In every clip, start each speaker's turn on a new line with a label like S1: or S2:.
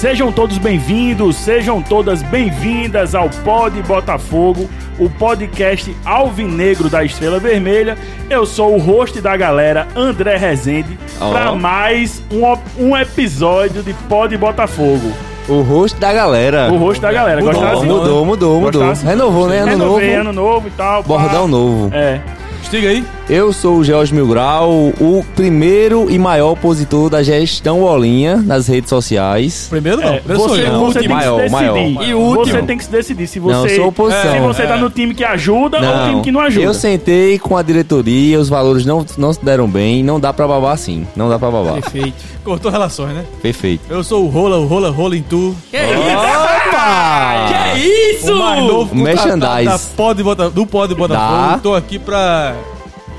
S1: Sejam todos bem-vindos, sejam todas bem-vindas ao Pod Botafogo, o podcast alvinegro da Estrela Vermelha. Eu sou o host da galera, André Rezende,
S2: Ó.
S1: para mais um, op- um episódio de Pod Botafogo.
S2: O rosto da galera.
S1: O rosto da galera,
S2: Mudou,
S1: gostaram?
S2: mudou, mudou, mudou.
S1: Gostasse?
S2: Renovou, né? Ano novo.
S1: Renovei, ano novo e tal. pá.
S2: Bordão novo.
S1: É.
S3: Estiga aí.
S2: Eu sou o George Milgrau, o primeiro e maior opositor da gestão Olinha nas redes sociais.
S3: Primeiro não.
S1: É,
S3: primeiro sou
S1: você,
S3: eu.
S1: você tem que
S2: Maior,
S1: se decidir.
S2: maior.
S3: E o último?
S1: Você tem que se decidir se
S2: Não,
S1: você,
S2: sou oposição.
S1: se você tá
S3: É.
S1: no time que ajuda ou no time que não ajuda.
S2: eu sentei com a diretoria, os valores não, não se deram bem, não dá pra babar sim, não dá pra babar.
S3: Perfeito. Cortou relações, né?
S2: Perfeito.
S3: Eu sou o Rola, o Rola, Rola em tu. Que
S1: Tá
S4: é
S2: Opa!
S3: isso? O mais novo contratado
S2: Merchandise.
S3: da Pod Bota- do Pod
S2: Dá.
S3: Botafogo. Tô aqui pra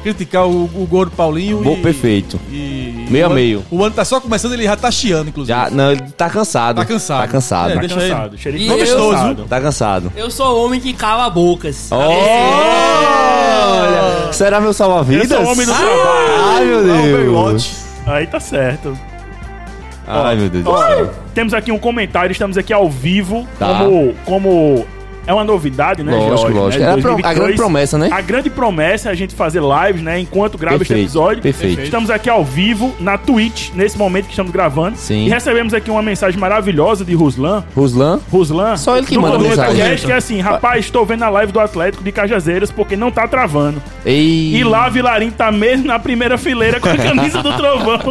S3: criticar o, o Gordo Paulinho
S2: Bom,
S3: e...
S2: perfeito.
S3: e-
S2: Meio a
S3: o ano-
S2: meio.
S3: O ano tá só começando, ele já tá chiando, inclusive.
S2: Já, não, ele tá cansado.
S3: Tá cansado.
S2: Tá cansado.
S3: É, deixa-
S1: Cansado, xerife
S4: E
S1: todo
S4: eu-
S1: cansado.
S2: Tá cansado.
S4: Eu sou o homem que cala bocas.
S2: Olha! Será meu
S1: Eu
S2: salva-vidas? Ah!
S1: sou o homem do trabalho.
S2: Ai, meu Deus.
S1: Aí tá certo.
S2: Ai, meu Deus do céu.
S1: Temos aqui um comentário, estamos aqui ao vivo,
S2: Tá.
S1: como, como é uma novidade, né,
S2: Lógico,
S1: Jorge?
S2: lógico.
S1: Né?
S2: Era a pro- a grande promessa, né?
S1: A grande promessa é a gente fazer lives, né, enquanto grava
S2: Perfeito,
S1: este episódio.
S2: perfeito.
S1: Estamos aqui ao vivo, na Twitch, nesse momento que estamos gravando.
S2: Sim.
S1: E recebemos aqui uma mensagem maravilhosa de Ruslan.
S2: Ruslan?
S1: Ruslan,
S2: Só ele que
S1: no
S2: manda
S1: começo da
S2: mensagem. né?
S1: cast, que é assim, rapaz, estou vendo a live do Atlético de Cajazeiras porque não tá travando.
S2: Ei.
S1: E lá, Vilarinho tá mesmo na primeira fileira com a camisa do trovão.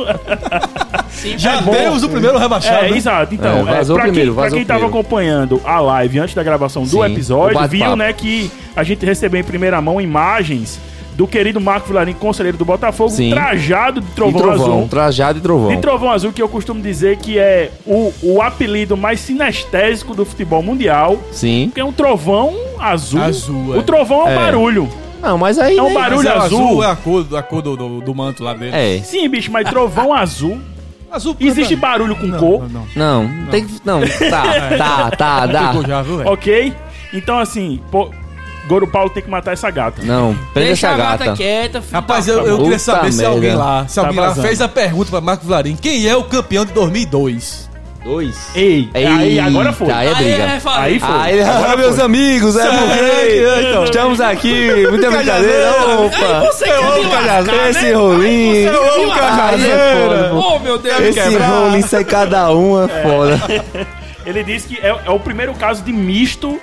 S3: Já temos o primeiro rebaixado.
S1: É,
S3: né?
S1: exato. Então,
S2: É,
S1: é,
S2: vazou
S1: pra, quem,
S2: primeiro,
S1: pra
S2: vazou
S1: quem tava
S2: primeiro.
S1: acompanhando a live antes da gravação do
S2: Sim, o
S1: episódio,
S2: bate-papo.
S1: viu, né, que a gente recebeu em primeira mão imagens do querido Marco Vilarim, conselheiro do Botafogo,
S2: Sim.
S1: trajado de
S2: E
S1: trovão,
S2: trovão,
S1: azul.
S2: trajado e trovão.
S1: De trovão azul, que eu costumo dizer que é o, o apelido mais sinestésico do futebol mundial.
S2: Sim.
S1: Porque é um trovão azul.
S3: Azul, é.
S1: O trovão é um
S2: É.
S1: barulho.
S2: Não, mas aí.
S1: É um
S2: né?
S1: barulho.
S3: Mas é o
S1: azul.
S3: É a cor, a cor do, do- do manto lá dele.
S2: É.
S1: Sim, bicho, mas trovão azul.
S3: Azul.
S1: Existe barulho com
S3: não,
S1: cor.
S3: Não, não.
S2: Não, não tem que. Não, tá, tá, tá, dá.
S3: Ficou já, viu, velho?
S1: Ok? Então, assim, pô, Goro Paulo tem que matar essa gata.
S2: Não, prende
S4: Deixa
S2: essa
S4: a gata,
S2: gata.
S4: quieta, filho.
S3: Rapaz,
S4: da-
S3: eu, eu
S2: Puta
S3: queria saber se
S2: merda.
S3: alguém lá, se
S1: Tá
S3: alguém lá
S1: vazando.
S3: fez a pergunta pra Marco Vilarim, quem é o campeão de 2002?
S2: Dois.
S1: Ei, aí
S2: Eita,
S1: agora foi.
S2: Aí é briga.
S4: é, fala.
S1: Aí foi.
S2: Aí,
S1: Agora
S2: ah, meus
S1: foi.
S2: amigos, é
S3: é,
S2: porque então, estamos aqui, muita brincadeira, opa.
S4: Aí você quer me
S2: Opa,
S4: lascar, né?
S2: Esse
S4: Aí
S2: rolinho,
S4: você quer me lascar.
S2: Aí é foda, pô.
S4: Oh, meu Deus.
S2: esse
S3: quebrar.
S2: rolinho sai cada um, é foda.
S1: Ele disse que é, é o primeiro caso de misto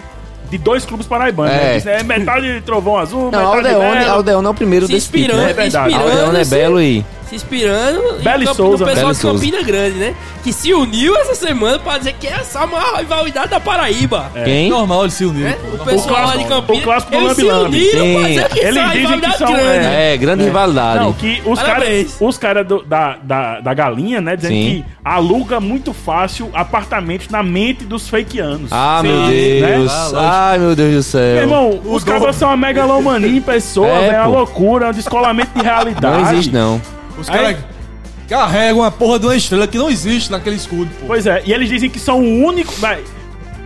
S1: de dois clubes paraibanos. né?
S2: É.
S1: Ele disse, É. metade de trovão azul,
S2: Não,
S1: metade
S2: Aldeone,
S1: belo.
S2: Aldeone é o primeiro
S4: Se
S2: desse pico,
S4: inspirando,
S2: né?
S1: é
S4: se
S1: verdade.
S2: Aldeone é
S4: inspirando. se-
S2: belo e...
S4: Se inspirando em
S1: Belo e
S4: campo-
S1: Souza.
S4: no pessoal
S2: Belo
S4: de
S2: Souza.
S4: Campina Grande, né? Que se uniu essa semana pra dizer que essa é a maior rivalidade da Paraíba.
S2: Quem?
S3: Normal ele se unir.
S4: Né?
S3: pô.
S4: O pessoal lá
S1: É. clássico-
S4: de Campina.
S1: o clássico do
S4: eles se
S1: Lambi-Lambi.
S4: uniram pra
S2: Sim.
S4: dizer que
S1: Eles
S4: essa é a
S1: dizem que
S4: rivalidade
S1: são,
S4: grande.
S1: é,
S2: É, grande rivalidade.
S1: Não, que os caras
S4: Parabéns.
S1: os cara do- da, da, da galinha, né, dizendo que
S2: Sim.
S1: aluga muito fácil apartamentos na mente dos fakeanos.
S2: Ah,
S1: Sim,
S2: meu
S1: né?
S2: Deus.
S3: Ah, lógico.
S2: Ai, meu Deus do
S1: Meu
S2: céu.
S1: irmão, os caras são uma megalomania em pessoa,
S2: É,
S1: é, uma
S2: pô.
S1: loucura, é um descolamento de realidade.
S2: não existe, não.
S3: Os caras carregam a porra de uma estrela que não existe naquele escudo, pô.
S1: Pois é, e eles dizem que são o único. vai,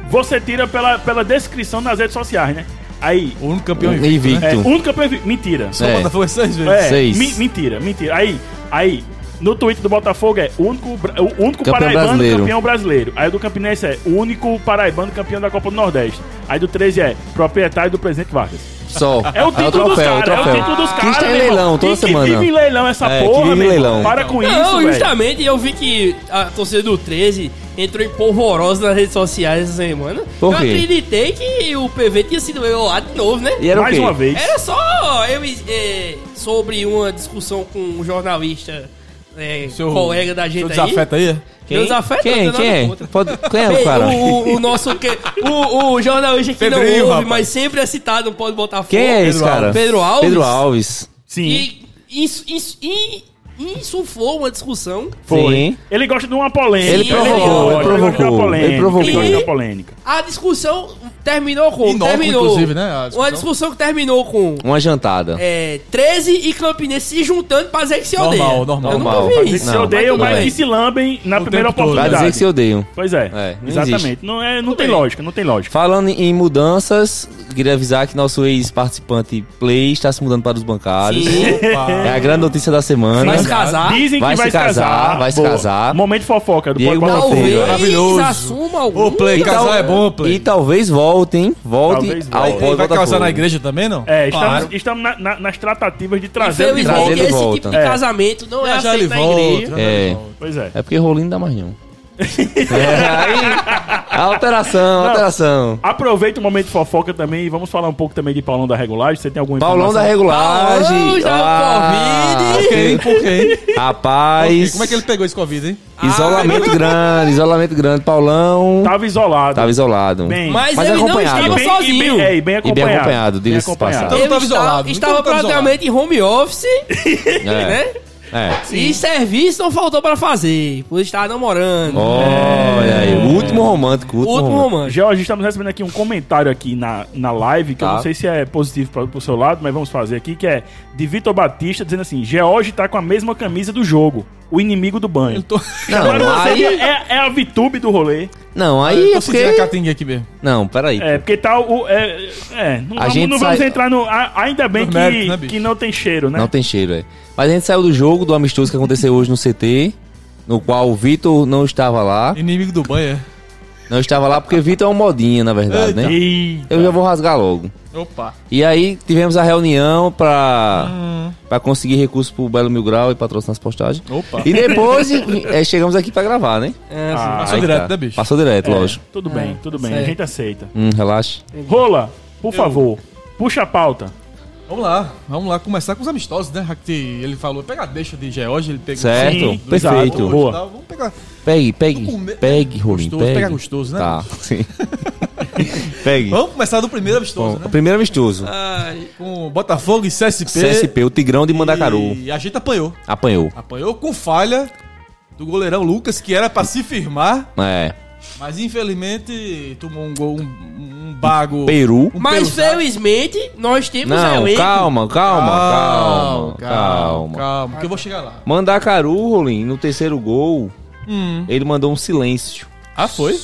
S1: Você tira pela, pela descrição nas redes sociais, né? Aí.
S3: O único campeão né?
S2: Invicto.
S1: É,
S2: Tu.
S1: único campeão. Mentira.
S3: Só
S2: É.
S3: é. Botafogo seis vezes.
S1: É,
S2: Seis.
S1: mi- mentira, mentira. Aí, aí. No Twitter do Botafogo é o único, bra- o único
S2: Campeão
S1: paraibano
S2: brasileiro.
S1: campeão brasileiro. Aí o do Campinense é o único paraibano campeão da Copa do Nordeste. Aí do 13 é proprietário do presidente Vargas.
S2: Só.
S1: É o título
S2: troféu,
S1: dos
S2: é o
S1: caras, é o
S2: troféu.
S1: título dos
S2: Que
S1: caras.
S2: está em
S1: meu irmão.
S2: leilão toda
S1: E que
S2: semana.
S1: vive em leilão essa
S2: É, que
S1: porra,
S2: vive em
S1: meu irmão.
S2: leilão.
S1: Para com isso,
S4: Não, tá
S1: velho.
S4: justamente eu vi que a torcida do 13 entrou em polvorosa nas redes sociais essa semana.
S2: Por
S4: eu
S2: quê?
S4: acreditei que o PV tinha sido lá de novo, né?
S2: E era
S1: Mais
S2: o quê?
S1: uma vez.
S4: Era só eu eh, sobre uma discussão com um jornalista, eh, colega da gente
S3: seu
S4: aí.
S3: desafeto aí. é?
S4: Quem? Meus afetos,
S2: Quem?
S4: eu tô dando
S2: Quem?
S4: conta.
S2: Pode... Quem é
S4: Ei,
S2: o cara?
S4: O, o nosso que, o, o jornalista que não
S3: Pedrinho,
S4: ouve,
S3: rapaz.
S4: mas sempre é citado no Pode Botafogo.
S2: Quem é esse cara?
S4: Pedro Alves.
S2: Pedro Alves.
S1: Sim.
S4: E isso, isso, e insuflou uma discussão
S1: Foi.
S2: Sim.
S1: Ele gosta de uma polêmica.
S2: Ele
S4: provocou,
S1: gosta,
S4: ele
S1: gosta de uma
S2: provocou,
S1: polêmica,
S2: ele provocou.
S1: Ele gosta de uma
S4: E-
S1: polêmica.
S4: A discussão terminou com.
S3: Inócuo,
S4: terminou,
S3: inclusive, né? A discussão.
S4: Uma discussão que terminou com
S2: Uma jantada.
S4: é, 13 e Campinense se juntando pra dizer que se odeia.
S3: Normal, normal.
S4: Eu
S2: Normal.
S4: nunca vi
S1: Eles
S4: isso.
S1: se
S2: Não,
S1: odeiam,
S2: mas tudo
S1: mas
S2: bem.
S1: que se lambem na
S3: O
S1: primeira
S3: tempo
S2: Pra
S3: todo.
S1: oportunidade.
S2: dizer que se odeiam.
S1: Pois é,
S2: É, não
S1: exatamente.
S2: existe.
S1: Não, é, não
S4: Tudo
S1: tem
S4: bem.
S1: lógica, não tem lógica.
S2: Falando em mudanças, queria avisar que nosso ex-participante Play está se mudando para os bancários.
S4: Sim.
S2: É a grande notícia da semana.
S4: Mas se casar.
S1: Dizem que vai,
S2: Vai se casar, vai se
S1: Boa.
S2: casar. tá
S1: Momento fofoca do
S2: Diego
S1: Pode Botar
S2: Botafogo.
S1: Fogo.
S4: Talvez
S3: maravilhoso.
S4: assuma algum.
S3: Ô, Play,
S2: tal-
S3: casar é bom, Play.
S2: Então, E talvez volte, hein? Volte
S1: Talvez
S2: ao
S1: volte.
S2: volte.
S3: Ele vai casar na igreja também, não?
S1: É, estamos,
S3: Claro.
S1: estamos na- na- nas tratativas de trazer de
S4: Infelizmente,
S2: Trazer
S1: volta.
S2: ele de
S4: esse
S2: volta.
S4: tipo de
S1: É.
S4: casamento não é
S3: Já já ele
S4: aceito na
S3: volta.
S4: igreja.
S3: já já ele
S2: É.
S3: volta.
S1: Pois é.
S2: É porque Rolim não dá mais não. é, aí, alteração, alteração.
S1: Aproveita o momento fofoca também e vamos falar um pouco também de Paulão da Regulagem. Você tem alguma
S2: Paulão da
S1: informação?
S2: regulagem. Ah,
S4: Paulão já é o Covid.
S3: Ok,
S2: ok.
S3: por quê?
S2: Rapaz.
S3: Como é que ele Ah. pegou esse Covid, hein?
S2: Isolamento grande, isolamento grande. Paulão
S3: Tá.
S1: Tava isolado.
S2: tava isolado.
S1: Bem,
S4: Mas,
S2: Mas
S4: ele
S2: acompanhado.
S4: não
S1: e
S4: estava
S1: bem, E
S4: sozinho.
S1: bem, é, e bem
S2: bem
S1: acompanhado.
S2: acompanhado, diga-se de
S3: Então
S2: passagem.
S4: Ele
S3: não tava
S4: está-
S3: isolado, então
S4: Estava
S3: não tava
S4: praticamente em home office,
S2: É.
S4: né?
S2: é.
S4: E serviço não faltou pra fazer, por estar namorando.
S2: Olha aí, o
S3: É.
S2: último romântico, o
S4: O
S2: último,
S4: Último
S2: romântico.
S4: romance.
S1: Jorge, estamos recebendo aqui um comentário aqui na, na live, que eu
S2: Tá.
S1: não sei se é positivo pra, pro seu lado, mas vamos fazer aqui, que é de Vitor Batista dizendo assim, George tá com a mesma camisa do jogo, o inimigo do banho.
S3: Tô...
S1: Agora
S2: Não,
S1: você
S2: aí,
S1: é, é a VTube do rolê.
S2: não, aí
S3: Ah, Eu
S2: é
S3: tô sentindo a né?
S2: porque...
S3: catinga aqui mesmo.
S2: Não, peraí.
S1: É, porque tá o... É, é, não,
S2: A
S1: vamos-
S2: gente
S1: não vamos
S2: sai-
S1: entrar no... a- Ainda bem
S3: No
S1: que,
S3: mérito, né, bicho?
S1: que não tem cheiro, né?
S2: Não tem cheiro, é. Mas a gente saiu do jogo, do amistoso que aconteceu hoje no CT, no qual o Vitor não estava lá.
S3: Inimigo do banho, é.
S2: Não estava lá porque Vitor é um modinha, na verdade, né?
S1: Eita.
S2: Eu já vou rasgar logo.
S3: é. Opa.
S2: E aí tivemos a reunião pra,
S3: Hum.
S2: pra conseguir recursos pro Belo Mil Grau e patrocinar as postagens.
S3: Opa.
S2: E depois é, chegamos aqui pra gravar, né?
S4: É, assim,
S1: Ah,
S3: Passou
S2: Aí tá.
S3: direto, né, bicho?
S2: Passou direto,
S1: é,
S2: lógico.
S1: Tudo bem, tudo bem, a
S4: certo.
S1: gente aceita.
S2: Hum, relaxa.
S1: Rola, por favor, puxa a pauta.
S3: Vamos lá, vamos lá começar com os amistosos, né? Hakti, ele falou, pega a deixa de George, ele pegou.
S2: Certo,
S1: Sim,
S2: perfeito.
S1: exato. Boa.
S3: Boa. Vamos pegar.
S2: Pegue, pegue,
S3: Tô com medo.
S2: pegue, Rolim,
S3: Gostoso,
S2: pegue.
S3: pega gostoso, né?
S2: Tá, sim. pegue.
S3: Vamos começar do primeiro
S2: Bom,
S3: amistoso,
S2: o
S3: né?
S2: primeiro amistoso.
S4: ai,
S3: Com Botafogo e CSP.
S2: CSP, o Tigrão de Mandacaru.
S3: E a gente apanhou.
S2: Apanhou.
S3: Apanhou com falha do goleirão Lucas, que era pra se firmar,
S2: É.
S3: mas infelizmente tomou um gol, um, um bago.
S2: Peru.
S3: Um
S4: Mas
S3: pelo-
S4: felizmente nós
S3: é
S4: temos
S2: né? Não,
S4: elenco.
S2: calma, calma, calma, calma.
S3: calma, calma, que eu vou chegar lá.
S2: Mandacaru, Rolim, no terceiro gol,
S3: Hum.
S2: ele mandou um silêncio.
S3: Ah, foi?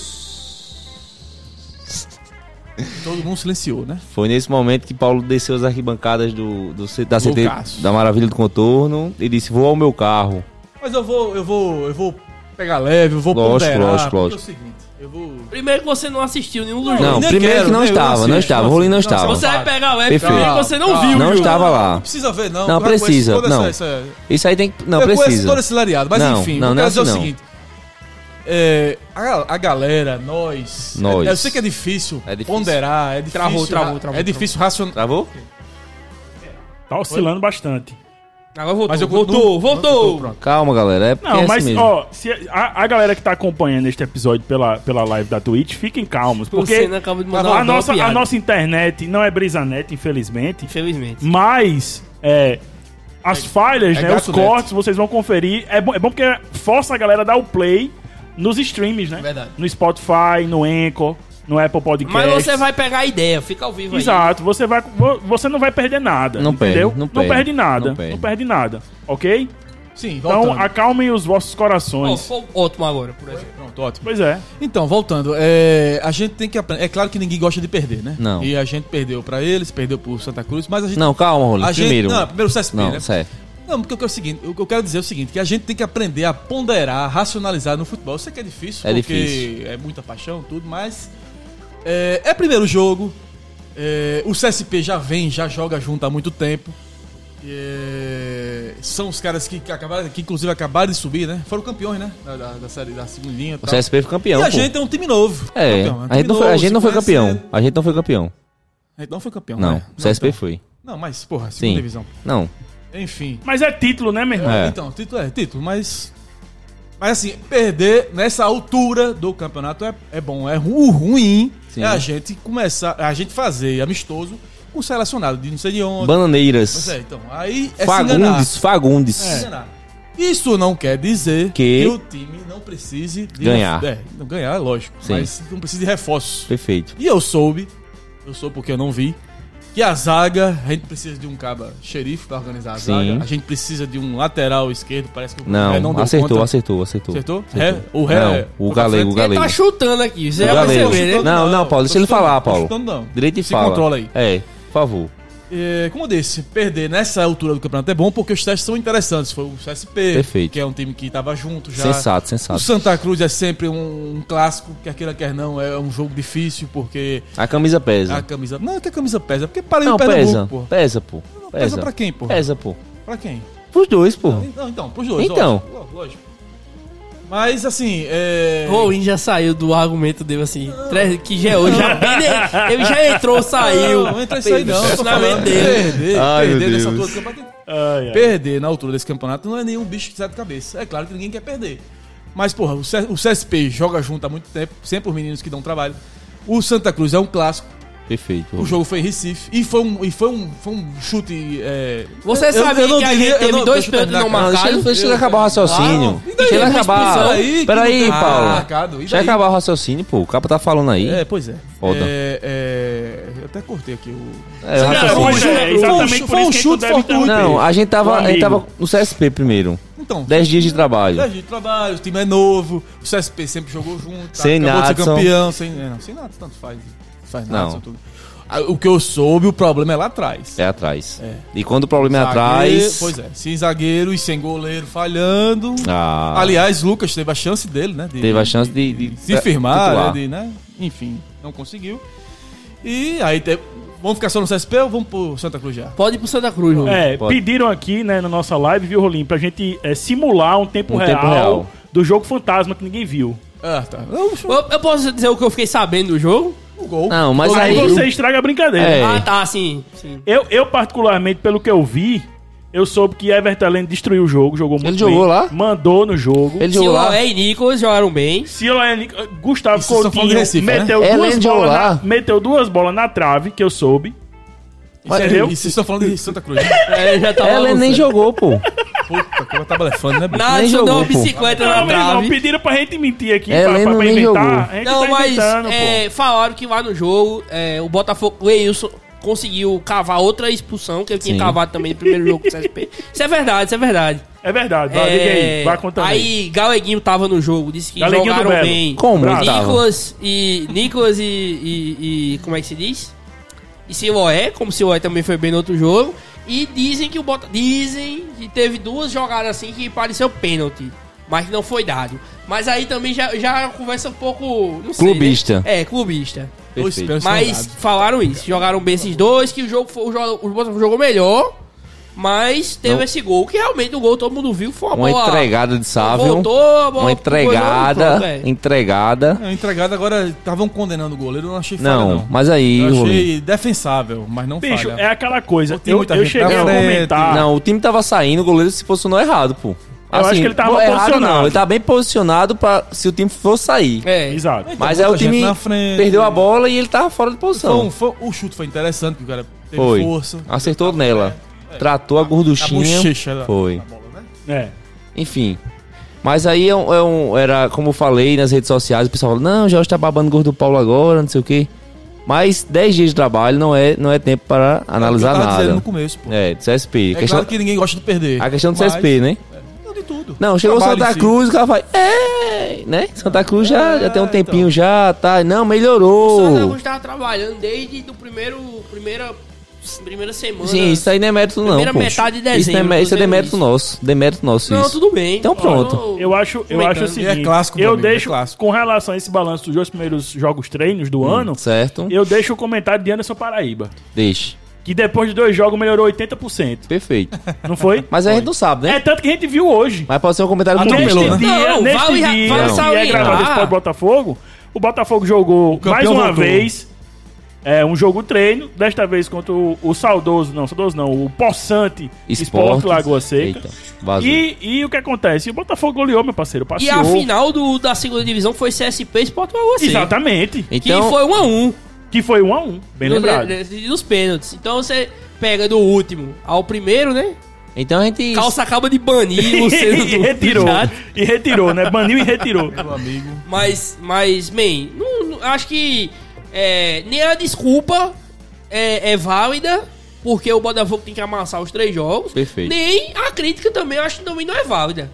S3: Todo mundo silenciou, né?
S2: Foi nesse momento que Paulo desceu as arquibancadas do, do C- da CT
S3: Loucaço.
S2: da Maravilha do Contorno e disse: Vou ao meu carro.
S3: Mas eu vou, eu vou, eu vou pegar leve, eu vou
S2: Lógico,
S3: ponderar.
S2: lógico,
S3: porque
S2: lógico.
S3: É o seguinte, eu vou...
S4: Primeiro que você não assistiu nenhum dos
S2: Não,
S4: jogos.
S3: nem
S2: primeiro que não
S3: né? Eu
S2: estava, não estava, o Rolim não
S3: assisto.
S2: estava.
S4: Você vai pegar o app
S2: Perfeito.
S4: primeiro que você não
S3: Calma,
S4: viu.
S2: não
S4: viu?
S2: estava lá.
S3: Precisa ver, é não.
S2: Não,
S3: Eu reconheço
S2: precisa,
S3: toda
S2: não.
S3: essa...
S2: Isso aí tem que. Não,
S3: eu conheço
S2: precisa.
S3: todo esse lariado, mas
S2: Não,
S3: enfim,
S2: não,
S3: eu
S2: não é
S3: quero dizer
S2: assim,
S3: o
S2: não.
S3: seguinte. É, a, a galera, nós,
S2: Nós.
S3: Eu sei que é difícil,
S2: É difícil.
S3: ponderar, é difícil.
S4: Travou, travou,
S3: ra-
S4: travou,
S3: É difícil racionar.
S2: Travou?
S1: Tá oscilando bastante.
S4: Agora voltou,
S3: Mas eu
S4: voltou,
S3: continuo-
S4: voltou.
S3: pronto.
S2: Calma, galera. É porque
S1: Não,
S2: é assim
S1: mas,
S2: mesmo.
S1: ó, se a, a galera que tá acompanhando este episódio pela, pela live da Twitch, fiquem calmos, porque
S4: Você não acaba de mandar uma
S1: a nossa,
S4: piada.
S1: a nossa internet não é brisanet, infelizmente,
S4: Infelizmente.
S1: mas é, as falhas,
S3: é
S1: né, os
S3: gato net.
S1: cortes, vocês vão conferir. É bom, é bom porque força a galera a dar o play nos streams, né?
S3: Verdade.
S1: No Spotify, no Anchor, no Apple
S3: Hum,
S1: Podcast.
S3: é
S4: Mas você vai pegar a ideia, fica ao vivo aí.
S1: Exato, você, vai, vo- você não vai perder nada.
S2: Não perde,
S1: entendeu?
S2: não perde,
S1: nada.
S2: não perde.
S1: não perde nada, ok?
S3: Sim,
S1: Então
S3: voltando.
S1: acalmem os vossos
S4: Ó,
S1: corações.
S4: ficou ótimo agora, por exemplo.
S3: Pronto, ótimo.
S1: Pois é.
S3: Então, voltando, é, a gente tem que aprender. É claro que ninguém gosta de perder, né?
S2: Não.
S3: E a gente perdeu pra eles, perdeu pro Santa Cruz, mas a gente.
S2: Não, calma, Rolim.
S3: a gente,
S2: Primeiro.
S3: Não, primeiro o CSP,
S2: Não,
S3: né?
S2: sério.
S3: Não, porque eu quero, o seguinte, o que eu quero dizer é o seguinte, que a gente tem que aprender a ponderar, a racionalizar no futebol. Eu sei que é difícil,
S2: É
S3: porque
S2: difícil.
S3: é muita paixão, tudo, mas é, é primeiro jogo, é, o CSP já vem, já joga junto há muito tempo. é, são os caras que, que acabaram, que inclusive acabaram de subir, né? Foram campeões, né? Da, da, da série da segundinha e
S2: O
S3: tal.
S2: CSP foi campeão.
S3: Tá. E a
S2: pô.
S3: gente é um time novo.
S2: É,
S3: Campeão, um
S2: a gente
S3: time
S2: não foi, a
S3: novo,
S2: gente não
S3: se
S2: foi campeão.
S3: conhecendo.
S2: A gente não foi campeão.
S3: A gente não foi campeão,
S2: Não, é
S3: né?
S2: o CSP foi.
S3: Não, mas, porra, segunda
S2: Sim.
S3: divisão.
S2: Não.
S3: Enfim.
S1: Mas é título, né, meu irmão?
S2: É.
S3: Então, título é título, mas. Mas assim, perder nessa altura do campeonato é, é bom. É ru- o ruim
S2: Sim.
S3: é a gente começar, a gente fazer amistoso com selecionado de não sei de onde. Pois
S2: Bananeiras.
S3: é, então. Aí é se enganar. É,
S2: Fagundes, Fagundes.
S3: Se enganar. Isso não quer dizer
S2: Que-
S3: o time não precise de-
S2: Ganhar.
S3: É, não ganhar é lógico,
S2: Sim.
S3: mas não precisa de reforços.
S2: Perfeito.
S3: E eu soube, eu soube porque eu não vi, que a zaga, a gente precisa de um caba xerife pra organizar a
S2: Sim.
S3: zaga. A gente precisa de um lateral esquerdo, parece que o
S2: Não,
S3: Ré É, deu
S2: acertou,
S3: conta.
S2: acertou, acertou,
S3: Acertou? Ré? O Ré?
S2: Não,
S3: é-
S2: o
S3: pra
S2: Galego,
S3: frente.
S2: o
S4: Ele
S2: Galego.
S4: tá chutando aqui,
S3: É,
S4: você
S2: O
S4: já
S2: Galego.
S4: percebeu, né?
S2: Não, não, Paulo, deixa
S3: Tô
S2: ele falar,
S3: chutando,
S2: Paulo.
S3: tô chutando, não.
S2: Direito e
S3: Se
S2: fala.
S3: controla aí.
S2: É, por favor.
S3: É, como eu disse, perder nessa altura do campeonato é bom porque os testes são interessantes. Foi o CSP,
S2: Perfeito.
S3: que é um time que estava junto já.
S2: Sensato,
S3: O
S2: sensato.
S3: Santa Cruz é sempre um, um clássico, quer queira, quer não, é um jogo difícil porque
S2: A camisa
S3: a
S2: pesa.
S3: camisa. Não, é que a camisa pesa, é porque para
S2: Não,
S3: em Pernambuco,
S2: pesa.
S3: pô.
S2: Pesa, pô.
S3: Não, pesa
S2: Pesa.
S3: pra quem, pô?
S2: Pesa, pô.
S3: Pra quem?
S2: Pros dois, pô.
S3: Não, então, pros dois.
S2: Então.
S3: lógico, Lógico, lógico. Mas assim, é.
S4: Rowan já saiu do argumento dele assim, tre- que já, eu já bem- ele já entrou, saiu.
S3: Não, não entra isso aí não. eu tô
S4: Funcionamento
S3: falando.
S4: tá dele.
S3: Perder,
S2: Ai, meu
S3: perder nessa
S2: Deus.
S3: altura do campeonato.
S2: É.
S1: Ai, ai.
S3: Perder na altura desse campeonato não é nenhum bicho de sete cabeça. É claro que ninguém quer perder. Mas, porra, o C- o CSP joga junto há muito tempo, sempre os meninos que dão trabalho. O Santa Cruz é um clássico,
S2: Perfeito.
S3: o jogo foi em Recife. E foi um, e foi um, foi um chute. É...
S4: Você sabe que a gente teve dois pênaltis
S2: Não,
S4: não
S2: deixa, ele-
S4: marcados.
S2: deixa ele acabar o raciocínio.
S3: Claro. E daí?
S2: Deixa ele
S4: Uma
S2: acabar.
S4: expulsão
S3: aí que
S2: Peraí,
S3: não tá marcado.
S2: Paulo.
S3: E
S2: Deixa
S3: daí?
S2: ele acabar o raciocínio, pô. O capa tá falando aí.
S3: É, pois é.
S2: Foda.
S3: É, é, Eu até cortei aqui o.
S2: É, o
S1: Não,
S2: raciocínio.
S1: mas
S3: Foi um
S1: é
S3: chute-
S1: exatamente
S3: foi um
S1: por isso que
S3: chute
S1: tu deve ter
S3: fortuito.
S1: um
S2: Não, a gente
S1: Um
S2: tava, a gente
S1: amigo.
S2: tava no CSP primeiro.
S3: Então.
S2: 10 dias de trabalho.
S3: 10 dias de trabalho, o time é novo, o CSP sempre jogou junto, tá?
S2: Sem
S3: acabou de ser
S2: Natson.
S3: campeão, sem, é, não, sem nada, tanto faz. Faz
S2: Não.
S3: nada, tudo. Ah, O que eu soube, o problema é lá atrás.
S2: É atrás.
S3: É.
S2: E quando o problema é
S3: Zagueiro-
S2: atrás.
S3: Pois é, sem zagueiro e sem goleiro falhando.
S2: Ah,
S3: Aliás, Lucas teve a chance dele, né? de-
S2: Teve a chance de- de-
S3: se firmar,
S2: titular.
S3: né, de, né? Enfim, não conseguiu. E aí, te- vamos ficar só no CSP ou vamos pro Santa Cruz já?
S4: Pode ir pro Santa Cruz, Rowan.
S1: É,
S2: Pode.
S1: pediram aqui, né, na nossa live, viu, Rolim, pra gente é, simular um tempo,
S2: Um
S1: real
S2: tempo real.
S1: do jogo fantasma que ninguém viu.
S3: Ah, tá. Não,
S4: Eu, eu posso dizer o que eu fiquei sabendo do jogo?
S3: o gol.
S2: Não, mas
S1: Aí
S2: aí.
S1: você estraga a brincadeira.
S2: É.
S4: Ah, tá, sim. sim.
S1: Eu, eu, particularmente, pelo que eu vi, eu soube que Everton Lane destruiu o jogo, jogou muito bem.
S2: jogou lá?
S1: Mandou no jogo.
S2: Ele jogou lá.
S4: Siloé e Nicolas jogaram bem.
S1: Siloane, Gustavo
S3: Isso, só falando
S1: Coutinho
S3: de Recife, né?
S1: meteu,
S2: É,
S1: duas
S2: Lane jogou
S1: bolas
S2: lá.
S1: na, meteu duas bolas na trave, que eu soube.
S3: Isso é-
S1: entendeu?
S3: isso vocês estão falando de Santa Cruz. né?
S4: É, Ele já tava
S2: Ela nem
S4: avançando.
S2: jogou, pô.
S3: Puta, como tá blefando, né, bicho?
S4: Nada,
S2: nem
S4: só deu uma
S2: jogou, pô.
S4: bicicleta
S1: Não,
S4: na
S1: meu irmão,
S4: trave.
S1: pediram pra gente mentir aqui,
S2: É,
S1: pra,
S2: Lane
S1: pra- pra
S2: nem jogou.
S1: inventar. A gente
S4: Não,
S1: tá
S4: mas
S1: inventando, pô.
S4: é, falaram que lá no jogo é, o Botafogo, o Eilson conseguiu cavar outra expulsão, que ele tinha
S2: Sim.
S4: cavado também no primeiro jogo com o CSP. Isso é verdade, isso é verdade.
S1: É verdade, vai,
S4: É,
S1: diga aí, vai contando aí.
S4: aí Galeguinho tava no jogo, disse que
S1: Galeguinho do
S4: jogaram
S1: Belo.
S4: bem.
S2: Como
S1: Bravo.
S2: tava?
S4: Nicolas e. Nicolas e, e- e- Como é que se diz? E Siloé, como Siloé também foi bem no outro jogo. E dizem que o Bota. Dizem que teve duas jogadas assim que pareceu pênalti. Mas que não foi dado. Mas aí também já, já conversa um pouco. Não sei, né?
S2: Clubista.
S4: É, clubista.
S3: Dois
S2: Perfeito.
S3: pênaltis
S4: Mas
S3: marcados.
S4: falaram isso. Jogaram bem esses dois, que o jogo foi, o jogo, o Botafogo jogou melhor. Mas teve
S2: Não.
S4: esse gol, que realmente o gol todo mundo viu, foi uma,
S2: Uma
S4: bola.
S2: entregada de Sávio.
S4: Voltou, a bola
S2: Uma
S4: pegou,
S2: entregada.
S4: pronto, é.
S2: Entregada.
S3: Não, entregada agora estavam condenando o goleiro, eu não achei falha, não.
S2: Não, mas aí,
S3: eu
S2: Rolim.
S3: achei defensável, mas não
S1: Bicho,
S3: falha.
S1: é aquela coisa.
S3: Tem
S1: Eu,
S3: muita
S1: eu
S3: gente
S1: cheguei
S3: na
S1: a
S3: frente.
S1: comentar.
S2: Não, o time tava saindo, o goleiro se posicionou errado, pô. Assim,
S1: Eu acho que ele tava
S2: errado
S1: posicionado.
S2: Não, ele tava bem posicionado pra se o time for sair.
S4: É.
S1: Exato.
S2: Mas aí
S3: Então,
S2: o
S3: muita gente
S2: time
S3: na frente.
S2: perdeu a bola e ele tava fora de
S3: Foi um-
S2: posição.
S3: foi- o chute foi interessante, porque o cara teve
S2: Foi.
S3: força.
S2: Acertou nela. Tratou a gorduchinha.
S3: bochecha da-
S2: Foi.
S3: da bola, né?
S1: É.
S2: Enfim. Mas aí é um, é um- era, como eu falei nas redes sociais, o pessoal falou, não, o Jorge tá babando o gordo do Paulo agora, não sei o quê. Mas 10 dias de trabalho não é, não é tempo para analisar
S3: Eu tava dizendo
S2: nada.
S3: no começo, pô. É,
S2: É, do CSP. a, questão,
S3: claro que ninguém gosta de perder.
S2: a questão do
S3: mas-
S2: CSP, né?
S3: Não, de tudo.
S2: Não, chegou
S3: Trabalho em
S2: Santa
S3: si.
S2: Cruz, o cara vai, é, né? Santa Cruz já, já tem um
S3: É,
S2: tempinho
S3: então. é
S2: já, tá? Não,
S4: O Santa
S2: melhorou.
S4: Cruz tava trabalhando desde do primeiro, primeira, primeira semana.
S2: Sim, isso aí não é mérito não,
S4: Primeira
S2: pô.
S4: metade de
S2: Isso, não é,
S4: dezembro,
S2: mé- isso é
S4: dizendo
S2: demérito
S4: isso.
S2: nosso, demérito nosso
S4: Não,
S2: isso.
S4: tudo bem.
S2: Então pronto.
S1: Eu acho, eu
S4: Comentando.
S1: acho o seguinte,
S3: É clássico, meu
S1: eu
S3: amigo, é
S1: deixo
S3: clássico. Hum,
S1: com relação a esse balanço dos dois primeiros jogos treinos do ano,
S2: Certo?
S1: eu deixo o comentário de Anderson Paraíba,
S2: Deixa.
S1: que depois de dois jogos melhorou 80%,
S2: Perfeito.
S1: não foi?
S2: Mas aí a gente não sabe, né?
S1: É tanto que a gente viu hoje.
S2: Mas pode ser um comentário
S3: Atropelou,
S2: clubista.
S3: né?
S1: Neste dia,
S4: Não,
S1: neste
S4: vale-
S1: dia,
S4: vale
S1: que é
S4: salientar.
S1: gravado esse pod Botafogo, o Botafogo jogou
S3: campeão
S1: mais uma
S3: voltou.
S1: vez é, um jogo treino, desta vez contra o, o saudoso, não, saudoso não, o possante Esporte, Lagoa Seca.
S2: Eita, vazou.
S1: E, e o que acontece? O Botafogo goleou, meu parceiro,
S4: E
S1: passeou.
S4: a final do, da segunda divisão foi CSP e Sport Lagoa Seca.
S1: Exatamente.
S4: Que
S2: Então,
S4: foi 1 a 1
S1: Que foi um a um, bem lembrado.
S4: Dos pênaltis. Então você pega do último ao primeiro, né?
S2: então a gente.
S4: Calça acaba de banir você do-
S1: e
S4: do
S1: retirou.
S4: chat.
S1: E retirou, né? Baniu e retirou.
S3: Meu amigo.
S4: Mas, mas, bem, não, não- acho que é, nem a desculpa é, é válida, porque o Botafogo tem que amassar os três jogos.
S2: Perfeito.
S4: Nem a crítica também, eu acho que também não é válida.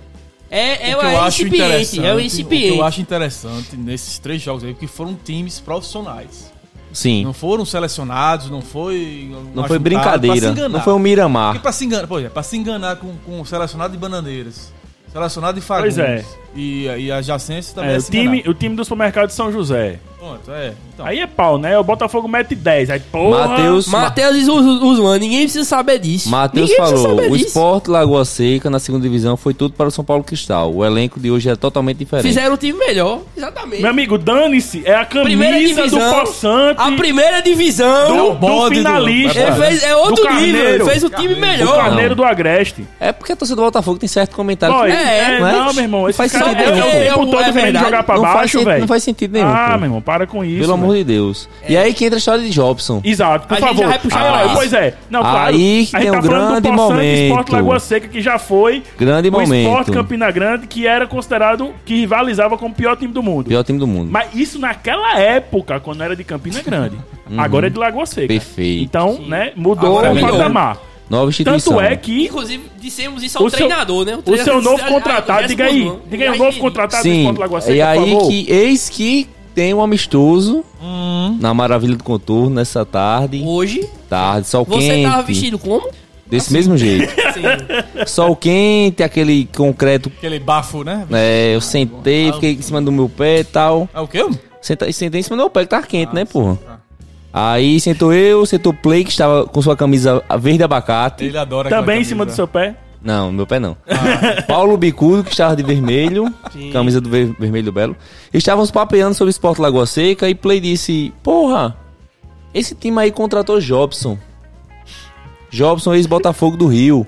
S3: O
S4: É, é,
S3: que eu
S4: é
S3: acho
S4: incipiente, é o
S3: interessante- O que
S4: incipiente.
S3: eu acho interessante nesses três jogos aí, porque foram times profissionais.
S2: Sim.
S3: Não foram selecionados, não foi.
S2: Não foi
S3: ajuntado, pra
S2: brincadeira.
S3: se enganar.
S2: Não foi um
S3: Porque
S2: Miramar.
S3: pra se enganar, pô, é, pra se enganar com, com selecionado de Bananeiras, selecionado de Fagundes
S1: Pois é.
S3: e, e adjacência também
S1: É,
S3: é
S1: o,
S3: se
S1: time,
S3: enganar.
S1: o time do supermercado de São José.
S3: Pronto, é. Então,
S1: Aí é pau, né? O Botafogo mete 10. Aí, porra.
S2: Matheus
S4: Matheus e Uz- Usman, ninguém precisa saber disso.
S2: Matheus
S4: ninguém precisa
S2: falou,
S4: saber
S2: o
S4: disso.
S2: Sport Lagoa Seca na segunda divisão foi tudo para o São Paulo Cristal. O elenco de hoje é totalmente diferente.
S4: Fizeram um time melhor, exatamente.
S1: Meu amigo, dane-se. É a
S4: primeira
S1: camisa do
S4: divisão.
S1: Poçante.
S4: a primeira divisão.
S2: É
S1: do, do
S3: bode do-
S1: finalista.
S4: Ele fez, é outro
S1: do
S4: nível, ele
S1: Carneiro.
S4: fez o time
S1: do
S4: melhor.
S1: Carneiro do Agreste.
S2: É porque a torcida do Botafogo tem certo comentário.
S1: Ó,
S2: que-
S4: é,
S1: é,
S2: não é?
S1: não, meu irmão.
S2: Não
S1: Esse
S2: faz
S1: cara
S2: sentido
S1: é, o
S2: nenhum.
S1: tempo
S4: É,
S1: todo
S4: é
S1: querendo
S4: verdade.
S1: jogar pra
S2: não, faz
S1: baixo,
S2: sentido,
S1: velho.
S2: não faz sentido nenhum.
S1: Ah,
S2: pô.
S1: meu irmão, para com isso.
S2: Pelo amor
S1: velho. É.
S2: de Deus. E aí que entra a história de Jobson.
S1: Exato, por
S4: A gente
S1: favor.
S4: já vai puxar pra
S1: ah,
S4: isso.
S1: pois é. Não, claro.
S2: Aí que
S1: a gente
S2: tem
S1: tá
S2: um
S1: falando
S2: grande
S1: do Poçante, Sport
S2: momento.
S1: Lagoa Seca, que já foi
S2: Grande
S1: o Sport
S2: momento.
S1: Campina Grande, que era considerado, que rivalizava com o pior time do mundo.
S2: Pior time do mundo.
S1: Mas isso naquela época, quando era de Campina Grande. Agora é de Lagoa Seca.
S2: Uhum. Perfeito.
S1: Então, né, mudou
S4: Agora
S1: o
S2: melhorou.
S1: patamar.
S2: Nova instituição.
S1: Tanto é que
S4: Inclusive, dissemos isso ao
S1: O seu-
S4: treinador, né?
S1: o seu
S4: treinador-
S1: novo
S4: Ah,
S1: contratado,
S4: o
S1: diga aí.
S4: Osman.
S1: Diga aí o
S4: Aliás,
S1: novo
S4: ele-
S1: contratado do
S2: Sim.
S1: Sport Lagoa Seca,
S2: E
S1: por
S2: aí
S1: favor.
S2: que eis que tem um amistoso
S3: hum,
S2: na Maravilha do Contorno nessa tarde.
S4: Hoje,
S2: Tarde, sol
S4: você
S2: quente.
S4: tava vestido assim? como?
S2: Desse mesmo jeito.
S4: Sim.
S2: Sol quente, aquele concreto.
S3: aquele bafo, né?
S2: É, eu sentei, fiquei em cima do meu pé e tal.
S3: É o quê?
S2: Senta, sentei em cima do meu pé, que tava quente, né, porra?
S3: tá.
S2: Aí sentou eu, sentou Play, que estava com sua camisa verde abacate.
S3: Ele adora aquela
S1: Também em cima do
S3: camisa.
S1: seu pé.
S2: Não, no meu pé não.
S4: Ah.
S2: Paulo Bicudo, que estava de vermelho, camisa do ver- vermelho do Belo. Estavam se papeando sobre o Esporte Lagoa Seca e Play disse: Porra, esse time aí contratou Jobson. Jobson, ex-Botafogo do Rio.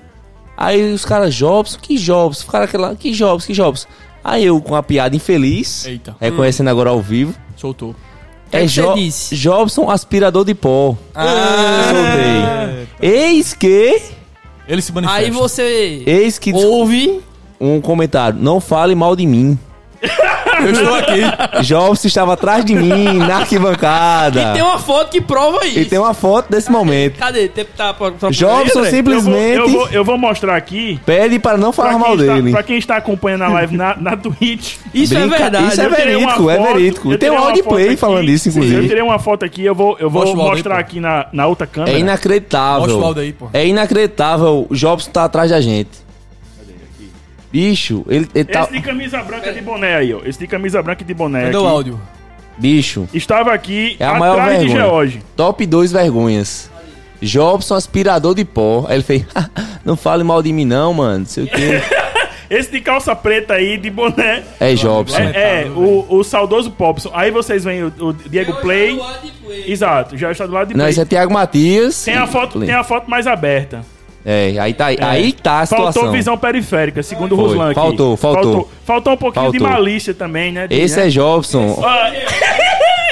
S2: Aí os caras, Jobson, que Jobson? Ficaram aquela, que Jobson, que Jobson? Aí eu com a piada infeliz,
S3: Eita.
S2: reconhecendo agora ao vivo.
S3: Soltou.
S4: é Hum. que você
S2: Jo-
S4: disse? Ah.
S2: Jobson aspirador de pó. Soltei. Eis que.
S3: Ele se manifesta.
S4: Aí você
S2: Eis que.
S4: ouve.
S2: um comentário. Não fale mal de mim.
S3: Eu estou aqui.
S2: Jobson estava atrás de mim, na arquibancada.
S4: E tem uma foto que prova
S3: um
S4: isso.
S2: E tem uma foto desse momento.
S4: Cadê? Tem- Tá, tá, tá,
S2: Jobson
S1: André,
S2: simplesmente
S1: Eu vou, eu vou- eu vou mostrar aqui.
S2: pede para não
S1: Pra
S2: falar
S1: quem,
S2: mal
S1: está,
S2: dele.
S1: pra quem está acompanhando a live na, na Twitch.
S4: Isso
S2: Brinca-
S4: é verdade.
S2: isso é
S1: eu tirei uma
S2: verídico, é
S1: foto-
S2: verídico.
S1: eu
S2: Tem um
S1: tirei uma
S2: áudio
S1: foto
S2: play
S1: aqui.
S2: falando isso,
S1: Sim,
S2: inclusive.
S1: Eu tirei uma foto aqui, eu vou, eu vou
S3: Mostra o áudio aí,
S1: mostrar
S3: pô.
S1: aqui na, na outra câmera.
S2: É inacreditável.
S3: Mostra o áudio aí, pô.
S2: É inacreditável. O Jobson tá atrás da gente. Bicho, ele, ele tá.
S1: Esse de camisa branca e de boné aí, ó. Esse de camisa branca e de boné
S3: Cadê
S1: aqui.
S3: o áudio?
S2: Bicho,
S1: Estava aqui
S2: é a maior
S1: atrás de
S2: vergonha.
S1: George.
S2: Top 2 vergonhas. Jobson aspirador de pó. Aí ele fez: Não fale mal de mim, não, mano. Não sei o quê.
S1: Esse de calça preta aí, de boné.
S2: É Jobson.
S1: É, é, o, o saudoso Popson. Aí vocês veem o, o Diego Play.
S4: Play.
S1: Exato, já está do lado de
S2: Não,
S1: Play.
S2: esse é Thiago Matias.
S1: Tem a foto, tem a foto mais aberta.
S2: É, aí tá, aí tá a situação.
S1: Faltou visão periférica, segundo o
S2: Foi.
S1: Ruslan aqui.
S2: Faltou, faltou.
S1: Faltou, faltou um pouquinho de
S2: Faltou.
S1: malícia também, né?
S2: Esse é Jobson.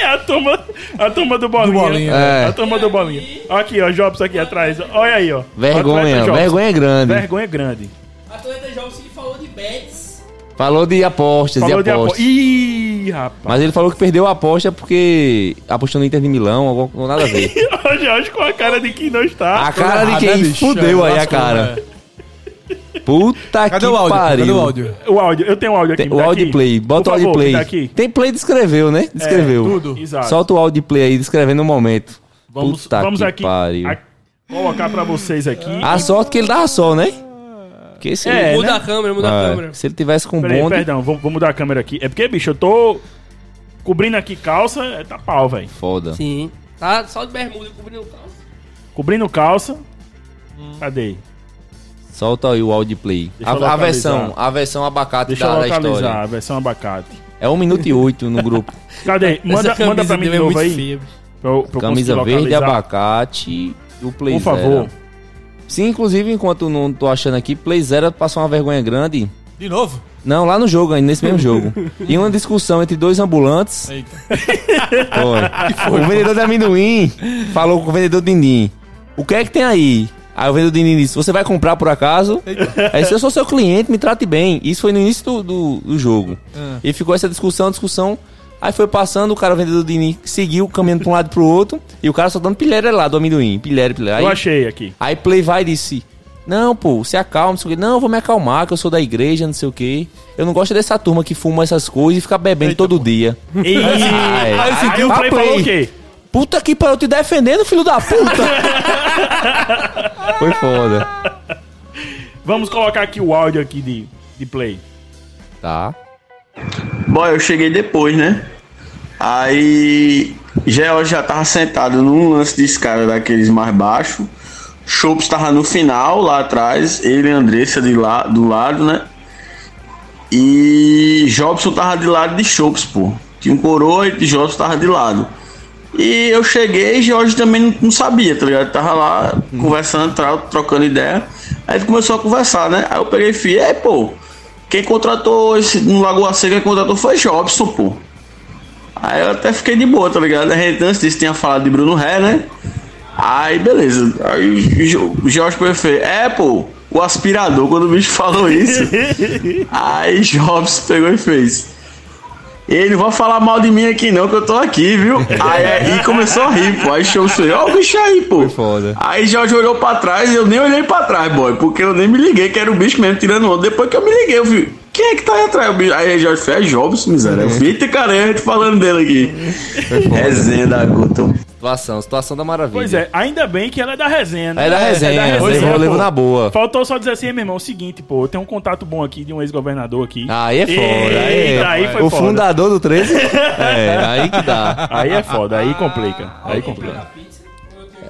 S1: é... a turma, a turma do Bolinha.
S3: Bolinha.
S1: A
S2: É,
S1: turma do Bolinha. Aqui, ó, Jobs aqui atrás. Olha aí, ó. Atleta
S2: vergonha,
S1: Jobs.
S2: vergonha grande.
S1: Vergonha grande.
S4: Atleta Jobson que falou de bets.
S2: Falou de apostas,
S1: Falou
S2: de
S1: de apo...
S2: apostas.
S1: Ih, rapaz.
S2: Mas ele falou que perdeu a aposta porque apostou no Inter de Milão, alguma- não nada a ver.
S1: Mas... Jorge com a cara de quem não está.
S2: A cara
S1: Ah,
S2: de
S3: errado, né,
S2: quem
S3: bicho?
S2: fudeu aí a
S3: Lascou,
S2: cara.
S3: né?
S2: Puta
S3: Cadê
S2: que
S3: o áudio?
S2: pariu.
S3: Cadê o áudio?
S1: O áudio, eu tenho o áudio Tá aqui.
S2: Tem-
S1: me
S2: o
S1: dá
S2: áudio
S1: aqui.
S2: play, bota
S1: Por
S2: o áudio
S1: favor, me
S2: play.
S1: dá aqui. É,
S2: Tem play descreveu, né? Descreveu.
S3: tudo.
S1: Exato.
S2: Solta o áudio play aí, descrevendo um momento.
S1: Vamos,
S2: Puta
S1: vamos
S2: que
S1: aqui
S2: pariu.
S1: a- colocar pra vocês aqui.
S2: A sorte que ele dava sol, né? Porque esse
S1: É,
S4: muda
S1: né?
S4: a câmera, muda a
S2: Ah,
S4: câmera.
S2: Se ele tivesse com
S1: Peraí,
S2: bonde,
S1: perdão, vou, vou mudar a câmera aqui. É porque, bicho, eu tô cobrindo aqui calça, é, tá pau, velho.
S2: foda.
S4: Sim. Tá só de bermuda cobrindo o calço.
S1: Cobrindo calça.
S4: Hum.
S1: Cadê?
S2: Solta aí o áudio play.
S1: Deixa
S2: A,
S1: eu
S2: a
S1: localizar.
S2: versão, a versão abacate
S1: Deixa
S2: da,
S1: eu
S2: da
S1: localizar,
S2: história.
S1: a versão abacate.
S2: É 1 minuto e 8 no grupo.
S1: Cadê? Manda,
S4: Essa camisa
S1: manda pra mim de
S4: dele é
S1: novo
S4: muito
S1: aí.
S4: feia, bicho.
S1: Pra eu, pra eu
S2: Camisa
S1: conseguir
S2: verde,
S1: localizar.
S2: abacate e o play
S1: Por
S2: Zero.
S1: favor.
S2: Sim, inclusive, enquanto não tô achando aqui, play zero passou uma vergonha grande.
S3: De novo?
S2: Não, lá no jogo ainda, nesse mesmo jogo. E uma discussão entre dois ambulantes.
S3: Eita.
S2: Foi. O vendedor de amendoim falou com o vendedor de Dindim. O que é que tem aí? Aí o vendedor de Dindim disse, você vai comprar por acaso? Aí se eu sou seu cliente, me trate bem. Isso foi no início do, do, do jogo.
S3: Ah.
S2: E ficou essa discussão, discussão. Aí foi passando, o cara, o vendedor de Dindim, seguiu caminhando pra um lado e pro outro. E o cara só dando pilhéria lá do amendoim. Pilhéria, pilhéria.
S1: Eu
S2: Aí,
S1: achei aqui.
S2: aí Play vai e disse... Não, pô, se acalma, não sei o quê. Não, eu vou me acalmar, que eu sou da igreja, não sei o quê. Eu não gosto dessa turma que fuma essas coisas e fica bebendo todo dia.
S1: E...
S2: Ah, é.
S1: Aí,
S2: Aí
S1: o
S2: pra
S1: tá Play falou o quê?
S2: Puta que pariu, te defendendo, filho da puta! Foi foda.
S1: Vamos colocar aqui o áudio aqui de, de play.
S2: Tá.
S5: Bom, eu cheguei depois, né? Aí George já tava sentado num lance de escada daqueles mais baixo. Chops tava no final, lá atrás, ele e Andressa de lá, do lado, né? E Jobson tava de lado de Chops, pô. Tinha um coroa e Jobson tava de lado. E eu cheguei e Jorge também não, não sabia, tá ligado? Tava lá conversando, tra- trocando ideia. Aí ele começou a conversar, né? Aí eu peguei e fui, é, pô, quem contratou esse no Lagoa Seca, quem contratou foi Jobson, pô. Aí eu até fiquei de boa, tá ligado? A gente antes disso tinha falado de Bruno Ré, né? Aí beleza. Aí Jo- o Jorge pegou e fez, é, pô, o aspirador, quando o bicho falou isso. Aí Jobs pegou e fez. Ele não vai falar mal de mim aqui não, que eu tô aqui, viu? Aí, aí começou a rir, pô. Aí show fez, ó o bicho aí, pô.
S2: Foi foda.
S5: Aí Jorge olhou pra trás e eu nem olhei pra trás, boy, porque eu nem me liguei que era o bicho mesmo tirando onda. Depois que eu me liguei, eu vi. Quem é que tá aí atrás? O bicho- Aí Jorge fez, é Jobs, miséria. Eu vi, eita, cara, a gente falando dele aqui. Resenha da um Guto.
S2: Situação, situação da maravilha.
S1: Pois é, ainda bem que ela é da resenha, né?
S2: É da resenha,
S1: pois
S2: levou-
S1: pô.
S2: levou na boa.
S1: Faltou só dizer assim, meu irmão, o seguinte, pô, eu tenho um contato bom aqui de um ex-governador aqui.
S2: Aí é foda. aí, é
S1: Eita, aí
S2: foda.
S1: foi
S2: o
S1: foda.
S2: fundador do 13? é, aí que dá.
S1: Aí é foda, aí complica.
S2: Ah,
S1: Aí complica.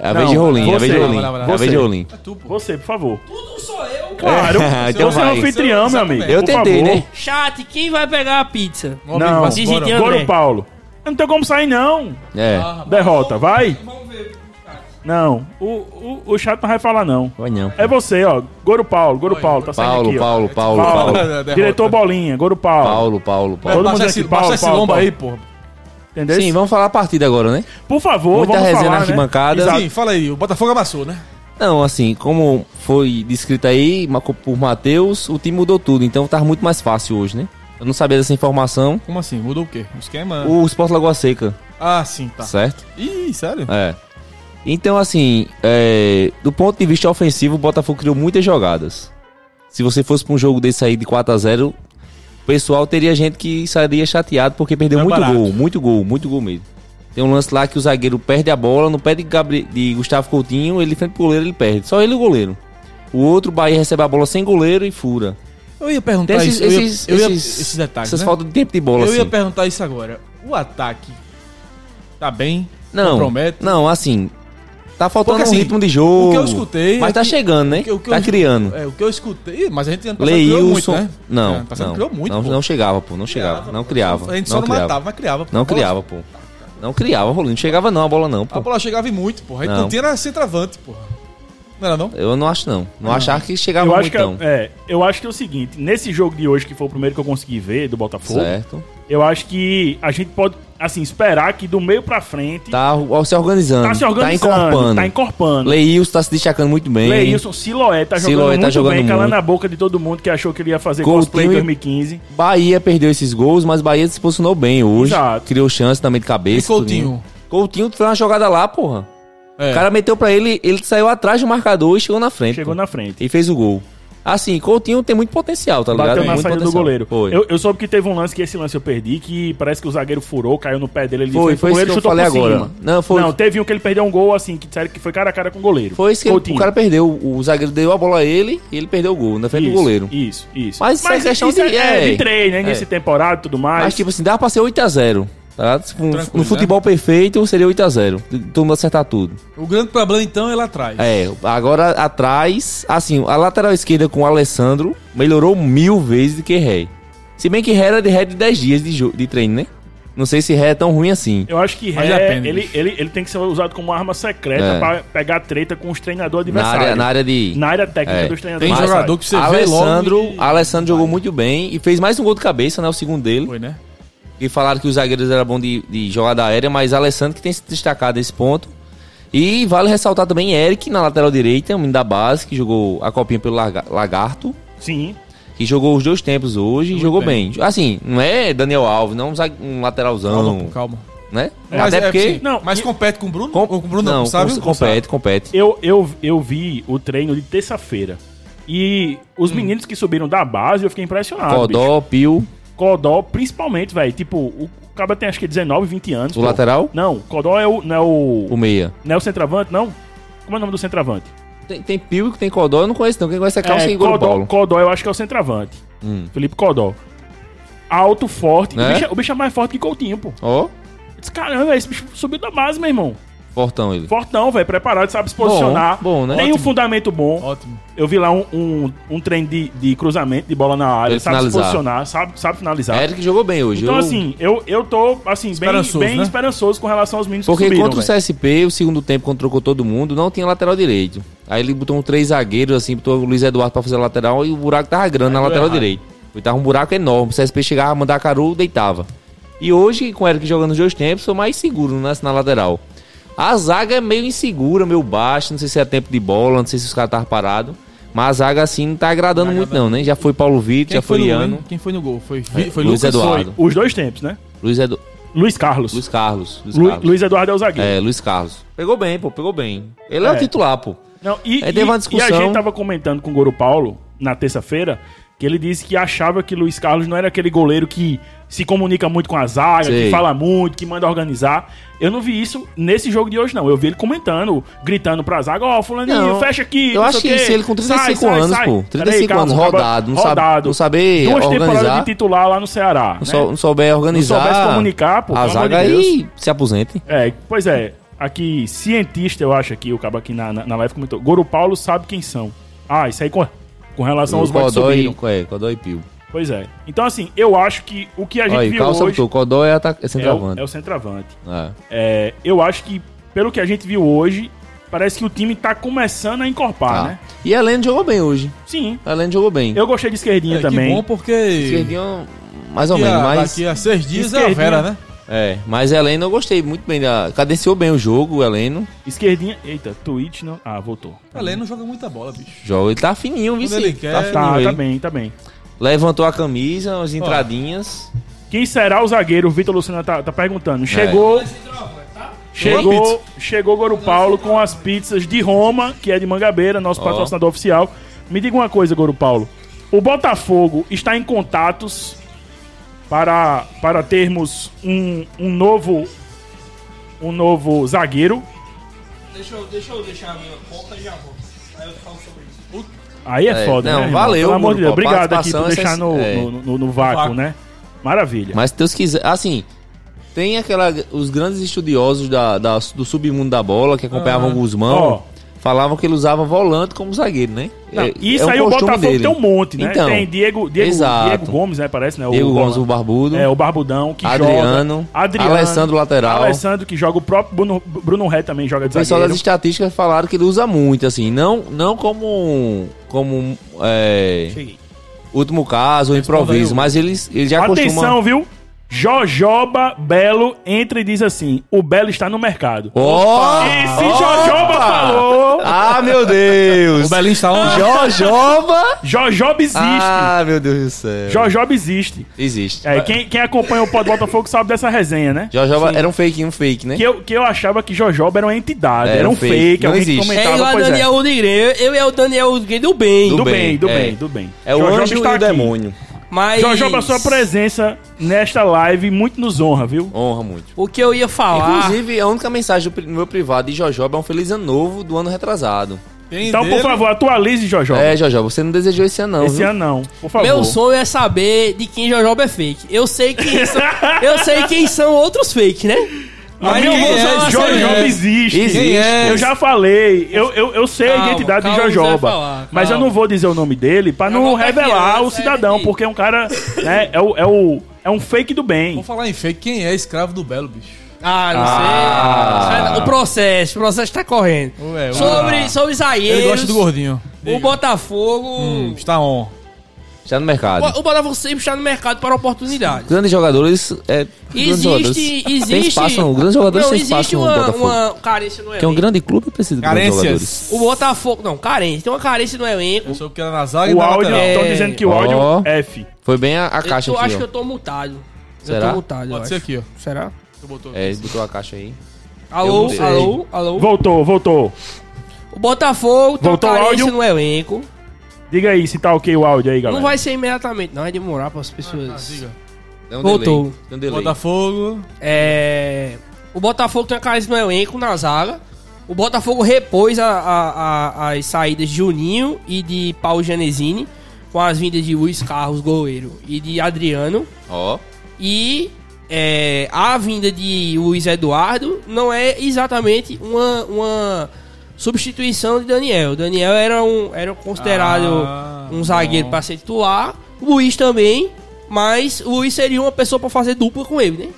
S2: É a vez de
S1: Não,
S2: Rolim, é a vez de
S1: você.
S2: Rolim.
S3: Vai lá, vai
S2: É a
S3: lá.
S2: vez de
S1: Você.
S2: Rolim.
S3: É tu, pô.
S1: Você, por favor.
S4: Tudo sou eu.
S1: Claro,
S2: então
S1: você é
S2: vai.
S1: um anfitrião, meu amigo.
S2: Eu
S1: por
S2: tentei,
S1: favor.
S2: né?
S4: Chat, quem vai pegar a pizza?
S3: Ó,
S1: Não.
S3: vai
S4: Dizem
S3: embora.
S4: que
S1: Bora
S4: André.
S1: o Paulo. Eu não tem como sair, não.
S2: É.
S3: Ah,
S1: Derrota, vai.
S4: Vamos ver.
S1: Não, o, o, o chato não vai falar, não.
S2: Vai não.
S1: É você, ó. Goro Paulo, Goro Paulo, tá saindo
S2: Paulo,
S1: aqui, ó.
S2: Paulo, Paulo,
S1: Paulo,
S2: Paulo.
S3: Derrota.
S1: diretor Bolinha, Goro Paulo.
S2: Paulo, Paulo,
S3: vai
S2: Paulo.
S1: Todo mundo
S3: baixar
S1: aqui,
S3: esse,
S1: Paulo,
S3: baixa esse
S1: Paulo,
S3: lomba
S1: Paulo.
S3: aí, porra.
S1: Entendeu?
S2: Sim, vamos falar a partida agora, né?
S1: Por favor,
S2: Muita
S1: vamos
S2: resenha
S1: falar,
S2: na
S1: né?
S2: arquibancada.
S1: Exato.
S3: Sim, fala aí, o Botafogo amassou, né?
S2: Não, assim, como foi descrito aí ma- por Matheus, o time mudou tudo, então tá muito mais fácil hoje, né? Eu não sabia dessa informação.
S3: Como assim? Mudou o quê? O esquema?
S2: O Sport Lagoa Seca,
S3: Ah, sim, tá.
S2: certo?
S3: Ih, sério?
S2: É. Então, assim, é, do ponto de vista ofensivo, o Botafogo criou muitas jogadas. Se você fosse pra um jogo desse aí de 4x0, o pessoal teria gente que sairia chateado porque perdeu
S3: Não é
S2: muito
S3: barato.
S2: gol, muito gol, muito gol mesmo. Tem um lance lá que o zagueiro perde a bola, no pé de, Gabri- de Gustavo Coutinho, ele frente pro goleiro, ele perde. Só ele e o goleiro. O outro, o Bahia recebe a bola sem goleiro e fura.
S3: Eu ia
S2: Tem
S3: perguntar
S2: esses,
S3: isso. eu ia-
S2: esses,
S3: eu ia-
S2: esses-
S3: esses detalhes,
S2: Essas
S3: né?
S2: faltas de tempo de bola,
S3: eu
S2: assim.
S3: ia perguntar isso agora. O ataque tá bem?
S2: Não,
S3: Compromete?
S2: não, assim... Tá faltando
S3: Porque,
S2: um
S3: assim,
S2: ritmo de jogo.
S3: o que eu escutei
S2: Mas
S3: é
S2: tá
S3: que-
S2: chegando, né?
S3: o que- o que
S2: tá
S3: eu-
S2: criando.
S3: É, o que eu escutei, mas a gente ano passado criou muito,
S2: Leilson.
S3: né?
S2: Não,
S3: Ano passado
S2: não,
S3: criou muito,
S2: não,
S3: pô.
S2: não chegava, pô, não chegava, não criava,
S3: A gente só
S2: não
S3: não
S2: criava,
S3: matava, mas criava. pô.
S2: não
S3: A bola-
S2: criava, pô, não criava, Rolinho, não chegava não, a bola não,
S3: A
S2: pô,
S3: bola chegava e muito, porra. A gente não,
S2: Não.
S3: tinha era centroavante, porra. Não era não?
S2: eu não acho não,
S3: Ah,
S2: não achava que chegava
S1: Eu acho,
S2: muito
S1: que
S2: não,
S1: é, é, eu acho que é o seguinte, nesse jogo de hoje, que foi o primeiro que eu consegui ver do Botafogo,
S2: certo,
S1: eu acho que a gente pode, assim, esperar que do meio pra frente tá,
S2: tá ó, se organizando,
S1: se organizando,
S2: tá encorpando,
S1: tá encorpando.
S2: Leilson tá se destacando muito bem,
S1: Leilson, Siloé tá jogando
S2: Siloé tá
S1: muito
S2: jogando
S1: bem, calando
S2: muito.
S1: a boca de todo mundo que achou que ele ia fazer
S2: Coutinho
S1: cosplay em
S2: e-
S1: 2015.
S2: Bahia perdeu esses gols, mas Bahia se posicionou bem hoje,
S1: Exato.
S2: criou chance também de cabeça,
S3: E Coutinho?
S2: tudinho. Coutinho fez uma jogada lá, porra,
S3: É.
S2: o cara meteu pra ele, ele saiu atrás do marcador e chegou na frente,
S1: Chegou
S2: pô.
S1: na frente.
S2: e fez o gol. Assim, Coutinho tem muito potencial, tá ligado?
S1: Bateu na
S2: muito
S1: saída do
S2: potencial.
S1: goleiro.
S2: Foi.
S1: Eu, eu soube que teve um lance, que esse lance eu perdi, que parece que o zagueiro furou, caiu no pé dele, ele
S2: Foi,
S1: foi,
S2: foi
S1: o
S2: isso
S1: goleiro
S2: que eu
S1: chutou
S2: falei
S1: por
S2: agora.
S1: cima.
S2: Não, foi-
S1: teve um que ele perdeu um gol, assim, que disseram que foi cara a cara com o goleiro.
S2: Foi isso que ele-
S1: Coutinho.
S2: o cara perdeu. O zagueiro deu a bola a ele e ele perdeu o gol na frente
S1: Isso,
S2: do goleiro.
S1: Isso, isso.
S2: Mas isso é questão de-
S1: é,
S2: é.
S1: de treino, né? Nesse
S2: É.
S1: temporada e tudo mais.
S2: Mas, tipo assim, dava pra ser 8x0. Tá? ligado? Um-
S3: Tranquilo,
S1: né?
S2: no futebol perfeito seria 8x0. Todo mundo acertar tudo.
S3: O grande problema, então, é lá atrás.
S2: É, agora atrás, assim, a lateral esquerda com o Alessandro melhorou mil vezes do que Ré. Se bem que Ré era de Ré de 10 dias de, jo- de treino, né? Não sei se Ré é tão ruim assim.
S1: Eu acho que
S3: Mas
S1: ré,
S3: depende,
S1: ele,
S3: bicho.
S1: ele, ele tem que ser usado como arma secreta
S2: É.
S1: pra pegar treta com os treinadores
S2: Na
S1: adversários.
S2: área, na área de.
S1: Na área técnica
S2: É.
S1: dos treinadores.
S3: Tem
S2: Mas-
S1: adversários.
S3: jogador que você
S2: Alessandro,
S3: vê logo. e-
S2: Alessandro jogou muito bem e fez mais um gol de cabeça, né? O segundo dele.
S3: Foi, né?
S2: E falaram que os zagueiros eram bons de, de jogada aérea, mas Alessandro que tem se destacado nesse ponto. E vale ressaltar também Eric na lateral direita, um menino da base, que jogou a copinha pelo Larga- Lagarto,
S1: Sim.
S2: que jogou os dois tempos hoje e jogou bem. Assim, não é Daniel Alves, não é um zague- um lateralzão,
S3: Calma, pô, calma.
S2: né?
S3: Mas
S2: Até
S3: é,
S2: porque...
S3: sim.
S1: Não,
S3: mas
S1: e-
S3: compete com o Bruno?
S2: com-
S3: Ou com o Bruno,
S2: não,
S3: não, sabe?
S2: com- compete, compete.
S1: Eu, eu, eu vi o treino de terça-feira. E os meninos que subiram da base, eu fiquei impressionado. bicho.
S2: Hum. Codó, Pio,
S1: Codó, principalmente, velho. Tipo, o Caba tem acho que 19, 20 anos.
S2: O
S1: pô.
S2: lateral?
S1: Não, Codó é o. Não é
S2: O
S1: o.
S2: meia.
S1: Não é o centroavante, não? Como é o nome do centroavante?
S2: Tem, tem Pio, tem Codó, eu não conheço não. Quem conhece é Calça e Golo
S1: Codó,
S2: Paulo.
S1: Codó, eu acho que é o centroavante.
S2: Hum.
S1: Felipe Codó. Alto, forte. O,
S2: Né?
S1: bicho, é- o bicho é mais forte que Coutinho, pô.
S2: Ó,
S1: Eu disse, caramba, velho, esse bicho subiu da base, meu irmão.
S2: fortão ele.
S1: Fortão, velho, preparado, sabe se posicionar.
S2: Bom, bom, né?
S1: Tem um
S2: Ótimo.
S1: fundamento bom.
S3: Ótimo.
S1: Eu vi lá um, um, um trem de, de cruzamento de bola na área,
S2: Ele
S1: sabe
S2: finalizar. É
S1: se posicionar, sabe, sabe finalizar.
S2: Eric jogou bem hoje.
S1: Então,
S2: eu-
S1: assim, eu, eu tô assim, bem,
S3: Esperançoso,
S1: bem
S3: né?
S1: esperançoso com relação aos meninos
S2: Porque
S1: que subiram.
S2: contra o
S1: velho.
S2: CSP, o segundo tempo, quando trocou todo mundo, não tinha lateral direito. Aí ele botou um três zagueiros, assim, botou o Luiz Eduardo pra fazer a lateral e o buraco tava grande na
S3: deu
S2: lateral
S3: errado.
S2: direita. E tava um buraco enorme. O CSP chegava, mandar caru, deitava. E hoje, com o Eric jogando os dois tempos, sou mais seguro né, na lateral. A zaga é meio insegura, meio baixa, não sei se é tempo de bola, não sei se os caras estavam parados. Mas a zaga, assim, não tá agradando
S3: Não tá
S2: muito, não, né? Já foi Paulo Vitor, já foi
S3: no gol,
S2: Iano,
S3: hein? Quem foi no gol? Foi, foi,
S2: Luiz
S3: Lucas
S2: Eduardo.
S3: Foi.
S1: Os dois tempos, né?
S2: Luiz, Edu...
S1: Luiz Carlos.
S2: Luiz Carlos. Luiz
S1: Lu-
S2: Carlos.
S1: Luiz Eduardo é o zagueiro.
S2: É, Luiz Carlos. Pegou bem, pô, pegou bem. Ele é, o
S1: É.
S2: titular, pô.
S1: Não, e,
S2: Aí teve
S1: e-
S2: uma
S1: e
S2: discussão.
S1: a gente tava comentando com o Goro Paulo na terça-feira que ele disse que achava que Luiz Carlos não era aquele goleiro que se comunica muito com a zaga,
S2: Sei.
S1: que fala muito, que manda organizar. Eu não vi isso nesse jogo de hoje, não. Eu vi ele comentando, gritando pra zaga, ó, fulaninho,
S2: Não,
S1: fecha aqui.
S2: Eu
S1: não
S2: acho
S1: sei o
S2: que
S1: quê.
S2: se ele com 35
S1: Sai, sai,
S2: anos,
S1: sai.
S2: pô, 35
S1: Peraí, calma,
S2: anos
S1: acaba-
S2: rodado, não, sabe-
S1: rodado.
S2: não saber
S1: Duas temporadas
S2: organizar,
S1: de titular lá no Ceará.
S2: não,
S1: né?
S2: sou- não souber organizar,
S1: soubesse comunicar, pô,
S2: a
S1: pelo amor
S2: zaga
S1: de Deus.
S2: aí se aposente.
S1: É, pois é. Aqui, cientista, eu acho aqui, o cabo aqui na, na, na live comentou. Goro Paulo sabe quem são. Ah, isso aí com, com relação aos votos
S2: Codó e,
S1: subiram.
S2: é, Codó e Pio.
S1: Pois é. Então, assim, eu acho que o que a gente
S2: Aí,
S1: viu
S2: Carlos
S1: hoje
S2: Santos, Codó é, ataca, é
S1: é o,
S2: centroavante.
S1: é o centroavante.
S2: É.
S1: É, eu acho que, pelo que a gente viu hoje, parece que o time tá começando a encorpar,
S2: Tá.
S1: né?
S2: E a Helene jogou bem hoje.
S1: Sim.
S2: A Helene jogou bem.
S1: Eu gostei de esquerdinha
S3: É,
S1: também.
S3: Que bom porque.
S2: Esquerdinho, mais ou
S3: daqui
S2: menos,
S3: a-
S2: mas...
S3: Daqui a seis dias é a
S1: Esquerdinha.
S3: Vera, né?
S2: É, mas a Helene eu gostei muito bem. da- Cadenciou bem o jogo, o Heleno.
S1: Esquerdinha. Eita, Twitch não. Ah, voltou.
S3: A Lê não joga muita bola, bicho.
S2: Jogo, ele tá fininho, viu?
S3: Quando ele quer,
S2: Tá
S3: tá-
S2: fininho
S1: Tá,
S2: ele.
S1: tá bem, tá bem.
S2: Levantou a camisa, as entradinhas.
S1: Quem será o zagueiro? O Vitor Luciano tá, tá perguntando. Chegou. Chegou, chegou Goro Paulo com as pizzas de Roma, que é de Mangabeira, nosso
S2: Ó.
S1: patrocinador oficial. Me diga uma coisa, Goro Paulo. O Botafogo está em contatos para, para termos um, um novo um novo zagueiro.
S4: Deixa eu, deixa eu deixar a minha coca e já volto. Aí eu falo sobre isso.
S1: Aí é,
S2: É,
S1: foda,
S2: não,
S1: né? irmão?
S2: valeu,
S1: Pelo amor de Deus.
S2: Goro Paulo.
S1: Obrigado aqui por deixar
S2: Participação,
S1: no,
S2: é.
S1: no, no- no vácuo,
S3: vácuo.
S1: né? Maravilha.
S2: Mas se Deus quiser, assim, tem aquela os grandes estudiosos da, da- do submundo da bola que acompanhavam o Guzmão,
S1: Ah. Ó.
S2: falavam que ele usava volante como zagueiro, né?
S1: Não,
S2: É-
S1: isso
S2: é um
S1: aí o
S2: costume
S1: Botafogo
S2: dele.
S1: tem um monte, né?
S2: Então,
S1: tem Diego, Diego,
S2: exato.
S1: Diego Gomes, né? Parece, né?
S2: Diego Gomes,
S1: Bola-
S2: o barbudo,
S1: É, o Barbudão, que
S2: Adriano,
S1: joga. Adriano.
S2: Alessandro lateral.
S1: Alessandro, que joga. O próprio Bruno, Bruno Ré também joga
S2: O
S1: de
S2: pessoal
S1: zagueiro.
S2: das estatísticas falaram que ele usa muito, assim, não, não como como é,
S4: Cheguei.
S2: último caso, ou improviso,
S3: aí,
S2: mas ele, ele já
S1: Atenção,
S2: costuma...
S1: viu? Jojoba Belo entra e diz assim: o Belo está no mercado.
S2: Ó!
S1: E se Jojoba
S2: Opa!
S1: falou,
S2: Ah, meu Deus!
S3: O Belém está onde?
S2: Jojoba!
S1: Jojoba existe.
S2: Ah, meu Deus do céu.
S1: Jojoba existe.
S2: Existe.
S1: É, quem, quem acompanha o Pod Botafogo sabe dessa resenha, né?
S2: Jojoba era um fake, um fake, né?
S1: Que eu, que eu achava que Jojoba era uma entidade, era, um fake,
S2: não
S1: alguém
S2: existe.
S1: que
S4: É
S1: comentava,
S4: igual a
S1: pois é.
S4: Daniel Udegre. Eu é o Daniel Udegre do bem.
S1: Do,
S2: Do
S1: bem,
S2: bem,
S1: do
S2: é.
S1: bem, do bem.
S2: É o
S1: Jojoba está
S2: anjo e o
S1: tá aqui.
S2: demônio.
S4: Mas.
S1: Jojoba, sua presença nesta live muito nos honra, viu?
S2: Honra muito.
S4: É O que eu ia
S1: Ah.
S4: falar.
S2: Inclusive, a única mensagem do pri- no meu privado de Jojoba é um feliz ano novo do ano retrasado.
S3: Tem
S1: Então,
S3: dele.
S1: por favor, atualize, Jojoba.
S2: É, Jojoba, você não desejou esse ano, não.
S1: Esse
S2: viu?
S1: ano não, por favor.
S4: Meu sonho é saber de quem Jojoba é fake. Eu sei quem são, eu sei quem são outros fake, né?
S1: Mas
S4: Mas eu
S1: quem
S4: vou
S1: é?
S4: falar
S3: Jorge
S4: sério.
S1: Jojoba
S3: é.
S1: existe.
S2: Existe.
S1: Eu já falei, eu, eu, eu sei
S4: Calma,
S1: a identidade
S4: calma,
S1: de
S4: você vai
S1: Jojoba.
S4: falar,
S1: mas eu
S4: calma.
S1: não vou dizer o nome dele pra não
S4: vou tá
S1: revelar
S4: aqui, eu
S1: o
S4: sei
S1: cidadão,
S4: aqui.
S1: porque é um cara, né, é, o, é, o, é um fake do bem.
S3: Vamos falar em fake. Quem é escravo do Belo, bicho?
S4: Ah, não
S2: Ah.
S4: sei. O processo, o processo tá correndo.
S3: Ué, ué.
S4: sobre, sobre zagueiros.
S3: é, Ele gosta do gordinho.
S4: O Botafogo.
S3: Hum, está on.
S2: Está no mercado.
S4: O Botafogo sempre está no mercado para oportunidades.
S2: Grandes jogadores. É, grandes jogadores.
S4: Existe,
S2: Tem
S4: existe.
S2: espaço, não. Grandes jogadores
S4: não,
S2: têm
S4: existe
S2: espaço no
S4: uma,
S2: Botafogo.
S4: uma carência
S2: Que
S4: no
S2: é um
S4: elenco.
S2: grande clube e precisa de grandes jogadores.
S3: Carências.
S4: O Botafogo, não, carência. Tem uma carência no elenco.
S3: Eu sou o que era na zaga e
S1: O
S3: na
S1: áudio,
S3: lateral.
S1: estão
S4: É.
S1: dizendo que o
S2: Ó.
S1: áudio é F.
S2: Foi bem a, a
S4: Eu
S2: caixa
S4: tô-
S2: aqui,
S4: acho
S2: ó.
S4: que eu tô mutado. Eu
S2: Será?
S4: tô mutado, eu
S3: Pode ser
S4: acho.
S3: aqui, ó.
S4: Será?
S3: Tu botou.
S2: É, ele botou a caixa aí.
S4: Alô,
S2: não sei.
S4: alô, alô.
S1: Voltou, voltou.
S4: O Botafogo tem uma
S1: Voltou o
S4: carência
S1: áudio?
S4: no elenco.
S1: Diga aí se tá ok o áudio aí, galera.
S4: Não vai ser imediatamente, não. Vai demorar para as pessoas.
S3: Ah, diga.
S2: É um
S4: Voltou.
S2: delay. Tem um delay.
S3: Botafogo.
S4: É, o Botafogo tem uma carência no elenco, na zaga. O Botafogo repôs a- a- a- as saídas de Juninho e de Paulo Genesini, com as vindas de Luiz Carlos, goleiro, e de Adriano.
S2: Ó.
S4: E é, a vinda de Luiz Eduardo não é exatamente uma, uma substituição de Daniel. Daniel era, um, era considerado
S3: Ah,
S4: um zagueiro
S3: bom.
S4: para ser titular, Luiz também, mas Luiz seria uma pessoa para fazer dupla com ele, né?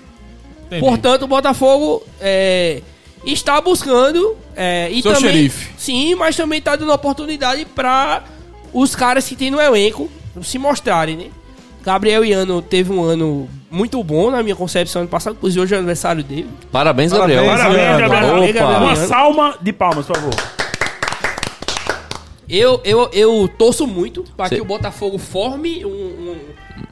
S3: Entendi.
S4: Portanto, o Botafogo é, está buscando. É, e
S3: Seu
S4: também,
S3: xerife.
S4: Sim, mas também está dando oportunidade para os caras que tem no elenco se mostrarem, né? Gabriel Iano teve um ano muito bom na minha concepção ano passado, inclusive hoje é o aniversário dele.
S2: Parabéns, Gabriel.
S1: Parabéns,
S3: Leandro.
S1: Gabriel.
S4: Parabéns, Gabriel.
S1: Uma salva de palmas, por favor.
S4: Eu, eu, eu torço muito para
S2: Sim.
S4: que o Botafogo forme um,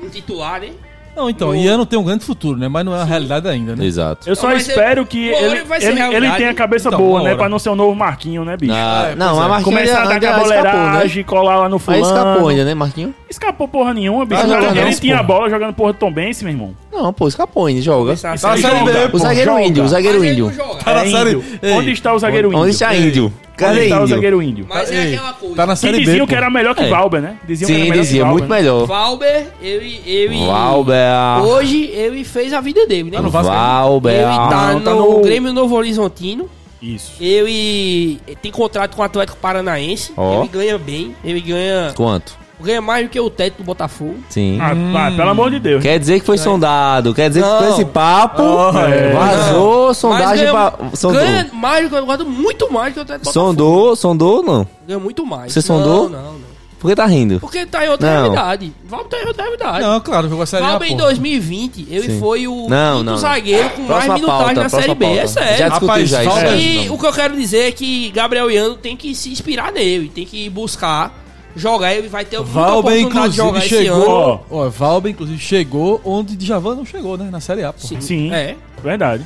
S4: um- um titular, né?
S3: Não, então, Ian não tem um grande futuro, né? Mas não é a realidade ainda, né?
S2: Exato.
S1: Eu só
S4: Mas
S1: espero
S4: ele-
S1: que
S4: uma hora
S1: ele,
S4: vai ser
S1: ele,
S4: realidade.
S1: ele tenha a cabeça
S3: Então,
S1: boa,
S3: uma
S1: né?
S3: hora.
S1: Pra não ser um novo Marquinho, né, bicho?
S2: Ah,
S3: É,
S2: não,
S3: pois
S2: mas
S3: é.
S2: Marquinhos
S1: Começar a dar
S2: ainda
S1: caboleiragem, colar lá no
S2: né? Mas
S1: fulano.
S2: escapou ainda, né, Marquinhos?
S1: Escapou porra nenhuma, bicho.
S2: Ah,
S1: O
S2: não,
S1: cara-
S2: não,
S1: ele
S2: não,
S1: tinha a
S2: porra.
S1: bola jogando porra tão bem esse, meu irmão.
S2: Não, pô, escapou ainda, joga.
S4: Essa
S1: Isso aí
S4: série.
S3: Tá Série B,
S1: joga,
S3: pô.
S2: O zagueiro
S1: joga.
S2: índio, o zagueiro
S4: Mas ele não
S2: índio.
S4: joga.
S3: Tá na
S1: É
S3: série-
S1: índio.
S3: Ei.
S1: Onde está o zagueiro índio?
S2: Onde está
S3: Ei.
S2: é índio?
S1: Onde
S2: Cadê
S1: está o
S2: índio?
S1: zagueiro índio?
S4: Mas é
S3: Ei,
S4: aquela coisa.
S3: Tá na
S1: Que
S3: série B.
S1: diziam
S3: pô.
S1: que era melhor que
S2: É.
S1: Valber, né? Diziam que
S2: Sim,
S1: era melhor
S2: dizia,
S1: que
S2: muito
S1: Valber.
S2: melhor.
S4: Valber, ele, ele.
S2: Valber.
S4: Hoje ele fez a vida dele, né?
S3: Tá no Vasco.
S2: Valber.
S4: Ele tá,
S1: Não,
S4: no,
S1: tá no-
S4: Grêmio Novo Horizontino.
S1: Isso.
S4: Ele tem contrato com o Atlético Paranaense.
S2: Ó.
S4: Ele ganha bem. Ele ganha,
S2: Quanto?
S4: ganha mais do que o teto do Botafogo.
S2: Sim.
S1: Ah, pá, pelo amor de Deus.
S2: Quer dizer que foi sondado, quer dizer que com
S4: Não.
S2: esse papo
S1: é.
S2: vazou
S4: Mas
S2: sondagem
S4: ganha,
S2: pra. Sondou.
S4: ganha mais do que o Atlético, muito mais do que o Atlético
S2: Sondou, sondou não?
S4: Botafogo. Ganha muito mais.
S2: Você sondou?
S4: Não, não, não.
S2: Por que tá rindo?
S4: Porque tá em outra
S2: Não.
S4: realidade. Valber tá em outra realidade.
S3: Não, claro, jogou a série A,
S4: Valber em
S3: pô.
S4: 2020, ele
S2: Sim.
S4: foi o
S2: Não, não,
S4: quinto
S2: não.
S4: zagueiro com
S2: Próxima
S4: mais minutagem
S2: pauta,
S4: na
S2: próxima
S4: Série B.
S2: pauta.
S4: É sério.
S2: Já discutiu
S3: Rapaz,
S2: já isso.
S3: Valber-
S2: né?
S4: E o que eu quero dizer é que Gabriel Iano tem que se inspirar nele, tem que buscar jogar. Ele vai ter muita
S3: Valber,
S4: oportunidade de jogar
S3: inclusive,
S4: esse ano.
S1: Ó.
S3: chegou. Ó, Valber, inclusive, chegou onde Djavan não chegou, né? Na série A, pô.
S1: Sim.
S4: É.
S1: Verdade.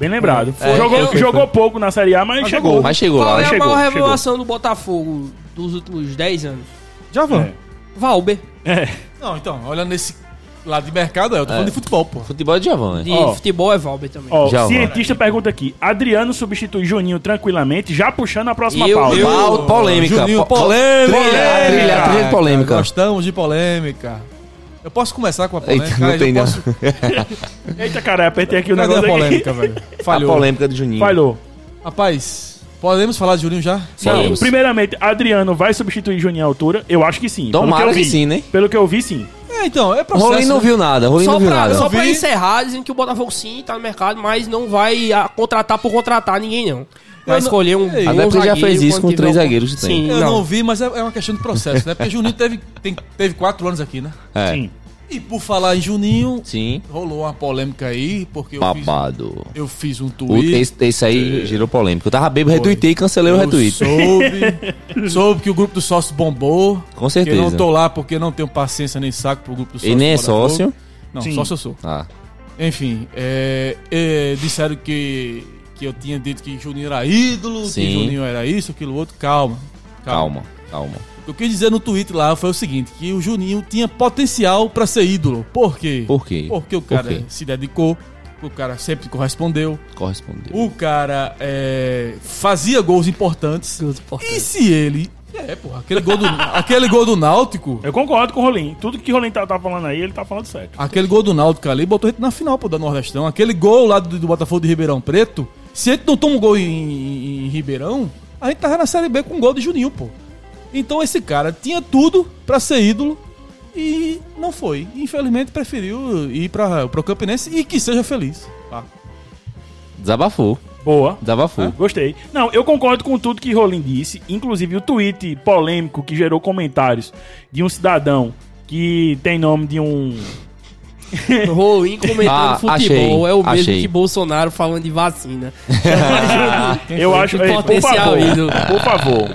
S1: Bem lembrado.
S4: É,
S1: jogou
S4: eu-
S1: jogou pouco na Série A, mas,
S3: Mas
S1: chegou.
S3: jogou.
S2: Mas chegou
S4: Qual
S2: lá.
S4: é a
S1: chegou,
S4: maior
S1: chegou.
S4: revelação do Botafogo dos últimos 10 anos?
S3: Djavan.
S1: É.
S4: Valber,
S1: É.
S3: Não, então, olha nesse lado de mercado, eu tô falando de futebol, pô.
S2: Futebol de Javan, né?
S4: de
S1: Ó.
S4: futebol é Valber também.
S1: Ó,
S2: Já,
S1: cientista pergunta aqui. Adriano substitui Juninho tranquilamente, já puxando a próxima
S4: Eu-
S1: pauta.
S4: eu-
S2: Pau- polêmica.
S3: Juninho,
S2: po-
S3: polêmica.
S2: Trilha,
S3: Polêmica.
S2: trilha, trilha de polêmica.
S3: Gostamos de polêmica. Eu posso começar com a polêmica?
S2: Eita, não
S3: né? Eu
S2: tem não.
S3: posso-
S1: Eita, cara, apertei aqui o
S3: Cadê a
S1: negócio aqui.
S3: polêmica, velho?
S2: A
S3: Falhou.
S2: polêmica do Juninho.
S1: Falhou.
S3: Rapaz, podemos falar de Juninho já?
S1: Não,
S2: Falhamos.
S1: primeiramente, Adriano vai substituir Juninho à altura? Eu acho que sim. pelo
S2: Tomara
S1: eu
S2: que
S1: vi.
S2: sim, né?
S1: Pelo que eu vi, sim.
S3: É, então, é
S2: O
S3: processo.
S2: Rolim não
S3: né?
S2: viu nada, o Rolim
S4: Só
S2: não viu
S4: pra, só
S2: nada.
S3: vi.
S4: pra encerrar, dizendo que o Botafogo sim tá no mercado, mas não vai ah, contratar por contratar ninguém, não. Vai
S3: não-
S4: escolher um.
S3: Até
S4: bom
S2: porque já
S4: zagueiro
S2: fez isso
S4: quando
S2: com
S4: tiver
S2: três
S4: um-
S2: zagueiros que tem.
S4: Sim,
S3: Eu não.
S4: não.
S3: vi, mas é é uma questão de processo, né? Porque Juninho teve, tem- teve quatro anos aqui, né?
S2: É.
S1: Sim.
S3: E por falar em Juninho,
S2: Sim.
S3: rolou uma polêmica aí, porque eu fiz,
S2: Babado.
S3: eu fiz um
S2: O-
S3: tweet.
S2: esse, esse aí gerou polêmica. Eu tava bêbado, retuitei e cancelei o retweet.
S3: soube, soube que o grupo dos sócios bombou.
S2: Com
S3: Que eu
S2: certeza.
S3: não tô lá porque eu não tenho paciência nem saco pro grupo dos
S2: Ele
S3: sócios.
S2: nem é
S3: do Botafogo.
S2: sócio.
S3: Não,
S1: Sim.
S3: sócio eu sou.
S2: Ah,
S3: Enfim, é, é, disseram que, que eu tinha dito que Juninho era ídolo,
S2: Sim.
S3: que Juninho era isso, aquilo outro. Calma,
S2: calma,
S3: calma.
S2: calma.
S3: O que eu quis dizer no tweet lá foi o seguinte, que o Juninho tinha potencial pra ser ídolo. Por quê?
S2: Por quê?
S3: Porque o
S2: Por
S3: cara
S2: quê?
S3: se dedicou, o cara sempre correspondeu,
S2: Correspondeu.
S3: o cara é, fazia gols importantes. E se ele... É, porra, aquele gol do, aquele gol do Náutico...
S1: Eu concordo com o Rolim. Tudo que o Rolim tá, tá falando aí, ele tá falando certo.
S3: Aquele gol do Náutico ali botou a gente na final, pô, da Nordestão. Aquele gol lá do, do Botafogo de Ribeirão Preto. Se a gente não toma um gol em, em- em Ribeirão, a gente tava na Série B com um gol de Juninho, pô. Então esse cara tinha tudo pra ser ídolo e não foi. Infelizmente preferiu ir pra, pro Campinense e que seja feliz. Tá?
S2: Desabafou.
S1: Boa. Ah,
S2: Desabafou.
S1: Gostei. Não, eu concordo com tudo que Rolim disse, inclusive o tweet polêmico que gerou comentários de um cidadão que tem nome de um.
S4: Rolim comentando
S2: Ah,
S4: futebol
S2: achei,
S4: é o mesmo
S2: achei.
S4: que Bolsonaro falando de vacina.
S1: eu acho.
S4: Que
S1: Ei,
S4: potencial ídolo.
S1: por favor.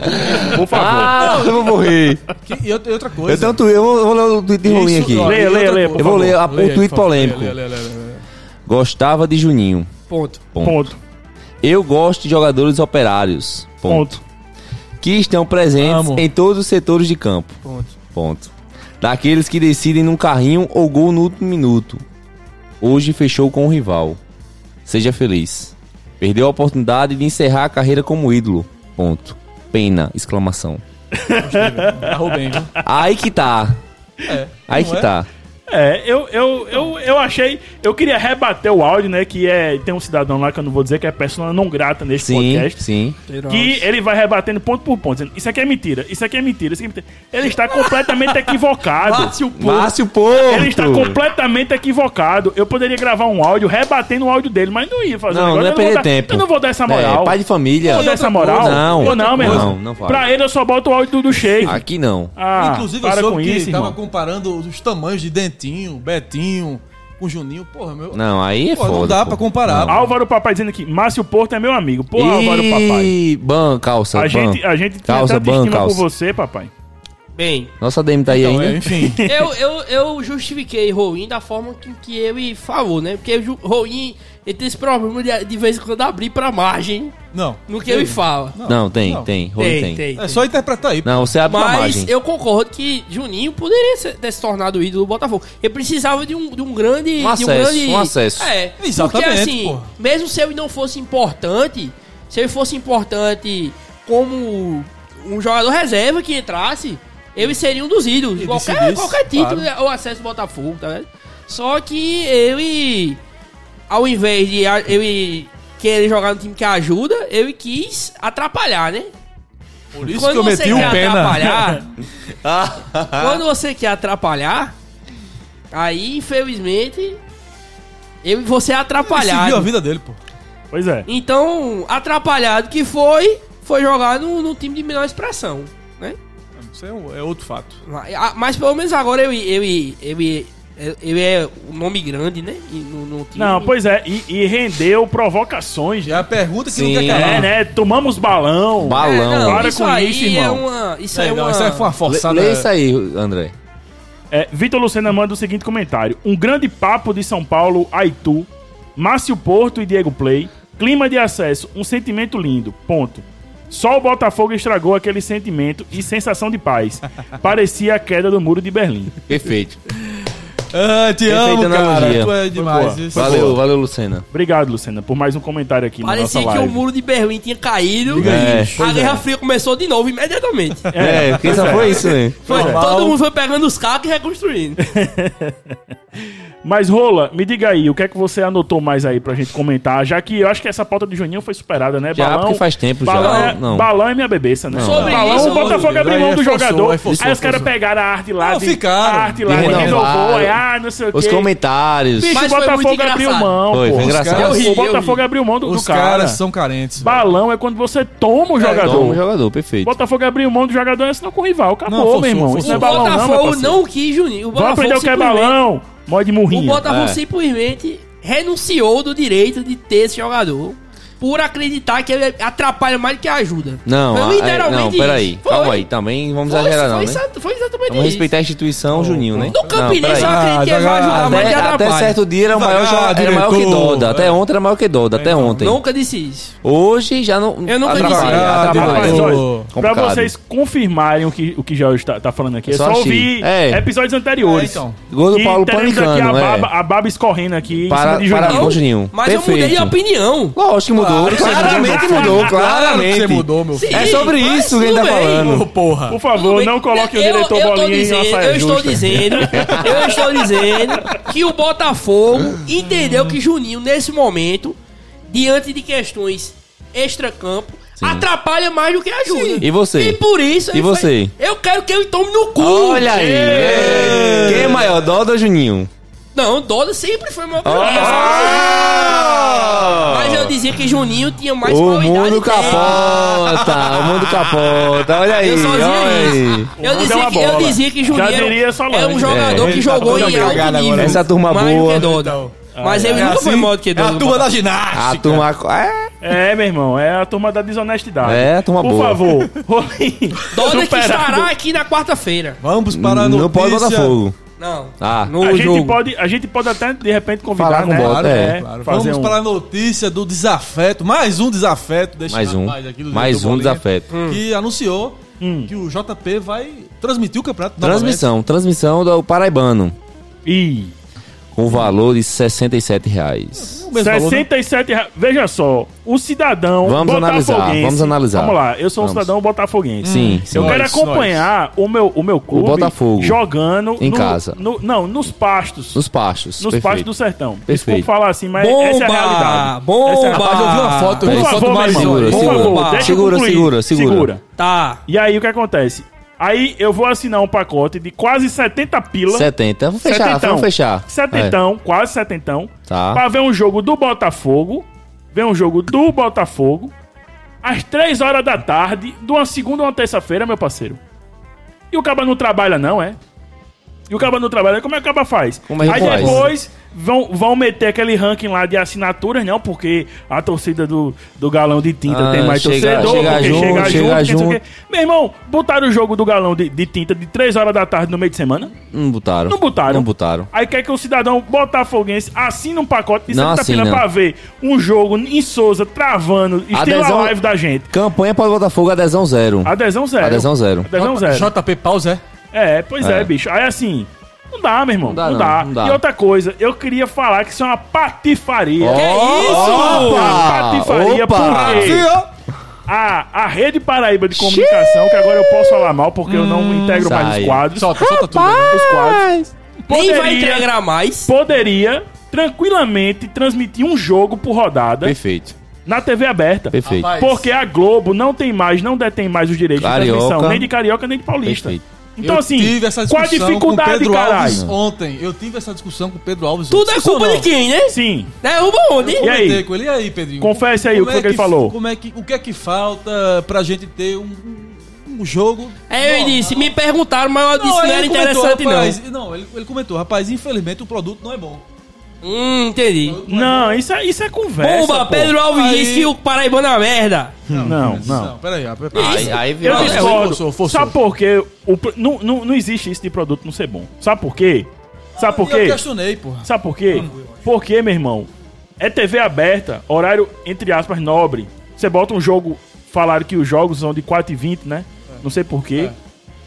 S1: Por favor.
S2: Ah, eu vou morrer.
S3: Que- e outra e outra coisa.
S2: Eu tenho um tweet, eu vou, eu vou ler o tweet de Rolim aqui.
S1: Leia, leia, leia, por
S2: Eu vou favor. ler a- o tweet polêmico.
S3: Leia, leia, leia, leia.
S2: Gostava de Juninho.
S4: Ponto.
S1: Ponto.
S2: Eu gosto de jogadores operários. Ponto.
S1: Ponto.
S2: Que estão presentes
S3: Amo.
S2: em todos os setores de campo.
S3: Ponto.
S2: Ponto. Daqueles que decidem num carrinho ou gol no último minuto. Hoje fechou com o rival. Seja feliz. Perdeu a oportunidade de encerrar a carreira como ídolo. Ponto. Pena, exclamação.
S3: Arrou bem, viu?
S2: Aí que tá.
S3: É.
S2: Aí
S3: Não
S2: que
S3: é?
S2: tá.
S1: É, eu, eu, eu, eu achei. Eu queria rebater o áudio, né? Que é. Tem um cidadão lá que eu não vou dizer que é persona não grata nesse
S2: Sim,
S1: podcast.
S2: sim.
S1: Que ele vai rebatendo ponto por ponto, dizendo: Isso aqui é mentira, isso aqui é mentira, isso aqui é mentira. Ele está completamente equivocado.
S3: Bate o povo.
S2: Márcio Porto.
S1: Ele está completamente equivocado. Eu poderia gravar um áudio rebatendo o áudio dele, mas não ia fazer um
S2: Não,
S1: negócio.
S2: não é
S1: Eu vou
S2: perder
S1: dar-
S2: tempo.
S1: Eu não vou dar essa moral.
S2: É, pai de
S1: Eu
S2: família.
S1: vou dar essa moral?
S2: Não.
S1: Ou não, meu
S2: Não,
S1: irmão.
S2: não vale.
S1: Pra ele eu só boto o áudio do, do Shake.
S2: Aqui não.
S1: Ah,
S3: Inclusive, eu
S1: para com
S3: soube que
S1: isso,
S3: tava
S1: irmão.
S3: comparando os tamanhos de Dentinho, Betinho, com Juninho. Porra, meu.
S2: Não, aí é
S3: Pô, não
S2: foda.
S3: dá
S2: pô.
S3: pra comparar.
S2: Não.
S1: Álvaro Papai dizendo aqui, Márcio Porto é meu amigo. Pô, Álvaro Papai.
S2: Ih, ban, calça,
S1: A
S2: ban.
S1: gente, a gente tem
S2: Calça,
S1: tanta
S2: tá ban,
S1: estima por
S2: calça.
S1: você, papai.
S4: Bem,
S2: Nossa DM tá aí
S3: Então, é,
S2: ainda.
S3: enfim.
S4: eu, eu, eu justifiquei Roin da forma que, que ele falou, né? Porque o Roin ele tem esse problema de, de vez em quando abrir pra margem
S3: Não.
S4: no que ele fala.
S2: Não, tem, tem. Rony tem.
S3: É só interpretar aí.
S2: Não, você abre a margem.
S4: Mas eu concordo que Juninho poderia ser- ter se tornado o ídolo do Botafogo. Ele precisava de um, de um grande.
S2: Um
S4: de
S2: acesso,
S4: grande-
S2: um acesso.
S4: É.
S3: Exatamente,
S4: Porque assim,
S3: pô.
S4: mesmo se ele não fosse importante, se ele fosse importante como um jogador reserva que entrasse, ele seria um dos ídolos.
S3: E
S4: Qualquer,
S3: vice-versa,
S4: qualquer título
S3: claro.
S4: é o acesso do Botafogo, tá vendo? Só que ele ao invés de a- ele querer jogar no time que ajuda, ele quis atrapalhar, né? Por
S3: isso que eu meti um pé na-
S4: atrapalhar, quando você quer atrapalhar, aí infelizmente eu você é
S3: Ele seguiu a
S4: atrapalhado.
S3: vida dele, pô.
S1: Pois é.
S4: Então, atrapalhado que foi, foi jogar no, no time de menor expressão, né?
S3: Isso é, um- é outro fato.
S4: Ah, Mas pelo menos agora ele ele ele ele é um nome grande, né? E No, no time.
S1: Não, pois é. E, e rendeu provocações.
S2: Ah.
S3: Já é a pergunta que não
S2: Sim.
S3: quer calar.
S1: É, né? Tomamos balão.
S2: Balão.
S4: É, não,
S1: Para
S4: isso
S1: com
S4: aí
S1: isso, irmão.
S4: É uma, isso
S3: É,
S4: é,
S3: não,
S4: uma...
S3: isso aí foi uma forçada.
S2: Lê, lê
S1: né?
S2: isso aí, André.
S1: É, Vitor Lucena manda o seguinte comentário: Um grande papo de São Paulo, Aitu, Márcio Porto e Diego Play. Clima de acesso, um sentimento lindo. Ponto. Só o Botafogo estragou aquele sentimento e sensação de paz. Parecia a queda do muro de Berlim.
S2: Perfeito.
S3: Ah, te amo, cara.
S2: analogia.
S3: Tu é demais.
S1: boa.
S3: isso.
S2: Valeu, valeu, Lucena.
S1: Obrigado, Lucena, por mais um comentário aqui na
S4: Parecia que
S1: nossa
S4: o
S1: live.
S4: muro de Berlim tinha caído
S2: Diga
S4: e
S2: aí.
S4: a
S3: é.
S4: Guerra Fria começou de novo imediatamente.
S2: É, porque só foi isso, né?
S4: Foi,
S1: é.
S3: Normal.
S4: todo mundo foi pegando os carros e reconstruindo.
S1: Mas, Rola, me diga aí, o que é que você anotou mais aí pra gente comentar? Já que eu acho que essa pauta de Juninho foi superada, né?
S2: Já, porque faz tempo já.
S1: balão, É,
S2: Não.
S1: balão é minha bebeça, né?
S2: Não.
S4: Sobre
S1: balão,
S4: isso,
S1: o Botafogo
S3: meu Deus,
S1: abriu mão
S3: aí
S1: do
S3: forçou,
S1: jogador. Aí,
S3: aí forçou,
S1: os caras
S3: forçou.
S1: pegaram a arte lá.
S3: Não,
S1: de,
S3: ficaram.
S1: A arte lá,
S2: De
S1: de renovou,
S2: renovaram.
S1: é, ah, não sei o quê.
S2: Os comentários.
S1: Bicho, o
S4: Mas foi
S1: Botafogo
S4: muito
S1: abriu
S4: engraçado.
S1: mão,
S2: Foi,
S1: pô.
S2: foi
S1: Os
S2: engraçado.
S1: caras-
S4: Eu ri,
S1: o
S4: eu
S1: Botafogo
S4: ri.
S1: abriu mão do, do
S3: Os
S1: cara.
S3: caras são carentes. velho.
S1: Balão é quando você toma o jogador.
S2: Toma o um jogador, perfeito.
S1: Botafogo abriu mão do jogador e assinou com o rival. Acabou,
S3: Não, forçou,
S1: meu irmão. Isso
S3: forçou.
S1: não é
S4: o
S1: balão, não, meu
S4: Botafogo
S1: parceiro.
S4: não, quis Juninho. O
S1: Vamos
S4: Botafogo
S1: aprender o que é
S4: simplesmente-
S1: balão. Mó de
S4: O
S1: murrinho.
S4: Botafogo
S2: É.
S4: simplesmente renunciou do direito de ter esse jogador por acreditar que ele atrapalha mais do que ajuda.
S2: Não,
S4: Foi
S2: é, não,
S4: isso.
S2: peraí.
S4: Foi.
S2: Calma aí, também vamos
S4: Foi,
S2: exagerar, não,
S4: foi
S2: né?
S4: exa- foi exatamente
S2: Vamos
S4: isso.
S2: respeitar a instituição, Juninho, né?
S4: No Campinense eu
S2: peraí.
S4: acredito que ele vai
S3: Ah,
S4: ajudar, Tá, mas
S2: até,
S4: ele
S2: até
S4: atrapalha.
S2: certo dia era maior,
S3: Devagar,
S2: era maior que
S3: diretor.
S2: Doda. Até
S3: É.
S2: ontem era maior que Doda, até ontem.
S4: Nunca disse isso.
S2: Hoje já não.
S4: Então, Eu nunca disse
S2: atrapalha,
S3: isso.
S2: atrapalha.
S3: Ah,
S1: Rapaz,
S3: Ô,
S1: Tá olha, pra
S2: complicado.
S1: vocês confirmarem o que, o que Jorge tá, tá falando aqui, é
S2: Eu só
S1: só
S2: achei.
S1: ouvir
S2: É.
S1: episódios
S3: É,
S1: anteriores.
S3: então.
S2: Gol do
S1: E
S2: Paulo
S1: teremos aqui a
S2: panicando, é.
S1: baba, a baba escorrendo aqui
S2: Para-
S1: em cima de
S2: para-
S1: Juninho.
S2: Ô, Juninho,
S4: mas eu
S2: perfeito.
S4: mudei de opinião.
S2: Lógico que mudou.
S3: Claro que você
S2: claramente
S1: mudou.
S2: mudou,
S3: Claro que
S2: claramente.
S3: você mudou, meu filho.
S2: É sobre
S4: mas
S2: isso que ele
S4: tudo
S2: tá
S4: bem.
S2: falando.
S3: Ô, porra.
S1: Por favor,
S4: Tudo bem.
S1: não coloque o
S4: Eu-
S1: diretor
S4: eu tô
S1: Bolinha em
S4: dizendo-
S1: uma saia
S4: Eu estou
S1: justa.
S4: dizendo, eu estou dizendo que o Botafogo entendeu que Juninho, nesse momento, diante de questões extra-campo, atrapalha mais do que ajuda.
S2: E você?
S4: E por isso...
S2: E
S4: ele faz-
S2: você?
S4: eu quero que ele tome no cu.
S2: Olha aí. é. Quem é maior, Doda ou Juninho? Ah!
S4: Não, Doda sempre foi uma Mas eu dizia que Juninho tinha mais
S2: O
S4: qualidade
S2: mundo
S4: técnica.
S2: capota, o mundo capota. Olha aí,
S4: Eu só
S2: olha
S4: dizia
S2: aí.
S4: isso. Eu
S1: Vamos dar
S4: dizia,
S1: uma
S4: que, eu
S1: bola.
S4: dizia que
S1: Já
S4: Juninho
S1: diria
S4: é
S1: Solange.
S4: um jogador
S2: É,
S4: que
S3: ele tá
S4: jogou
S3: toda
S4: em alto
S3: jogada
S4: nível.
S1: né?
S3: agora.
S2: Essa turma
S4: mais do
S2: boa.
S4: que Doda.
S3: Então.
S4: Mas ele
S3: É
S4: nunca foi
S3: assim?
S4: maior do que
S3: É
S4: Doda.
S3: a turma da ginástica.
S2: A turma. É.
S1: É, meu irmão, é a turma da desonestidade.
S2: É, a turma
S1: Por
S2: boa.
S1: favor, Rolim.
S4: Doda que
S1: superado.
S4: estará aqui na quarta-feira.
S3: Vamos para a notícia.
S2: Não pode Botafogo.
S4: Não.
S2: Ah.
S4: no
S1: A gente,
S4: jogo.
S1: pode, a gente pode até, de repente, convidar,
S2: Falar com
S1: né?
S2: o Bota, é.
S3: Claro,
S1: fazer
S3: Vamos
S1: um...
S3: para a notícia do desafeto. Mais um desafeto. Deixa
S2: Mais um.
S3: aqui do
S2: Mais
S3: diretor
S2: um
S3: Bolinha,
S2: desafeto.
S3: Que anunciou que o JP vai transmitir o campeonato novamente.
S2: Transmissão, transmissão do Paraibano.
S1: Ih,
S2: com o valor de 67 reais.
S3: O mesmo valor, né?
S1: 67 reais. Veja só, o cidadão
S2: Vamos analisar,
S1: botafoguense-
S2: vamos analisar.
S1: Vamos lá, eu sou um
S2: Vamos.
S1: cidadão botafoguense.
S2: Sim,
S1: Eu
S2: sim.
S3: Nós,
S1: quero acompanhar o meu, o meu clube
S2: Botafogo.
S1: jogando
S2: Em
S1: no-
S2: casa.
S1: no- não, nos pastos.
S2: Nos pastos.
S1: nos
S2: perfeito.
S1: pastos do sertão.
S2: Perfeito.
S1: Desculpa falar assim, mas
S4: Bomba!
S1: essa é a realidade.
S4: Bomba!
S1: Essa é a
S3: Rapaz, eu vi uma foto, eu vi
S2: Peraí,
S3: uma
S1: Por
S3: foto
S1: favor,
S3: do
S1: meu irmão,
S4: Marizoli.
S1: por
S4: Segura,
S1: favor, deixa eu
S2: segura,
S1: concluir.
S2: segura, segura.
S4: Tá.
S1: E aí o que acontece? Aí eu vou assinar um pacote de quase 70 pila.
S2: 70. Vamos fechar, vamos fechar. É.
S1: Setentão, quase setentão.
S2: Tá.
S1: Pra ver um jogo do Botafogo. Ver um jogo do Botafogo. Às três horas da tarde, de uma segunda ou uma terça-feira, meu parceiro. E o Caba não trabalha, não, é? E o Caba não trabalha, como é que o Caba faz?
S2: Como é que
S1: Aí
S2: faz?
S1: depois vão, vão meter aquele ranking lá de assinaturas, não, porque a torcida do, do galão de tinta
S2: Ah,
S1: tem mais
S2: chega-
S1: torcedor,
S2: chega
S1: porque
S2: junto,
S1: chega
S2: chega
S1: junto, porque não sei o
S2: junto.
S1: quê. Meu irmão, botaram o jogo do galão de, de tinta de três horas da tarde no meio de semana?
S2: É. Não botaram.
S1: Não botaram.
S2: Não botaram.
S1: Aí quer que o cidadão botafoguense assine um pacote de
S2: Não
S1: Santa pila
S2: assina.
S1: pra ver um jogo em Souza travando, estilo a
S2: Adesão-
S1: live da gente.
S2: Campanha para o Botafogo, adesão zero.
S1: Adesão zero.
S2: Adesão zero.
S1: Adesão zero.
S3: JP Pause, é?
S1: É, pois é.
S2: É.
S1: bicho. Aí assim, não dá, meu irmão. Não
S2: dá,
S1: dá.
S2: não. Não dá.
S1: E outra coisa, eu queria falar que isso é uma patifaria.
S2: isso?
S1: Uma patifaria,
S2: Opa!
S1: por quê? A, a Rede Paraíba de Comunicação, que agora eu posso falar mal porque eu não integro mais
S2: Hum, sai.
S1: os quadros.
S3: Solta, solta tudo. aí.
S1: Os quadros.
S4: Nem vai
S1: Poderia-
S4: integrar mais.
S1: poderia tranquilamente transmitir um jogo por rodada
S2: Perfeito.
S1: na TV aberta.
S2: Perfeito.
S3: Rapaz.
S1: Porque a Globo não tem mais, não detém mais os direitos
S2: Carioca.
S1: de transmissão, nem de carioca, nem de paulista.
S2: Perfeito.
S1: Então,
S3: Eu
S1: assim,
S3: tive essa
S1: qual a
S3: discussão
S1: dificuldade,
S3: com o Pedro Alves
S1: caralho?
S3: ontem. Eu tive essa discussão com o Pedro Alves
S4: Tudo é
S3: ontem.
S4: culpa de quem, né?
S1: Sim.
S4: Derruba onde?
S1: E aí?
S3: Comentei com ele. E aí, Pedrinho?
S1: Confesse aí o que foi que ele falou.
S3: Como é que, o que é que falta pra gente ter um, um jogo...
S4: Aí É, eu
S3: Bom,
S4: disse, me perguntaram, mas eu disse não,
S3: aí
S4: era
S3: ele comentou,
S4: interessante
S3: rapaz, não. ele, ele comentou, rapaz, infelizmente o produto não é bom.
S4: não. Hum, entendi.
S1: Não, isso é, isso é conversa.
S4: Bomba,
S1: pô.
S4: Pedro Alves
S3: Aí-
S4: disse que o Paraibano é uma merda.
S1: Não, não.
S3: peraí, rapaz.
S2: Aí, aí
S1: Eu
S2: virou.
S3: Não, é,
S1: discordo.
S3: forçou, forçou.
S1: Sabe por quê? O pro- não, não, não existe isso de produto não ser bom. Sabe por quê? Sabe por
S3: Eu
S1: quê?
S3: questionei, porra.
S1: Sabe por quê? Porque, meu irmão, é TV aberta, horário, entre aspas, nobre. Você bota um jogo, falaram que os jogos são de 4 e 20 né? Não sei por quê.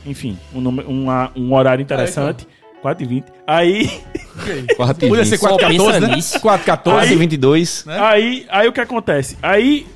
S1: Enfim, um, número- uma- um horário interessante. 4 e 20 Aí,
S2: Quatro e
S3: Podia
S2: vinte.
S3: ser 414,
S4: pensa
S3: né?
S4: nisso.
S3: 414.
S2: Quase 22.
S3: É.
S1: aí, aí o que acontece? Aí,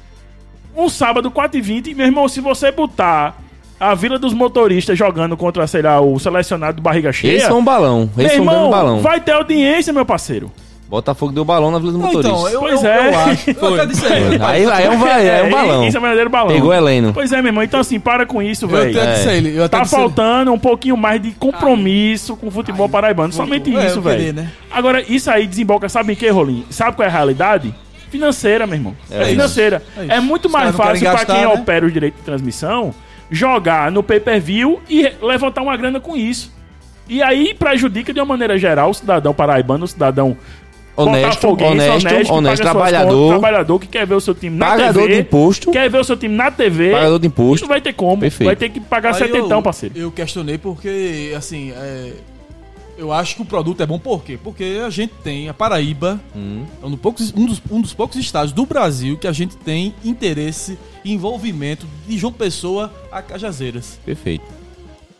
S1: um sábado, 4 e 20 meu irmão, se você botar a Vila dos Motoristas jogando contra, sei lá, o selecionado do Barriga Cheia...
S2: Esse foi um balão.
S1: meu
S2: Esse foi um grande
S1: irmão,
S2: balão.
S1: vai ter audiência, meu parceiro.
S2: Botafogo deu balão na Vila do Motorista.
S3: então, eu,
S1: Pois
S3: eu,
S1: é.
S3: eu acho. Eu até disse aí, rapaz.
S2: Aí, aí é um, va- aí é um balão.
S1: Isso é um verdadeiro balão.
S2: Pegou É. Heleno.
S1: Pois é, meu irmão. Então, assim, para com isso,
S3: Eu até
S1: velho.
S4: É.
S3: disse a ele. Eu até
S1: Tá
S3: disse a ele.
S1: faltando um pouquinho mais de compromisso com o futebol paraibano. Somente
S3: É, eu
S1: isso,
S3: queria,
S1: velho.
S3: né?
S1: Agora, isso aí desemboca, sabe em que, Rolim? Sabe qual é a realidade? Financeira, meu irmão. É,
S2: isso.
S1: financeira.
S3: É isso.
S1: É, muito
S3: Os
S1: mais
S3: caras não
S1: fácil
S3: querem
S1: pra
S3: gastar,
S1: quem
S3: né?
S1: opera o direito de transmissão jogar no pay-per-view e re- levantar uma grana com isso. E aí prejudica de uma maneira geral o cidadão paraibano, o cidadão
S2: Honesto,
S1: botafoguense,
S2: honesto,
S1: que
S2: honesto,
S1: paga suas
S2: trabalhador.
S1: contas, trabalhador que quer ver o seu time na
S2: Pagador
S1: TV,
S2: de imposto.
S1: quer ver o seu time na TV,
S2: Pagador de imposto.
S1: isso vai ter como,
S2: Perfeito.
S1: vai ter que pagar
S3: Aí
S1: setentão,
S3: eu,
S1: parceiro.
S3: Eu questionei porque, assim, é, eu acho que o produto é bom por quê? Porque a gente tem a Paraíba,
S2: Hum.
S3: é um, dos poucos- um dos, um dos poucos estados do Brasil que a gente tem interesse e envolvimento de João Pessoa a Cajazeiras.
S2: Perfeito.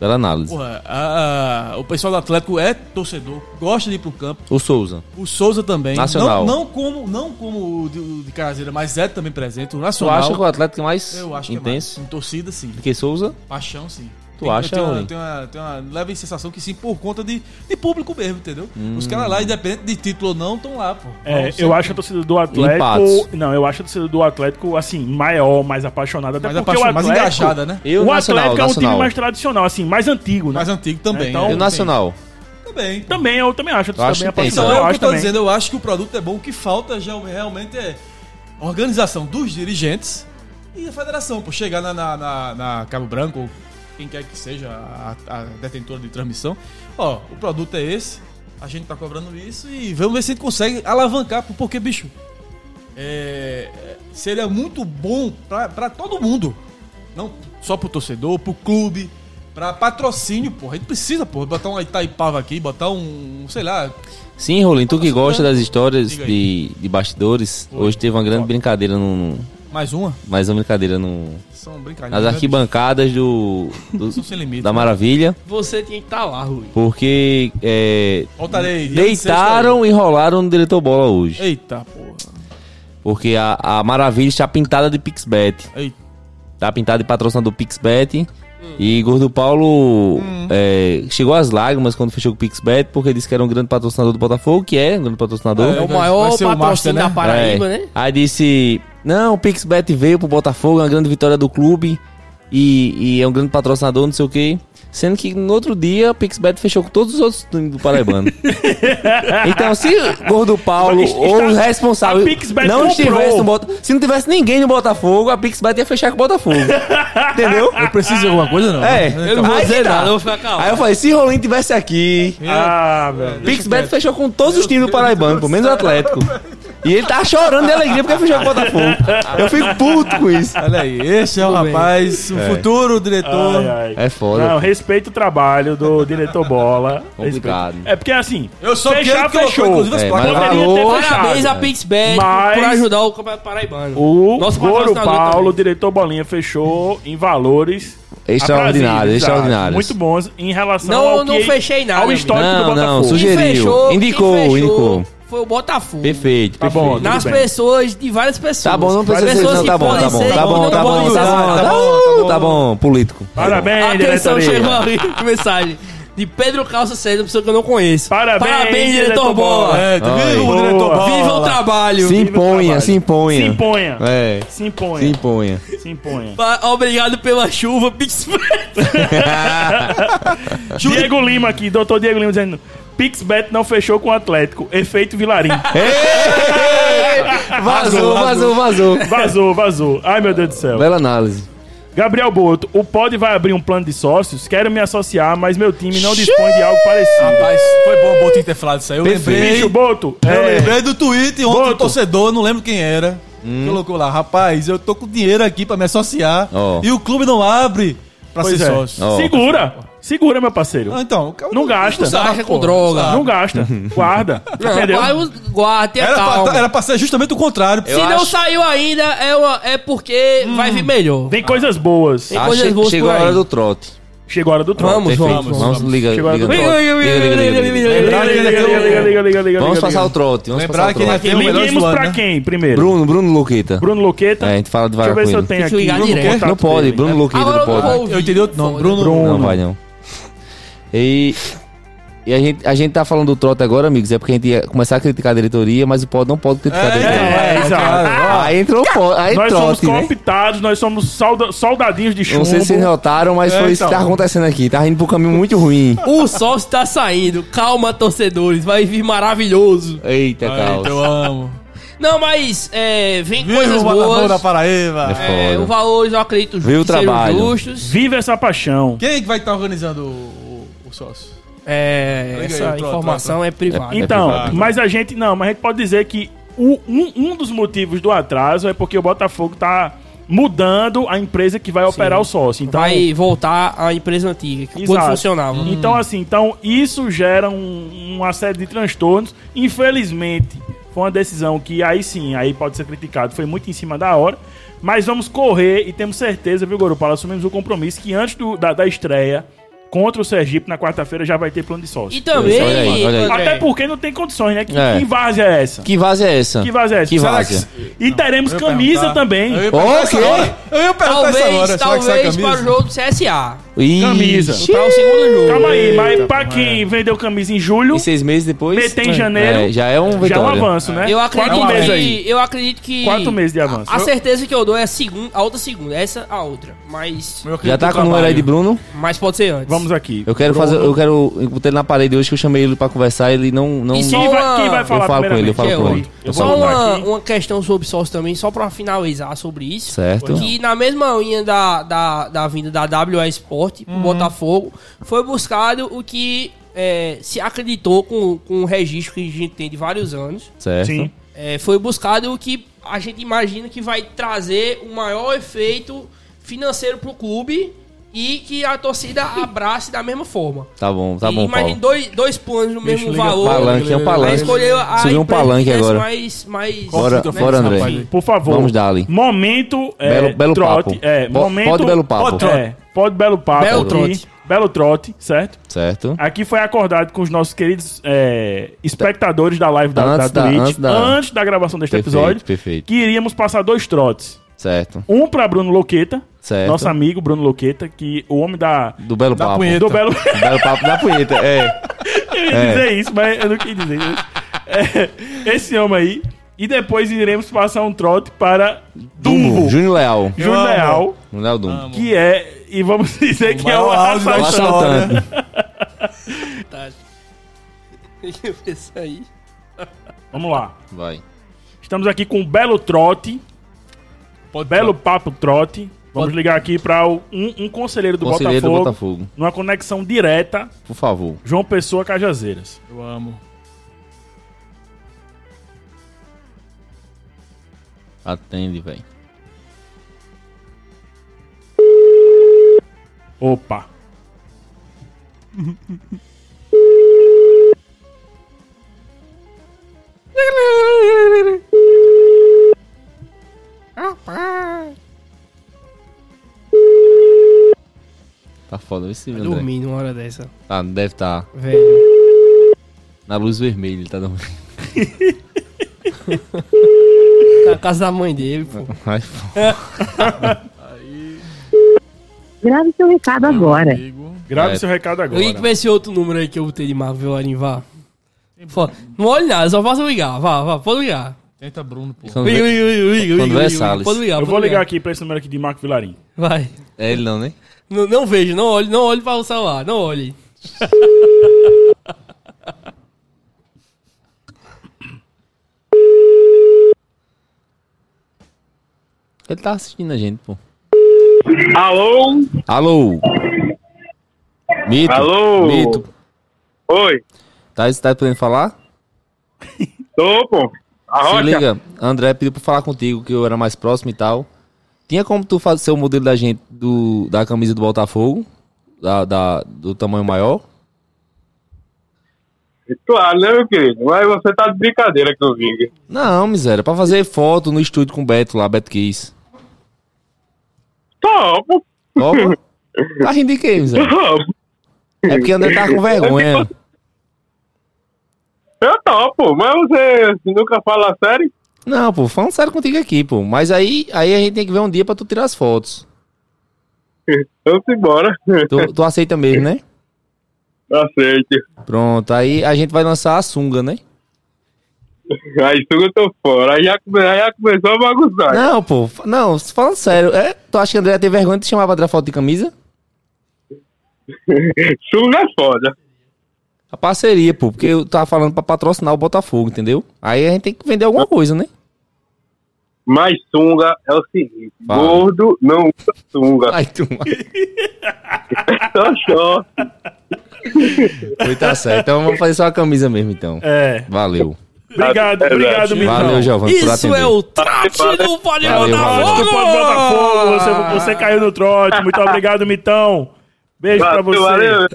S2: Bela análise.
S3: Porra, a- a- o pessoal do Atlético é torcedor, gosta de ir pro campo.
S2: O Souza.
S3: O Souza também.
S2: Nacional.
S3: Não, não como, não como o de, o de Cajazeira, mas é também presente.
S2: Tu
S3: O Nacional.
S2: acha que o Atlético é mais
S3: eu acho que
S2: intenso
S3: é mais. É Em torcida, sim.
S2: do que Souza? É
S3: Paixão, sim.
S2: Tu
S3: Tem-
S2: acha,
S3: Eu tenho, uma-
S2: Alan?
S3: tenho uma, tenho uma leve sensação que sim, por conta de, de público mesmo, entendeu?
S2: Hum.
S3: Os caras lá, independente de título ou não, estão lá, pô.
S1: É,
S3: Vão
S1: eu
S3: sempre.
S1: acho a torcida do Atlético.
S2: Empates.
S1: Não, eu acho a torcida do Atlético, assim, maior, mais apaixonada. Até
S3: mais
S1: porque
S3: apaixonado, mais
S1: o Atlético.
S3: engajada, né?
S2: Eu
S1: o
S2: Nacional,
S1: Atlético é um time
S2: Nacional.
S1: mais tradicional, assim, mais antigo, né?
S3: Mais antigo também.
S1: Então,
S3: é.
S2: E o Nacional.
S3: Também.
S1: Também, eu também acho. Eu
S2: acho
S1: também
S2: que tem,
S3: Então,
S2: Não,
S3: é
S1: eu
S3: o que
S1: acho
S3: eu tô
S1: também.
S3: dizendo, eu acho que o produto é bom, o que falta já realmente é organização dos dirigentes e a federação, pô, chegar na, na, na- na Cabo Branco, ou quem quer que seja a, a detentora de transmissão, ó, o produto é esse, a gente tá cobrando isso e vamos ver se a gente consegue alavancar, pô, porque, bicho, é, seria muito bom pra, pra todo mundo, não só pro torcedor, pro clube, pra patrocínio, pô, a gente precisa, pô, botar um Itaipava aqui, botar um, sei lá,
S2: Sim, Rolim, tu que gosta das histórias
S3: Diga aí.
S2: de, de bastidores, hoje teve uma grande brincadeira no,
S3: Mais uma?
S2: Mais uma brincadeira no,
S3: São brincadeiras. né,
S2: nas arquibancadas do, do-
S3: São sem limite. né?
S2: da Maravilha,
S4: Você tinha que estar lá, Rui.
S2: porque é,
S3: Voltarei. dia de sexta
S2: deitaram e rolaram no diretor bola
S3: aí.
S2: hoje.
S3: Eita, porra.
S2: Porque a, a Maravilha está pintada de Pixbet.
S3: Eita.
S2: Tá pintada de patrocinador Pixbet. E Gordo Paulo é, chegou às lágrimas quando fechou com o Pixbet, porque disse que era um grande patrocinador do Botafogo, que é um grande patrocinador.
S4: É o
S3: vai-
S4: maior
S3: vai ser o
S4: patrocínio
S3: Master, né?
S4: da Paraíba, né?
S2: É. Aí disse: Não, o Pixbet veio pro Botafogo, é uma grande vitória do clube e, e é um grande patrocinador, não sei o quê. Sendo que no outro dia o Pixbet fechou com todos os outros times do Paraibano. então, se o Gordo Paulo
S1: Está-
S2: ou o
S1: a
S2: responsável
S1: Pixbet
S2: não
S1: comprou.
S2: estivesse no Botafogo, se não tivesse ninguém no Botafogo, a Pixbet ia fechar com o Botafogo. Entendeu?
S3: Eu preciso de alguma coisa, não?
S2: É,
S3: Então,
S4: Eu não vou
S2: aí que
S4: dizer
S2: tá.
S4: nada, eu vou ficar calmo.
S2: Aí eu falei: Se Rolim tivesse aqui,
S3: é.
S1: Ah, velho.
S2: Pixbet fechou com todos os times do Paraibano, pelo menos o Atlético. E ele tá chorando de alegria porque fechou com o Botafogo. Eu fico puto com isso.
S3: Olha aí, esse é o
S4: bem.
S3: rapaz, o futuro diretor.
S1: Ai, ai.
S2: É foda.
S1: Não, respeita o trabalho do diretor Bola.
S2: Complicado.
S1: Respeita. É porque assim,
S3: Eu sou
S1: fechar
S3: aquele que colocou,
S1: fechou.
S3: inclusive, as
S2: É,
S3: placas.
S2: mas-
S1: Poderia ter
S2: Alô?
S1: fechado.
S4: Parabéns a Pixbet
S1: Mas-
S4: por ajudar o Campeonato Paraibano.
S1: O
S4: Nosso
S1: Goro
S4: patrocinador
S1: Paulo,
S4: também.
S1: diretor Bolinha, fechou em valores
S2: Extraordinários,
S1: aprazíveis,
S2: extraordinários.
S1: Muito bons em relação
S4: Não,
S1: ao
S4: não
S1: que-
S4: fechei nada,
S1: ao histórico
S2: amigo.
S1: do
S2: Não, não,
S1: Botafogo.
S2: suje- sugeriu, indicou, indicou.
S4: Foi o Botafogo.
S2: Perfeito,
S1: Tá bom,
S2: perfeito.
S1: tudo
S4: Nas
S1: bem.
S4: pessoas, de várias pessoas.
S2: Tá bom, não precisa ser.
S4: pessoas
S2: Não,
S4: que
S2: tá bom,
S4: podem
S2: tá bom,
S4: ser
S2: tá
S4: e
S2: bom,
S4: não
S2: tá bom,
S4: podem
S2: tá
S4: ser.
S2: bom, tá bom, tá bom, político.
S1: Parabéns,
S4: Atenção,
S1: diretoria.
S4: chegou ali mensagem de Pedro Calça Sérgio, pessoa que eu não conheço.
S1: Parabéns,
S4: diretor,
S1: diretor
S4: Bola.
S1: Bola.
S3: É, tá
S2: Ai.
S3: vendo o
S1: Boa.
S3: diretor Bola?
S4: Viva o trabalho.
S2: Se
S1: trabalho.
S2: imponha, se imponha.
S1: Se imponha.
S2: É,
S1: Se
S2: se
S1: imponha.
S2: imponha.
S1: Se imponha.
S4: Pa- Obrigado pela chuva, Pixbet.
S1: Diego Lima aqui, doutor Diego Lima dizendo... Pixbet não fechou com o Atlético. Efeito Vilarim.
S2: Vazou, vazou, vazou.
S1: Vazou, vazou. Ai, meu Deus do céu.
S2: Bela análise.
S1: Gabriel Boto, o Pod vai abrir um plano de sócios? Quero me associar, mas meu time não dispõe de algo parecido.
S3: Rapaz, foi bom o Botinho ter falado isso aí. Eu lembrei.
S1: Bicho Boto,
S3: Eu
S1: é,
S3: lembrei do tweet ontem
S1: Boto.
S3: um torcedor, não lembro quem era.
S2: Hum.
S3: Colocou lá, rapaz, eu tô com dinheiro aqui pra me associar.
S2: Ó.
S3: E o clube não abre pra
S1: Pois
S3: ser
S1: é.
S3: sócio.
S2: Ó.
S1: segura. Segura, meu parceiro.
S3: Ah, então, o cara
S1: Não gasta.
S3: sabe,
S4: Gasta com
S3: pô.
S4: droga.
S3: Sabe.
S1: Não gasta. Guarda. entendeu?
S4: Vai, guarda, tenha
S3: Era
S4: calma.
S3: pra, tá, era pra ser justamente o contrário.
S4: Se não
S2: acho-
S4: saiu ainda, é, uma- é porque vai vir melhor.
S1: Tem coisas boas.
S4: Tem coisas
S2: Achei que
S4: boas
S2: chegou
S4: por
S2: a
S4: aí.
S2: hora do trote.
S1: Chegou a hora do trono.
S4: Vamos,
S2: Perfeito.
S4: vamos, vamos.
S2: Ah. Vamos, liga,
S1: Chegou a
S2: liga,
S1: hora
S2: liga,
S1: do
S2: liga,
S1: trote.
S2: liga, liga, liga, liga.
S1: Liga, liga, liga, liga, liga, liga, liga,
S2: Vamos
S1: liga,
S2: passar o
S1: liga.
S2: trote, vamos
S3: Lembrar
S2: passar o
S3: que ele
S2: trote.
S3: tem um melhor
S1: Liguemos
S3: suor,
S1: pra
S3: né?
S1: quem primeiro?
S2: Bruno, Bruno Luquita.
S1: Bruno Loqueta?
S2: É, a gente fala
S1: Deixa eu
S2: devagar
S1: ver se
S2: com
S1: eu
S2: ele.
S1: tenho
S4: Tem que
S1: aqui. É,
S4: ligar
S1: o
S4: direto.
S1: contato
S2: Não pode,
S1: dele.
S2: Bruno Luquita
S4: Agora
S2: não
S4: eu
S2: pode.
S4: vou
S3: Eu entendi outro nome, Bruno.
S1: Bruno.
S2: Não vai não. E, e a, gente, a gente tá falando do trote agora, amigos, é porque a gente ia começar a criticar a diretoria, mas o pod não pode criticar a diretoria.
S1: É, exato.
S2: Aí entrou o pod, aí
S1: Nós somos
S2: trote, né?
S1: cooptados, nós somos solda- soldadinhos de chumbo.
S2: Não sei se vocês notaram, mas
S3: É,
S2: foi isso
S3: então.
S2: que tá acontecendo aqui. Tá indo pro caminho muito ruim.
S4: O sol está saindo. Calma, torcedores. Vai vir maravilhoso.
S2: Eita,
S1: Ah,
S3: Eita,
S1: então.
S2: caos.
S3: eu amo.
S4: Não, mas é, vem
S3: Viva
S4: coisas
S3: o Botafogo da
S4: boas.
S3: Paraíba.
S2: É.
S4: É,
S2: Foda.
S4: o valor, eu acredito,
S2: Viu o
S4: que sejam
S2: trabalho.
S4: justos.
S1: Vive essa paixão.
S3: Quem é que vai estar organizando o, o- o sócio?
S4: É,
S3: Liga aí,
S4: essa
S3: troca,
S4: informação é privada.
S1: Então,
S2: privado.
S1: mas a gente. Não, mas a gente pode dizer que o- um, um dos motivos do atraso é porque o Botafogo tá mudando a empresa que vai operar o sócio. Então,
S4: Vai voltar à empresa antiga, que quando
S1: Exato.
S4: funcionava.
S1: Então, assim, então isso gera um- uma série de transtornos. Infelizmente, foi uma decisão que aí sim, aí pode ser criticado, foi muito em cima da hora. Mas vamos correr e temos certeza, viu, Goro Paulo? Assumimos o compromisso que antes do- da, da estreia contra o Sergipe na quarta-feira já vai ter plano de sócio.
S4: E também,
S2: Olha aí, olha aí.
S4: André,
S1: Até porque não tem condições, né? Que,
S2: É.
S1: que várzea é essa?
S2: Que vaza é essa?
S1: Que vaza é essa?
S2: Que
S1: Será
S2: vaza?
S1: E teremos
S3: Eu ia
S1: camisa
S3: perguntar. Eu
S1: também.
S3: ia perguntar essa
S2: Ok.
S3: hora. Eu ia perguntar essa hora.
S4: talvez,
S3: será que sai
S4: talvez
S3: camisa?
S4: para o jogo do CSA.
S2: Ih,
S1: Camisa.
S4: Para o segundo jogo.
S1: Calma aí, mas pra quem vendeu camisa em julho,
S2: E seis meses depois?
S1: meter em janeiro,
S2: É, já é um
S1: já é um
S2: vitória.
S1: avanço, né?
S4: Eu
S1: Quatro
S4: acredito,
S1: meses aí.
S4: que, eu acredito que.
S1: Quatro meses de avanço.
S4: A, a certeza que eu dou é a, segunda, a outra segunda, essa a outra. Mas,
S3: Meu
S2: Já
S3: querido
S2: tá com o número aí de Bruno?
S4: mas pode ser antes.
S1: Vamos aqui.
S2: Eu quero fazer, eu quero eu botei ele na parede hoje que eu chamei ele pra conversar, ele não não
S4: E só
S1: Quem vai,
S4: uma-
S1: quem vai
S4: Eu
S1: falar
S2: falo com ele, eu falo
S1: primeiramente?
S4: com
S1: Eu
S4: ele.
S1: Eu
S4: Só
S1: vou
S4: uma,
S1: uma...
S4: uma questão sobre sócio também, só pra finalizar sobre isso.
S2: certo?
S4: Que na mesma linha da, da, da vinda da WA Sport
S3: Uhum.
S4: pro Botafogo, foi buscado o que é, se acreditou com, com o registro que a gente tem de vários anos.
S2: Certo.
S1: Sim.
S4: É, foi buscado o que a gente imagina que vai trazer o maior efeito financeiro pro clube e que a torcida abrace da mesma forma.
S2: Tá bom, tá
S4: e
S2: bom,
S4: imagine
S2: Paulo.
S4: dois, dois planos no
S3: Bicho,
S4: mesmo
S3: liga
S4: valor.
S2: Palanque, é um palanque.
S4: Vai escolher a
S2: Subiu um
S4: empresa
S2: palanque
S4: que tivesse
S2: agora.
S4: Mais, mais, né?
S2: Bora,
S3: Corta o
S2: bora,
S3: microfone
S2: André.
S3: desse rapaz
S1: Por favor.
S2: Vamos dar ali.
S1: Momento é,
S2: Belo- belo
S1: trote.
S2: papo.
S1: É,
S2: Bo-
S1: momento,
S2: pode belo papo.
S1: Pode trote. É, pode belo papo.
S4: Belo
S1: aqui.
S4: trote.
S1: Belo trote, certo?
S2: Certo?
S1: Aqui foi acordado com os nossos queridos é, espectadores da live da,
S2: Antes
S1: da
S2: da-
S1: Twitch,
S2: antes da-
S1: antes da gravação deste
S2: Perfeito,
S1: episódio,
S2: perfeito.
S1: que iríamos passar dois trotes.
S2: Certo.
S1: Um pra Bruno Loqueta,
S2: Certo.
S1: nosso amigo Bruno Loqueta, que o homem da...
S2: Do belo
S3: Da
S2: papo.
S3: punheta.
S1: Do Belo...
S2: Belo papo da punheta, é.
S1: Eu ia dizer isso, mas eu não quis dizer isso. É, esse homem aí. E depois iremos passar um trote para Dumbo.
S2: Dumbo. Júnior Leal.
S1: Júnior
S3: Eu amo.
S1: Leal,
S2: Júnior Leal Dumbo.
S1: que é... E vamos dizer que é o
S3: maior áudio da
S2: O
S1: assassino.
S3: história.
S2: assaltante.
S4: Deixa eu ver isso tá. aí.
S1: Vamos lá.
S2: Vai.
S1: Estamos aqui com um belo trote,
S3: Pode
S1: belo papo trote. Vamos ligar aqui para um, um conselheiro do
S2: Conselheiro
S1: Botafogo,
S2: do Botafogo.
S1: numa conexão direta,
S2: Por favor.
S1: João Pessoa Cajazeiras.
S3: Eu amo.
S2: Atende, velho.
S1: Opa.
S2: Tá foda esse
S4: Vai
S2: André.
S4: dormir numa hora dessa.
S2: Tá, deve tá
S4: Velho.
S2: na luz vermelha, ele tá dando.
S4: Tá na casa da mãe dele, pô.
S2: Ai,
S6: Grave seu recado agora.
S3: Amigo.
S1: Grave
S2: É.
S1: seu recado agora.
S4: Ligue pra esse outro número aí que eu botei de Marvel, Arim, vá. Foda. Não olhe nada, só faça ligar. Vá, vá, pode ligar.
S3: Tenta Bruno, pô.
S2: quando
S4: Liga,
S2: vê-
S4: liga, liga, liga,
S2: Quando
S4: liga,
S2: é
S4: liga.
S2: Salles.
S4: Pode ligar,
S1: Eu
S4: pode
S1: vou ligar aqui para esse número aqui de Marco Vilarim.
S4: Vai.
S2: É ele não, né?
S4: Não, não vejo, não olhe, não olhe para o celular, não olhe.
S2: Ele tá assistindo a gente, pô.
S7: Alô?
S2: Alô? Mito?
S7: Alô?
S2: Mito?
S7: Oi?
S2: Tá, você tá podendo falar?
S7: Tô, pô. A
S2: Se
S7: rocha?
S2: liga, André pediu pra falar contigo, que eu era mais próximo e tal. Tinha como tu fazer o modelo da gente, do, da camisa do Botafogo, da, da- do tamanho maior?
S7: Claro, né, meu querido? Mas você tá de brincadeira que eu vim.
S2: Não, miséria, pra fazer foto no estúdio com o Beto lá, Beto Kiss.
S7: Topo,
S2: Topa? Tá rindo de quê, miséria?
S7: topo.
S2: É porque o André tá com vergonha.
S7: Eu topo, mas você nunca fala sério?
S2: Não, pô, falando sério contigo aqui, pô. Mas aí, aí a gente tem que ver um dia pra tu tirar as fotos.
S7: Vamos embora.
S2: Tu, tu aceita mesmo, né?
S7: Aceite.
S2: Pronto, aí a gente vai lançar a sunga, né?
S7: Aí tudo eu tô fora. Aí já, come- aí já começou a bagunçar.
S2: Não, pô, fa- não, falando sério, é, tu acha que o André ia ter vergonha de te chamar pra tirar foto de camisa?
S7: Sunga é foda.
S2: A parceria, pô, porque eu tava falando pra patrocinar o Botafogo, entendeu? Aí a gente tem que vender alguma coisa, né?
S7: Mas sunga é o seguinte:
S2: Fala.
S7: gordo não usa sunga.
S2: Ai, tu.
S7: Só short.
S2: Foi, tá certo. Então vamos fazer só a camisa mesmo, então.
S1: É.
S2: Valeu.
S1: Obrigado,
S7: É
S1: obrigado,
S7: verdade.
S1: Mitão.
S2: Valeu, Giovanni, por
S4: Isso
S2: atender.
S4: é o trote do Pode
S2: Valeu,
S4: Botar
S2: valeu.
S1: Pode, pode Botafogo, você, você caiu no trote. Muito obrigado, Mitão. Beijo é pra você. é.
S7: valeu.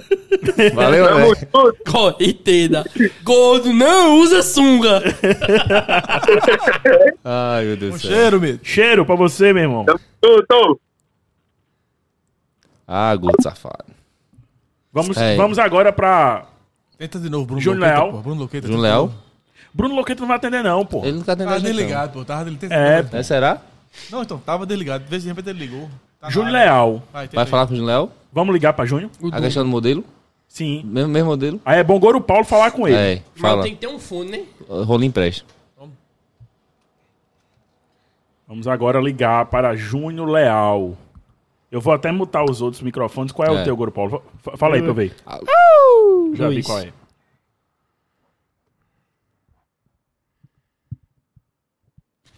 S2: Valeu,
S7: Tamo
S2: André.
S7: junto.
S4: Gol, Entenda. Gordo não usa sunga.
S2: Ai, meu Deus do céu.
S3: Cheiro, Mito.
S1: Cheiro pra você, meu irmão.
S7: Tamo junto.
S2: Ah, gordo safado.
S1: Vamos,
S2: É.
S1: vamos agora pra.
S3: Tenta de novo, Bruno
S1: Júnior
S3: Loqueta,
S1: Leal.
S3: pô. Bruno Loqueta.
S2: João
S3: tenta de
S2: Leal?
S3: novo.
S1: Bruno Loqueto não vai atender, não, pô.
S2: Ele não tá atendendo a
S3: Tava
S2: gente, não.
S3: desligado, pô. Tava desligado.
S1: É,
S2: É, será?
S3: Não, então, tava desligado. De vez em quando ele ligou. Tá
S1: Júnior
S3: na área.
S1: Leal.
S3: Vai, tenta
S2: Vai
S3: aí.
S2: falar com o Júnior Leal?
S1: Vamos ligar pra Júnior?
S2: A questão do modelo?
S1: Sim.
S2: Mesmo, mesmo modelo?
S1: Aí é bom Goro Paulo falar com ele.
S2: É,
S4: Mas
S2: fala.
S4: tem que ter um fone, né?
S2: Rolim empresta.
S1: Vamos agora ligar para Júnior Leal. Eu vou até mutar os outros microfones. Qual é, o
S2: É.
S1: teu, Goro Paulo? Fa- Fala aí pra eu ver. Já vi
S4: Luiz.
S1: qual é.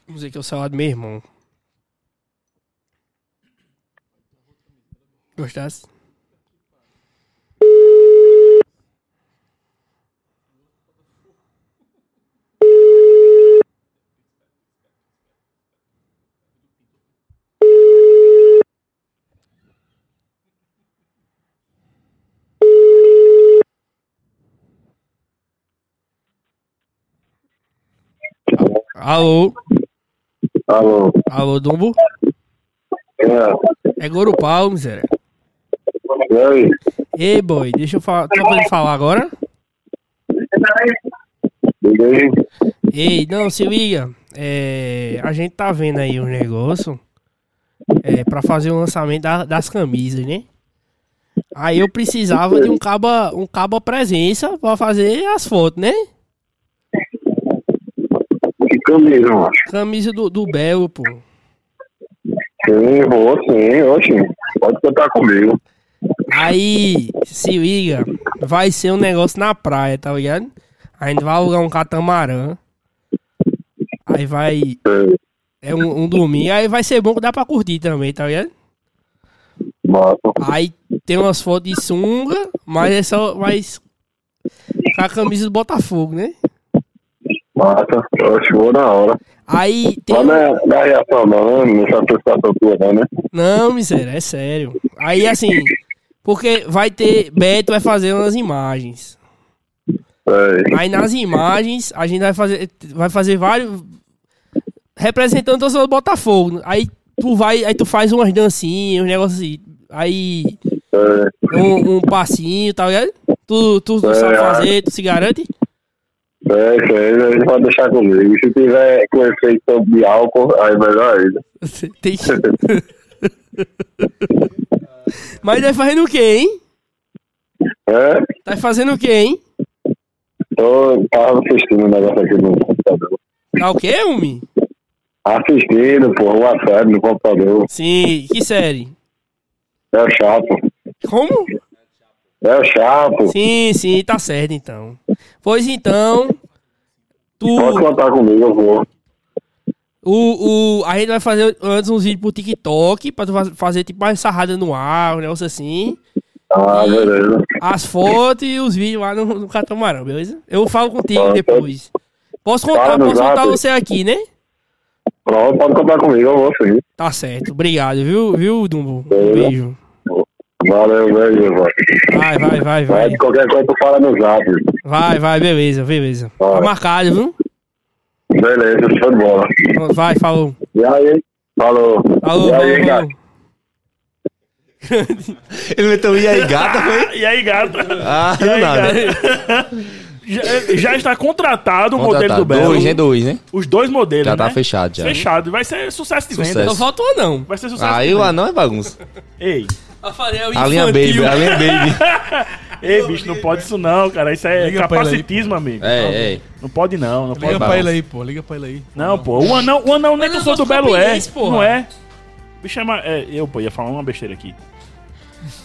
S4: Vamos dizer que é o celular do meu irmão. Gostasse? Alô?
S7: Alô.
S4: Alô, Dumbo?
S7: É.
S4: É Goro Paulo, miséria.
S7: E aí?
S4: Ei, boy, deixa eu falar. Tá podendo falar agora?
S7: Diga aí.
S4: Ei, não, se liga. É, a gente tá vendo aí um negócio é, pra fazer o lançamento da- das camisas, né? Aí eu precisava de um caba, um caba presença pra fazer as fotos, né?
S7: Que camisa, macho?
S4: Camisa do, do Belo, pô.
S7: Sim, vou sim, oxi. Pode contar comigo.
S4: Aí, se liga, vai ser um negócio na praia, tá ligado? A gente vai alugar um catamarã. Aí vai.
S7: Sei.
S4: É um, um domingo, aí vai ser bom que dá pra curtir também, tá ligado?
S7: Massa.
S4: Aí tem umas fotos de sunga, mas é só. Mas. Com a camisa do Botafogo, né?
S7: Massa. Oxi, vou na hora.
S4: Aí tem. um-
S7: Lá na, na reação não, né? Nessa prestação tua, não, né?
S4: Não, miséria, é sério. Aí assim. Porque vai ter. Beto vai fazer umas imagens.
S7: Sei.
S4: Aí nas imagens a gente vai fazer, vai fazer vários representando todos os Botafogo. Aí tu vai, aí tu faz umas dancinhas, um negócio assim. Aí
S7: Sei.
S4: um, um passinho, tá ligado? Tu, tu, tu sabe fazer, tu se garante?
S7: É, isso aí, a gente pode deixar comigo. Se tiver com efeito sobre de álcool, aí melhor ainda.
S4: Tem- Mas tá fazendo o quê, hein?
S7: É?
S4: Tá fazendo o quê, hein?
S7: Tô, tava assistindo o negócio aqui no computador.
S4: Tá o quê, homem?
S7: Assistindo, porra, uma série no computador.
S4: Sim, que série?
S7: É o chapo.
S4: Como?
S7: É o chapo.
S4: Sim, sim, tá certo então. Pois então, tu.
S7: Pode contar comigo, eu vou.
S4: O, o, a gente vai fazer antes uns vídeos pro TikTok, pra tu faz- fazer tipo mais sarrada no ar, um negócio assim.
S7: Ah, beleza.
S4: As fotos e os vídeos lá no, no catamarã, beleza? Eu falo contigo
S7: Pronto.
S4: depois. Posso contar,
S7: Fala no
S4: posso contar
S7: zap.
S4: você aqui, né?
S7: Pronto, pode contar comigo, eu vou sim.
S4: Tá certo, obrigado, viu, viu, Dumbo? Um
S7: Beleza.
S4: beijo.
S7: Valeu, beijo, vai.
S4: Vai, vai, vai, vai.
S7: Vai, de qualquer coisa tu fala no zap.
S4: Vai, vai, beleza, beleza. Tá
S7: Vai.
S4: marcado, viu?
S7: Beleza, show de bola.
S4: Pronto, Vai, falou.
S7: E aí? Falou.
S4: Alô,
S7: e aí,
S4: alô,
S7: cara?
S4: alô.
S2: Ele meteu e aí, gata, foi?
S1: E aí, gata?
S2: Ah,
S1: E aí,
S2: nada.
S1: gata? Já, já está contratado o modelo do
S2: Contratado.
S1: Belo.
S2: Dois, né? Dois, né?
S1: Os dois modelos,
S2: Já tá
S1: né?
S2: fechado já.
S1: Fechado. Vai ser sucesso de venda.
S2: Sucesso.
S4: Não falta uma, não.
S1: Vai ser sucesso
S2: Aí
S1: de
S2: lá
S1: venda.
S2: não é bagunça.
S1: Ei,
S4: Rafael,
S2: A linha baby, né? a linha baby.
S1: ei, bicho, não pode isso não, cara. Isso é
S3: Liga pra ele aí.
S1: capacitismo, amigo.
S2: É, é.
S1: Não pode não, não
S3: Liga
S1: pode.
S3: pra ele aí, pô. Liga pra ele aí.
S1: Não, pô. O anão, o anão nem
S4: Mas
S1: que eu sou
S4: eu
S1: do
S4: gosto
S1: Belo é.
S4: campeões, porra.
S1: Não é? Bicho é, ma- é. Eu, pô, ia falar uma besteira aqui.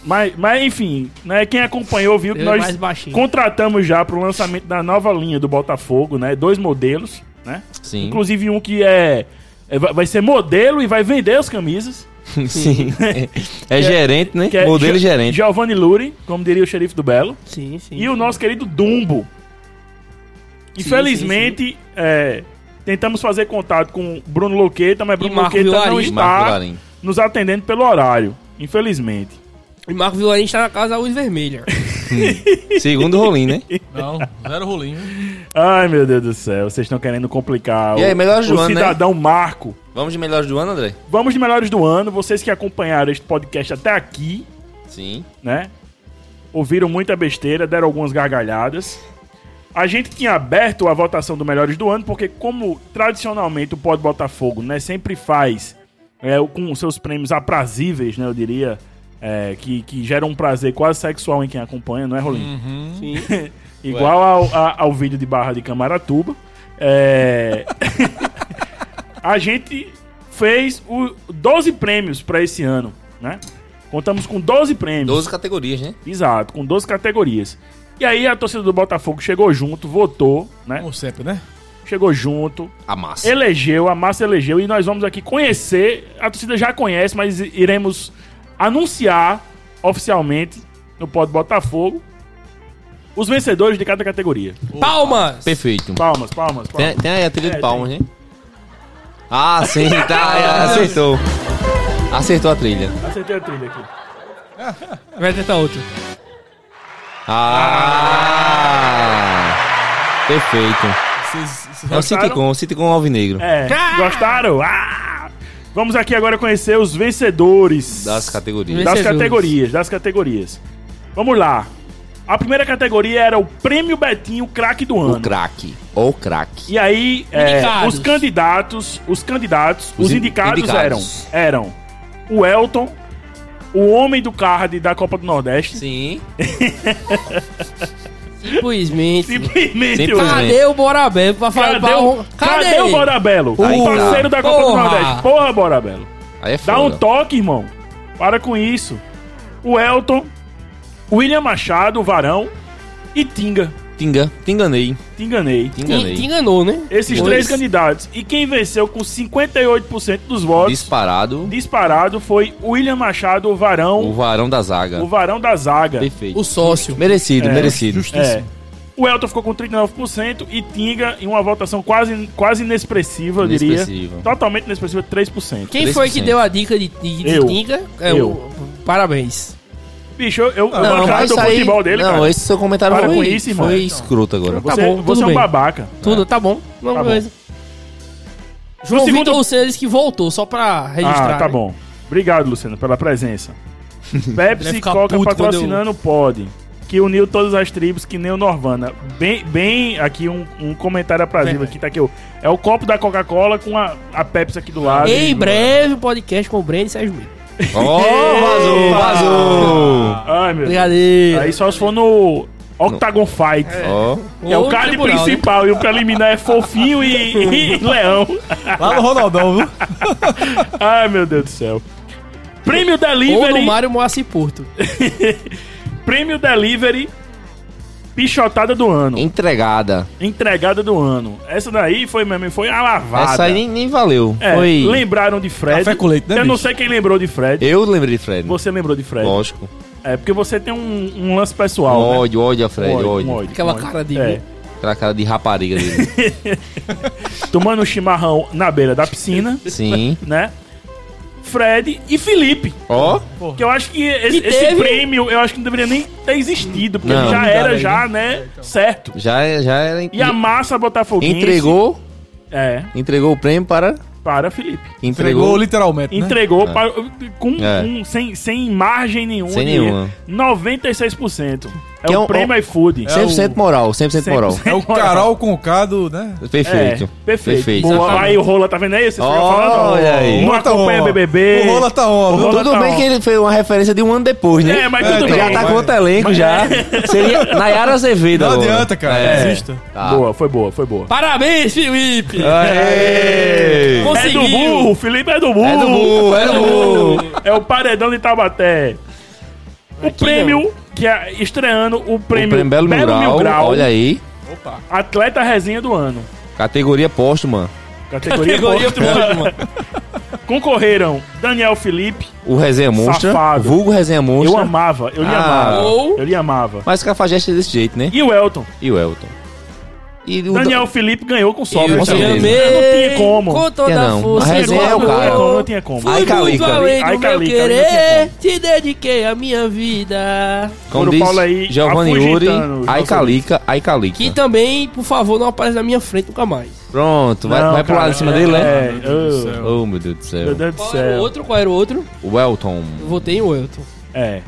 S1: Mas, mas enfim, né, quem acompanhou viu que
S4: Ele é
S1: nós
S4: mais baixinho.
S1: contratamos já pro lançamento da nova linha do Botafogo, né? Dois modelos, né?
S2: Sim.
S1: Inclusive um que é, é, vai vai ser modelo e vai vender as camisas.
S2: Sim. É gerente, né?
S1: que é
S2: Modelo e
S1: Gio-
S2: gerente.
S1: Giovanni Luri, como diria o xerife do Belo.
S4: Sim, sim.
S1: E o nosso querido Dumbo. Infelizmente, é, tentamos fazer contato com Bruno Loqueta, mas Bruno
S4: Marco
S1: Loqueta não
S4: Vilarim.
S2: Marco
S1: está
S2: Larim.
S1: nos atendendo pelo horário. Infelizmente.
S4: E Marco Vilarim está tá na casa da luz vermelha.
S2: Segundo rolim, né?
S3: Não, zero rolinho.
S1: Ai, meu Deus do céu, vocês estão querendo complicar
S2: E
S1: o,
S2: aí, melhor
S1: o
S2: Joana, né?
S1: cidadão Marco.
S2: Vamos de melhores do ano, André?
S1: Vamos de melhores do ano. Vocês que acompanharam este podcast até aqui,
S2: Sim.
S1: né? Ouviram muita besteira, deram algumas gargalhadas. A gente tinha aberto a votação do Melhores do Ano, porque como tradicionalmente o Pode Botafogo, né, sempre faz é, o- com os seus prêmios aprazíveis, né, eu diria, é, que, que gera um prazer quase sexual em quem acompanha, não é,
S3: Hum,
S1: Rolinho?
S3: Uhum.
S4: Sim.
S1: Igual ao, a- ao vídeo de Barra de Camaratuba. É... a gente fez o 12 prêmios para esse ano, né? Contamos com 12 prêmios.
S2: 12 categorias, né?
S1: Exato, com 12 categorias. E aí a torcida do Botafogo chegou junto, votou, né?
S3: Como sempre, né?
S1: Chegou junto,
S2: A massa.
S1: elegeu, a massa elegeu e nós vamos aqui conhecer. A torcida já conhece, mas iremos anunciar oficialmente no Pod Botafogo os vencedores de cada categoria.
S4: Palmas!
S2: Perfeito.
S1: Palmas, palmas, palmas.
S2: Tem, tem aí a trilha
S1: É,
S2: de palmas, né? Ah, sim, tá. é, acertou. Acertou a trilha.
S1: Acertei a trilha aqui.
S4: Vai tentar outro.
S2: Ah! Perfeito. É
S3: Vocês-
S2: o
S3: vocês-
S2: Citicom, o Citicom Alvinegro.
S1: É, gostaram? Ah! Vamos aqui agora conhecer os vencedores
S2: Das categorias.
S1: das
S4: Vencedores.
S1: categorias, das categorias. Vamos lá. A primeira categoria era o Prêmio Betinho Craque do Ano.
S2: O craque. O craque.
S1: E aí, é,
S4: Indicados.
S1: os candidatos, os candidatos, os,
S2: Os in-
S1: indicados,
S2: indicados.
S1: eram eram o Elton, o homem do card da Copa do Nordeste,
S2: Sim.
S4: Simplesmente.
S1: simplesmente o
S2: Simplesmente.
S4: Cadê o Borabé pra falar?
S1: Cadê,
S4: pra-
S1: o, cadê? o Borabelo?
S2: Aí
S1: o
S2: tá.
S1: parceiro da Copa do
S4: Porra.
S1: Nordeste. Porra, Borabelo.
S2: Aí é
S1: Dá um
S2: foda.
S1: toque, irmão. Para com isso. O Elton, William Machado, o Varão e Tinga.
S2: Tinga. Te enganei.
S1: Te enganei.
S2: Te
S4: Te,
S2: enganei.
S4: te enganou, né?
S1: Esses
S2: Dois.
S1: três candidatos. E quem venceu com 58% dos votos,
S2: Disparado.
S1: disparado, foi William Machado, o
S2: O
S1: Varão,
S2: varão da zaga.
S1: o Varão da Zaga.
S2: Perfeito.
S4: O sócio.
S2: Merecido,
S1: É.
S2: merecido.
S1: É. O Elton ficou com 39% e Tinga, em uma votação quase, quase inexpressiva, eu diria.
S2: Inexpressiva.
S1: Totalmente inexpressiva, 3%.
S4: Quem foi que
S2: 3%.
S4: deu a dica de, de, de
S1: Eu.
S4: Tinga? É,
S1: Eu.
S4: o- Parabéns.
S1: Bicho, eu, eu
S2: Não,
S1: bancada
S2: mas
S1: do
S2: isso aí...
S1: futebol dele,
S2: não,
S1: cara.
S2: esse seu comentário
S1: Para com
S2: foi,
S1: isso, irmão. Então,
S2: foi escroto agora.
S1: Você,
S4: Tá bom,
S1: você é
S4: tudo
S1: um
S4: bem.
S1: babaca.
S4: Tudo, tá bom. Não,
S1: Tá bom.
S4: beleza. João
S1: segundo-
S4: Vitor Seles que voltou, só pra registrar.
S1: Ah, tá
S4: né?
S1: bom. Obrigado, Luciano, pela presença.
S4: Vai
S1: Pepsi
S4: ficar
S1: Coca
S4: puto
S1: patrocinando o Pod, que uniu todas as tribos que nem o Norvana. Bem, bem aqui um, um comentário aprazível aqui, tá aqui. ó. É o copo da Coca-Cola com a, a Pepsi aqui do lado.
S4: Em breve, podcast com o Breno e Sérgio Miro.
S2: Oh, vazou, vazou.
S1: Ai, meu Deus.
S4: Brincadeira.
S1: Aí só se for no Octagon Fight.
S2: Ó.
S1: Que é o card
S4: tribunal, né?
S1: principal e o preliminar é fofinho e, e leão.
S3: Lá no Ronaldão, viu?
S1: Ai, meu Deus do céu. Prêmio
S4: Ou no
S1: Delivery.
S4: Mário Moacir Porto.
S1: Prêmio Delivery. Pichotada do ano.
S2: Entregada.
S1: Entregada do ano. Essa daí foi mesmo, foi a lavada.
S2: Essa aí nem, nem valeu.
S1: É,
S2: Foi.
S1: Lembraram de Fred.
S3: Café com leite, né,
S1: Eu não
S3: bicho?
S1: sei quem lembrou de Fred.
S2: Eu lembrei de Fred.
S1: Você lembrou de Fred.
S2: Lógico.
S1: É, porque você tem um, um lance pessoal, né?
S2: Ódio, ódio a Fred,
S1: Ódio,
S2: ódio.
S1: ódio,
S4: Aquela
S1: ódio.
S4: cara de-
S1: É.
S2: Aquela cara de rapariga dele.
S1: Tomando um chimarrão na beira da piscina,
S2: Sim.
S1: né? Fred e Felipe.
S2: Ó.
S1: Que eu acho que esse,
S4: Que
S1: esse
S4: teve-
S1: prêmio, eu acho que não deveria nem ter existido, porque
S2: Não.
S1: já
S2: Não
S1: era, já, né? Certo.
S2: Já, é- já era.
S1: E a massa botafoguense...
S2: Entregou.
S1: É,
S2: Entregou o prêmio para.
S1: para Felipe.
S3: Entregou
S2: Entregou.
S3: literalmente, né?
S1: Entregou
S2: É.
S1: para- com,
S2: É.
S1: com- sem, sem margem nenhuma.
S2: Sem
S1: de-
S2: nenhuma.
S1: 96%. É
S2: Que é
S1: o
S2: um-
S1: prêmio iFood.
S2: 100% moral, 100% moral.
S1: 100%
S3: É o Carol Concado, né?
S2: Perfeito.
S1: É, perfeito. Boa,
S2: Boa.
S1: aí o Rola, tá vendo aí? Vocês ficam
S2: Olha
S1: falando?
S2: aí.
S1: Não
S3: Rola tá
S1: acompanha
S3: on.
S1: BBB.
S3: O Rola tá on.
S1: O Rola
S2: Tudo
S1: tá
S2: bem
S1: on.
S2: que ele foi uma referência de um ano depois, né?
S1: É, mas é.
S3: É,
S1: tudo
S3: tá
S1: bem.
S2: já tá
S3: mas-
S2: com outro elenco já. Seria Nayara Azevedo.
S3: Não
S2: agora.
S3: adianta, cara.
S2: É.
S3: Desista.
S2: Tá.
S1: Boa, foi boa, foi boa.
S4: Parabéns, Felipe!
S1: Ah,
S2: Aê!
S1: É do
S4: Conseguiu.
S1: burro, Felipe é do burro.
S2: É do burro, é do burro.
S1: É o paredão de Tabaté. O prêmio, que é estreando o prêmio,
S2: o prêmio Belo, Mural, olha aí.
S1: atleta resenha do ano.
S2: Categoria póstuma.
S1: Categoria,
S4: Categoria
S1: póstuma. Concorreram Daniel Felipe,
S2: O Resenha Monstra.
S1: Safado.
S2: Vulgo Resenha Monstra.
S1: eu amava, eu lhe
S2: Ah.
S1: amava,
S4: Ou-
S1: eu lhe amava.
S2: Mas Cafajeste é desse jeito, né?
S1: E o Elton.
S2: E o Elton. E o
S1: Daniel Felipe ganhou com sobra.
S4: Eu
S2: Com
S4: te
S2: certeza.
S4: amei
S1: Não tinha como.
S4: Com toda
S2: Tinha
S4: a
S2: não.
S4: força.
S2: A resenha
S4: e
S2: é o
S4: amor.
S2: cara.
S1: Não tinha como.
S4: Fui
S2: Ai,
S4: muito
S2: Calica.
S4: além do
S1: Ai,
S4: meu
S1: Calica,
S4: querer. Te dediquei a minha vida.
S2: Como
S1: Ouro
S2: diz
S1: Paulo aí,
S2: Giovanni Uri,
S1: afugentando os nossos
S2: Aicalica,
S4: Que
S2: Aicalica.
S4: também, por favor, não aparece na minha frente nunca mais.
S2: Pronto, vai,
S1: Não,
S2: vai pular
S1: cara,
S2: em cima dele, né?
S1: É, oh,
S2: Oh, meu Deus do
S1: meu
S2: céu.
S1: Deus do
S4: Qual era o
S1: céu.
S4: outro? Qual era o outro?
S2: O Elton.
S4: Eu votei em Welton.
S1: É.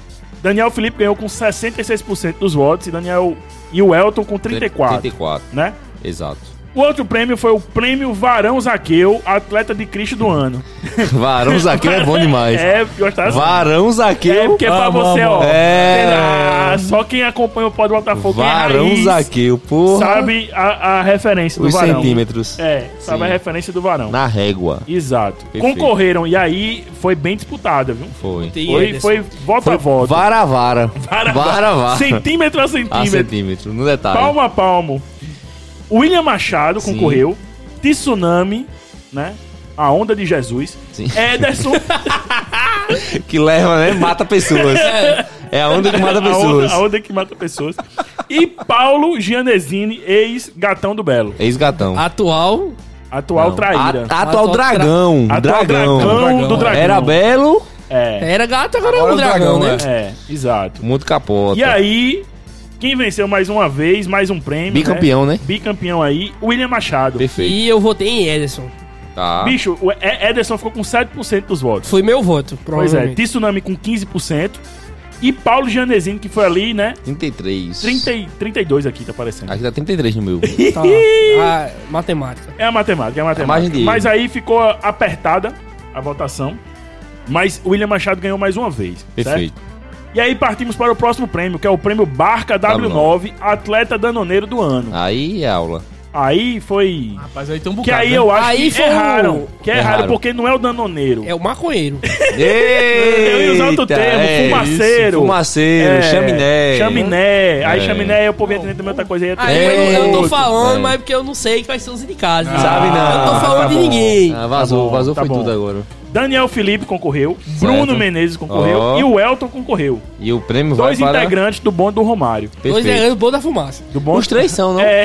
S1: Daniel Felipe ganhou com 66% dos votos e Daniel e o Elton com 34,
S2: 34,
S1: né?
S2: exato.
S1: O outro prêmio foi o prêmio Varão Zaqueu, atleta de Cristo do ano.
S2: Varão Zaqueu é bom demais.
S1: É, gostaram?
S2: Varão Zaqueu.
S1: É, porque é
S4: Ah,
S1: pra
S3: Vamos,
S1: você, ó.
S3: vamos.
S2: É.
S1: Ah, só quem acompanha o Pódio Botafogo quem é
S2: Varão
S1: raiz,
S2: Zaqueu, porra.
S1: sabe a, a referência
S2: Os
S1: do Varão.
S2: centímetros.
S1: É, sabe
S2: Sim.
S1: a referência do Varão.
S2: Na régua.
S1: Exato.
S2: Perfeito.
S1: Concorreram, e aí foi bem disputada, viu?
S2: Foi.
S4: Tem
S1: Foi,
S4: Ederson.
S1: foi voto a voto.
S2: Vara a vara.
S1: Vara-
S2: Vara a vara.
S1: Centímetro a
S2: A
S1: centímetro.
S2: Ah, centímetro, no detalhe.
S1: Palmo a palmo. William Machado
S2: Sim.
S1: concorreu. Tsunami, né? A onda de Jesus.
S2: Sim.
S1: Ederson.
S2: Que leva, né? Mata pessoas. É a onda que mata
S1: a, onda,
S2: pessoas.
S1: a onda é que mata pessoas. E Paulo Gianesini, ex-gatão do Belo.
S2: Ex-gatão.
S4: Atual.
S1: Atual
S2: Não.
S1: traíra.
S2: A- atual
S4: Atual
S2: dragão.
S1: Atual
S2: dragão.
S1: dragão do
S3: Dragão.
S1: dragão.
S2: Era belo,
S1: É,
S4: Era gato, agora é
S3: Agora
S4: um
S3: é o
S1: né?
S4: dragão,
S3: dragão,
S4: né?
S1: é, exato.
S2: muito capota.
S1: E aí, Quem venceu mais uma vez, mais um prêmio.
S2: Bicampeão, né?
S1: Bicampeão aí, William Machado.
S2: Perfeito.
S4: E eu votei em Ederson.
S2: Tá.
S1: Bicho, o E- Ederson ficou com 7% dos votos.
S4: Foi meu voto,
S1: Pois é,
S4: provavelmente.
S1: Tsunami com 15%. E Paulo Janesino, que foi ali, né?
S2: 33.
S1: 30, e- 32 aqui, tá aparecendo.
S2: Aqui dá 33 no meu.
S4: Tá. Ah, matemática.
S1: É a matemática, é a
S2: margem
S1: matemática.
S2: de erro.
S1: Mas aí ficou apertada a votação. Mas William Machado ganhou mais uma vez. certo?
S2: Perfeito.
S1: E aí partimos para o próximo prêmio, que é o prêmio Barca W9, atleta danoneiro do ano.
S2: Aí é aula.
S1: Aí foi.
S3: Rapaz, aí tem um
S1: Que
S3: bocado.
S1: aí é
S3: né?
S1: eu acho
S4: Aí
S1: que
S4: foi o-
S1: erraram. Que erraram,
S2: Erraram.
S1: porque não é o danoneiro.
S4: É o maconheiro.
S2: Eu
S1: Eu ia usar outro termo, fumaceiro.
S2: é Fumaceiro,
S1: É,
S2: chaminé. né?
S1: Chaminé. Aí
S2: É.
S1: chaminé, eu povo ia entender também outra coisa. Aí, ia
S4: Aí
S1: ter-
S4: eu, eu tô
S2: Outro,
S4: falando,
S2: é.
S4: mas porque eu não sei quais são os indicados.
S2: Sabe não.
S4: Eu tô
S1: tá
S4: falando de
S1: bom.
S4: ninguém.
S2: Ah,
S1: Tá
S2: vazou,
S1: bom,
S2: vazou
S1: tá
S2: foi
S1: bom.
S2: tudo agora.
S1: Daniel Felipe concorreu, Bruno Menezes concorreu
S2: Ó.
S1: e o Elton concorreu.
S2: E o prêmio
S1: Dois
S2: vai para...
S1: integrantes do bonde do Romário.
S4: Dois
S2: Perfeito.
S4: ganhando bom da fumaça.
S1: Do bonde...
S2: Os três são, não?
S1: É,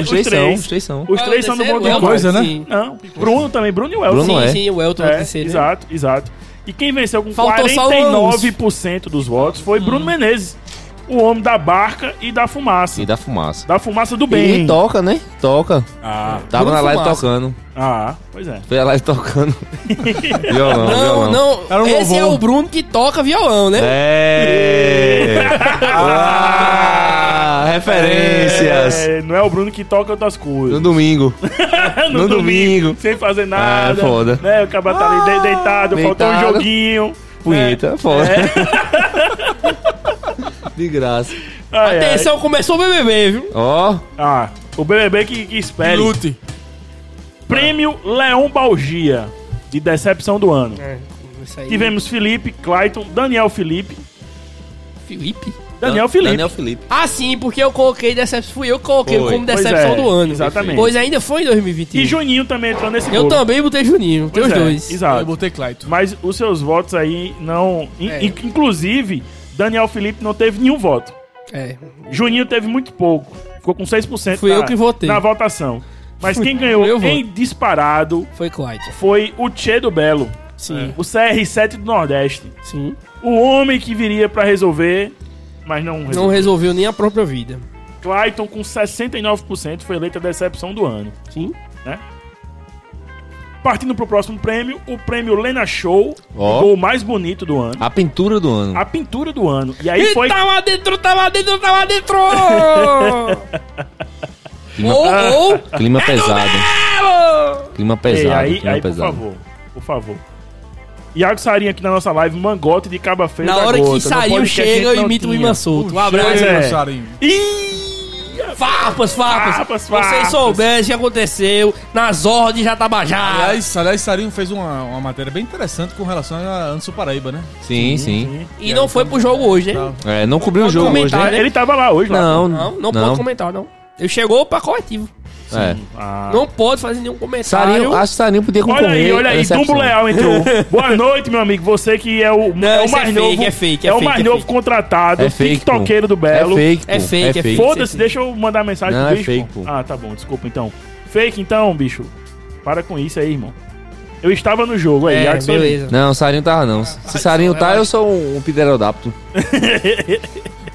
S2: os três são, os três são.
S1: Os
S4: Qual é o
S1: três são do
S4: terceiro?
S1: bonde do
S4: Elton.
S1: Romário.
S3: Coisa, né?
S4: Sim,
S1: Não, Bruno também, Bruno e o Elton.
S2: Bruno
S4: sim,
S2: é.
S4: sim, o Elton é o
S1: É,
S4: terceiro.
S1: exato, exato. E quem venceu com
S4: Faltou só o Hum.
S1: 49% dos votos foi Bruno Menezes, o homem da barca e da fumaça.
S2: E da fumaça.
S1: Da fumaça do bem.
S2: E toca, né? Toca.
S1: Ah,
S2: Tava
S4: Tudo
S2: na live
S4: fumaça.
S2: tocando.
S1: ah, pois é.
S2: Foi a live tocando. violão,
S4: Não,
S2: violão.
S4: não.
S3: Era um
S4: Esse é
S3: louvor.
S4: o Bruno que toca violão, né?
S2: É. Ah, referências.
S1: É, não é o Bruno que toca outras coisas. É,
S2: No domingo.
S1: no,
S2: no domingo.
S1: Sem fazer nada.
S2: Ah, foda.
S1: Né, o cabra tá
S4: Ah,
S1: ali de- deitado, faltou um
S2: deitado.
S1: joguinho.
S2: Punheta, foda. De graça.
S1: Ai, ai.
S4: Atenção, começou o BBB, viu?
S2: Ó,
S1: Ah, o BBB que, que espere.
S3: Lute.
S1: Prêmio Leão Balgia, de decepção do ano.
S4: É, isso aí.
S1: Tivemos Felipe, Clayton, Daniel Felipe.
S4: Felipe?
S1: Daniel Felipe.
S2: Daniel Felipe.
S4: Ah, sim, porque eu coloquei decepção. Fui eu que coloquei
S2: Foi.
S4: como
S1: Pois
S4: decepção
S1: é,
S4: do ano.
S1: Exatamente.
S4: Pois ainda foi em 2021.
S1: E Juninho também entrou nesse
S4: Eu
S1: bolo.
S4: também botei Juninho, tem
S1: Pois
S4: os
S1: é,
S4: dois.
S3: Eu
S1: Exato.
S3: botei Clayton.
S1: Mas os seus votos aí não. in-
S4: É.
S1: in- Inclusive, Daniel Felipe não teve nenhum voto.
S4: É.
S1: Juninho teve muito pouco. Ficou com 6%
S4: Fui
S1: na,
S4: eu que votei.
S1: na votação. Mas quem
S4: Fui eu
S1: ganhou
S4: voto.
S1: em disparado
S4: Foi Clyde. É.
S1: foi o Tchê do Belo,
S4: Sim,
S1: o CR7 do Nordeste.
S4: sim.
S1: O homem que viria pra resolver, mas não
S4: Não
S1: resolveu.
S4: resolveu nem a própria vida.
S1: Clayton, com 69%, foi eleito a decepção do ano. Né?
S4: Sim.
S1: Partindo pro próximo prêmio, o prêmio Lena Show,
S2: Ó. Ah.
S1: o gol mais bonito do ano.
S2: A pintura do ano.
S1: A pintura do ano. E aí
S4: e
S1: foi.
S4: tava dentro, tava dentro, tava dentro!
S2: Clima,
S4: ou, ou...
S2: clima pesado.
S4: Belo!
S2: Clima
S1: Ei,
S2: pesado.
S1: aí,
S2: clima
S1: aí por
S2: pesado.
S1: favor. Por favor. Iago Sarinha aqui na nossa live, mangote de caba feia.
S4: Na
S1: da
S4: hora
S1: gota,
S4: que
S1: no
S4: saiu,
S1: podcast
S4: chega,
S1: a
S4: eu
S1: gente não
S4: imito o
S1: tinha.
S4: Iman Souto. Um
S1: Pois
S4: abraço.
S1: é.
S3: meu sarinho.
S1: Ih,
S4: Farpas, farpas.
S1: Farpas, farpas.
S4: Se Vocês soubessem o que aconteceu nas ordens de Jatabajá.
S3: Aliás, aliás, Sarinho fez uma, uma matéria bem interessante com relação a Anderson Paraíba, né?
S2: Sim, sim.
S4: E não foi pro jogo hoje, né?
S2: É, não cobriu o
S4: Pode
S2: jogo hoje,
S4: comentar,
S2: né?
S4: né?
S1: Ele tava lá hoje, lá.
S2: Não,
S4: Não, não, pode comentar, não. Ele chegou pra coletivo.
S2: É.
S1: Ah.
S4: Não pode fazer nenhum comentário.
S2: Sarinho, acho que Sarinho podia concorrer.
S1: Olha aí, olha
S2: à
S1: aí,
S2: decepção.
S1: Dumbo Leal entrou. Boa noite, meu amigo. Você que é o,
S4: Não,
S1: é o
S4: isso é
S1: mais
S4: fake,
S1: novo.
S4: é fake, é
S1: é o
S4: fake,
S1: mais
S4: é
S1: novo
S4: fake.
S1: contratado,
S2: É fake, pô.
S1: TikTokeiro do Belo.
S2: É fake, pô.
S4: É fake, é fake.
S1: Foda-se,
S4: Sim, sim.
S1: deixa eu mandar mensagem
S2: Não,
S1: pro
S2: é
S1: bicho.
S2: fake,
S1: pô.
S2: pô.
S1: Ah, tá bom, desculpa então. Fake então, bicho. Para com isso aí, irmão. Eu estava no jogo aí,
S4: É,
S1: Jackson.
S4: beleza.
S2: Não, Sarinho tava não. Se Sarinho
S1: é
S2: tá, eu sou um, um piderodapto.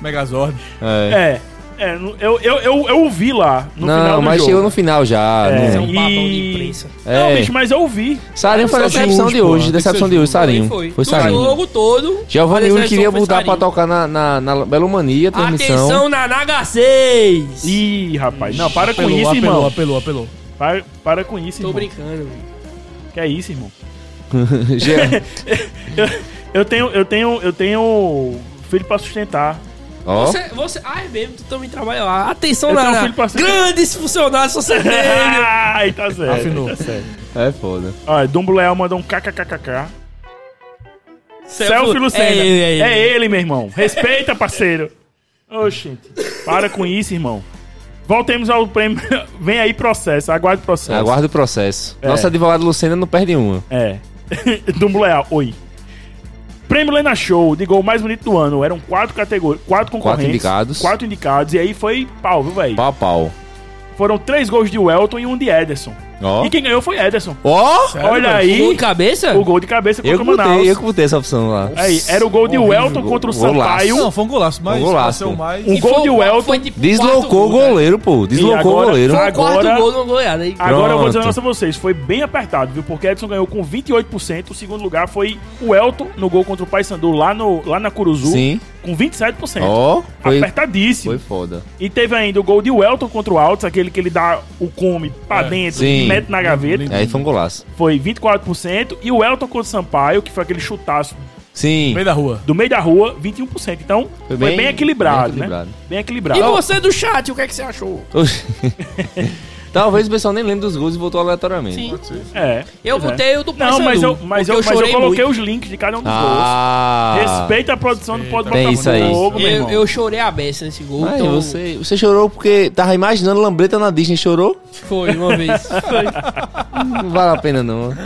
S3: Megazord.
S2: É.
S1: É, é eu, eu, eu, eu ouvi lá no final
S2: não,
S1: do
S2: mas
S1: jogo.
S2: chegou no final já.
S1: É.
S4: Você é
S2: Não.
S4: um babão
S1: E-
S4: de imprensa.
S1: Não,
S2: É.
S1: bicho, mas eu ouvi.
S2: Sarinho foi a
S3: Tem que ser
S2: decepção
S3: justo,
S2: de hoje.
S3: pô.
S2: Decepção
S3: Tem que
S2: de
S3: ser
S2: hoje, Sarinho.
S4: Aí Foi,
S2: Foi
S4: No
S2: Sarinho.
S4: jogo todo.
S2: Giovanni
S4: a
S2: Uri queria
S4: decepção foi
S2: mudar pra
S4: Sarinho.
S2: tocar na, na, na Belomania, transmissão.
S4: Atenção na Naga 6.
S1: Ih, rapaz. Não, para com
S3: Apelou,
S1: isso,
S3: apelou,
S1: irmão.
S3: apelou, apelou.
S1: Para, para com isso,
S4: Tô
S1: irmão.
S4: brincando. velho.
S1: Que é isso, irmão.
S2: Jean.
S1: Eu tenho, eu tenho, eu tenho filho pra sustentar.
S2: Ó,
S4: Você, você... Ah, é mesmo, tu também trabalha lá. Atenção
S1: Eu
S4: na
S1: tenho um
S4: na-
S1: filho pra ser-
S4: Grandes funcionários você tem.
S1: Ai, tá certo.
S3: Afinou.
S1: Tá certo.
S2: é foda.
S1: Ó, Dumbo Leal mandou um kkkk. Celso
S4: Selfie-
S1: Lucena.
S4: É ele, é ele.
S1: meu irmão. Respeita, parceiro. Ô, gente. Para com isso, irmão. Voltemos ao prêmio. Vem aí processo. Aguarde
S4: É.
S1: processo.
S2: Aguarda o processo.
S1: É.
S2: Nossa advogada Lucena não perde uma.
S1: É. Dumbo Leal, oi. Prêmio Lena Show de gol mais bonito do ano. Eram quatro categorias. Quatro concorrentes.
S2: indicados.
S1: Quatro indicados. E aí foi pau, viu, velho?
S2: Pau a pau.
S1: Foram três gols de Welton e um de Ederson.
S2: Ó.
S1: E quem ganhou foi Ederson.
S2: Ó!
S1: Olha aí,
S4: Gol de cabeça?
S1: É o gol de cabeça
S2: Eu
S1: contra
S2: que
S1: o Manaus. É
S2: botei, eu que botei essa opção lá.
S1: Aí, era o gol de
S2: Horrível,
S1: Welton contra o
S2: golaço.
S1: Sampaio.
S3: Não, foi um golaço, mas
S2: Foi um golaço.
S3: passou mais.
S1: Um
S4: E
S1: gol
S4: foi
S1: de
S4: o quarto-
S1: Welton.
S4: foi tipo
S2: Deslocou o
S4: quarto gol, né?
S2: goleiro, pô. Deslocou o
S1: agora-
S2: goleiro.
S4: Foi o
S1: Agora-
S4: quarto gol é, numa goleada aí.
S1: Agora eu vou dizer um
S2: Pronto.
S1: negócio pra vocês, foi bem apertado, viu? Porque Edson ganhou com 28%, o segundo lugar foi o Elton no gol contra o Paysandu lá, no, lá na Curuzu,
S2: Sim.
S1: com 27%.
S2: Ó, foi,
S1: Apertadíssimo.
S2: foi foda.
S1: E teve ainda o gol de Welton contra o Altos, aquele que ele dá o come pra dentro,
S2: Sim.
S1: mete na gaveta,
S2: Aí foi um golaço.
S1: foi 24%. E o Elton contra o Sampaio, que foi aquele chutaço
S2: Sim.
S3: No meio da rua.
S1: do meio da rua, 21%. Então, foi bem, equilibrado,
S2: bem equilibrado.
S1: né? Bem
S4: E
S1: equilibrado.
S4: você do chat, o que é que você achou?
S2: Oxi. Talvez o pessoal nem lembre dos gols e votou aleatoriamente.
S4: Sim.
S1: É.
S4: Eu
S1: pois é.
S4: botei o do
S1: Não,
S4: Paysandu.
S1: mas eu, mas
S4: porque
S1: eu, mas eu
S4: chorei
S1: coloquei
S4: muito.
S1: os links de cada um dos
S2: Ah.
S1: gols. Respeita a produção do Pode
S2: Tem isso aí.
S1: Botafogo, meu
S4: Eu,
S1: irmão.
S4: eu chorei a beça nesse gol.
S2: Ai,
S4: então
S2: você, você chorou porque tava imaginando lambreta na Disney, chorou?
S4: Foi uma vez. Foi.
S2: Não vale a pena não.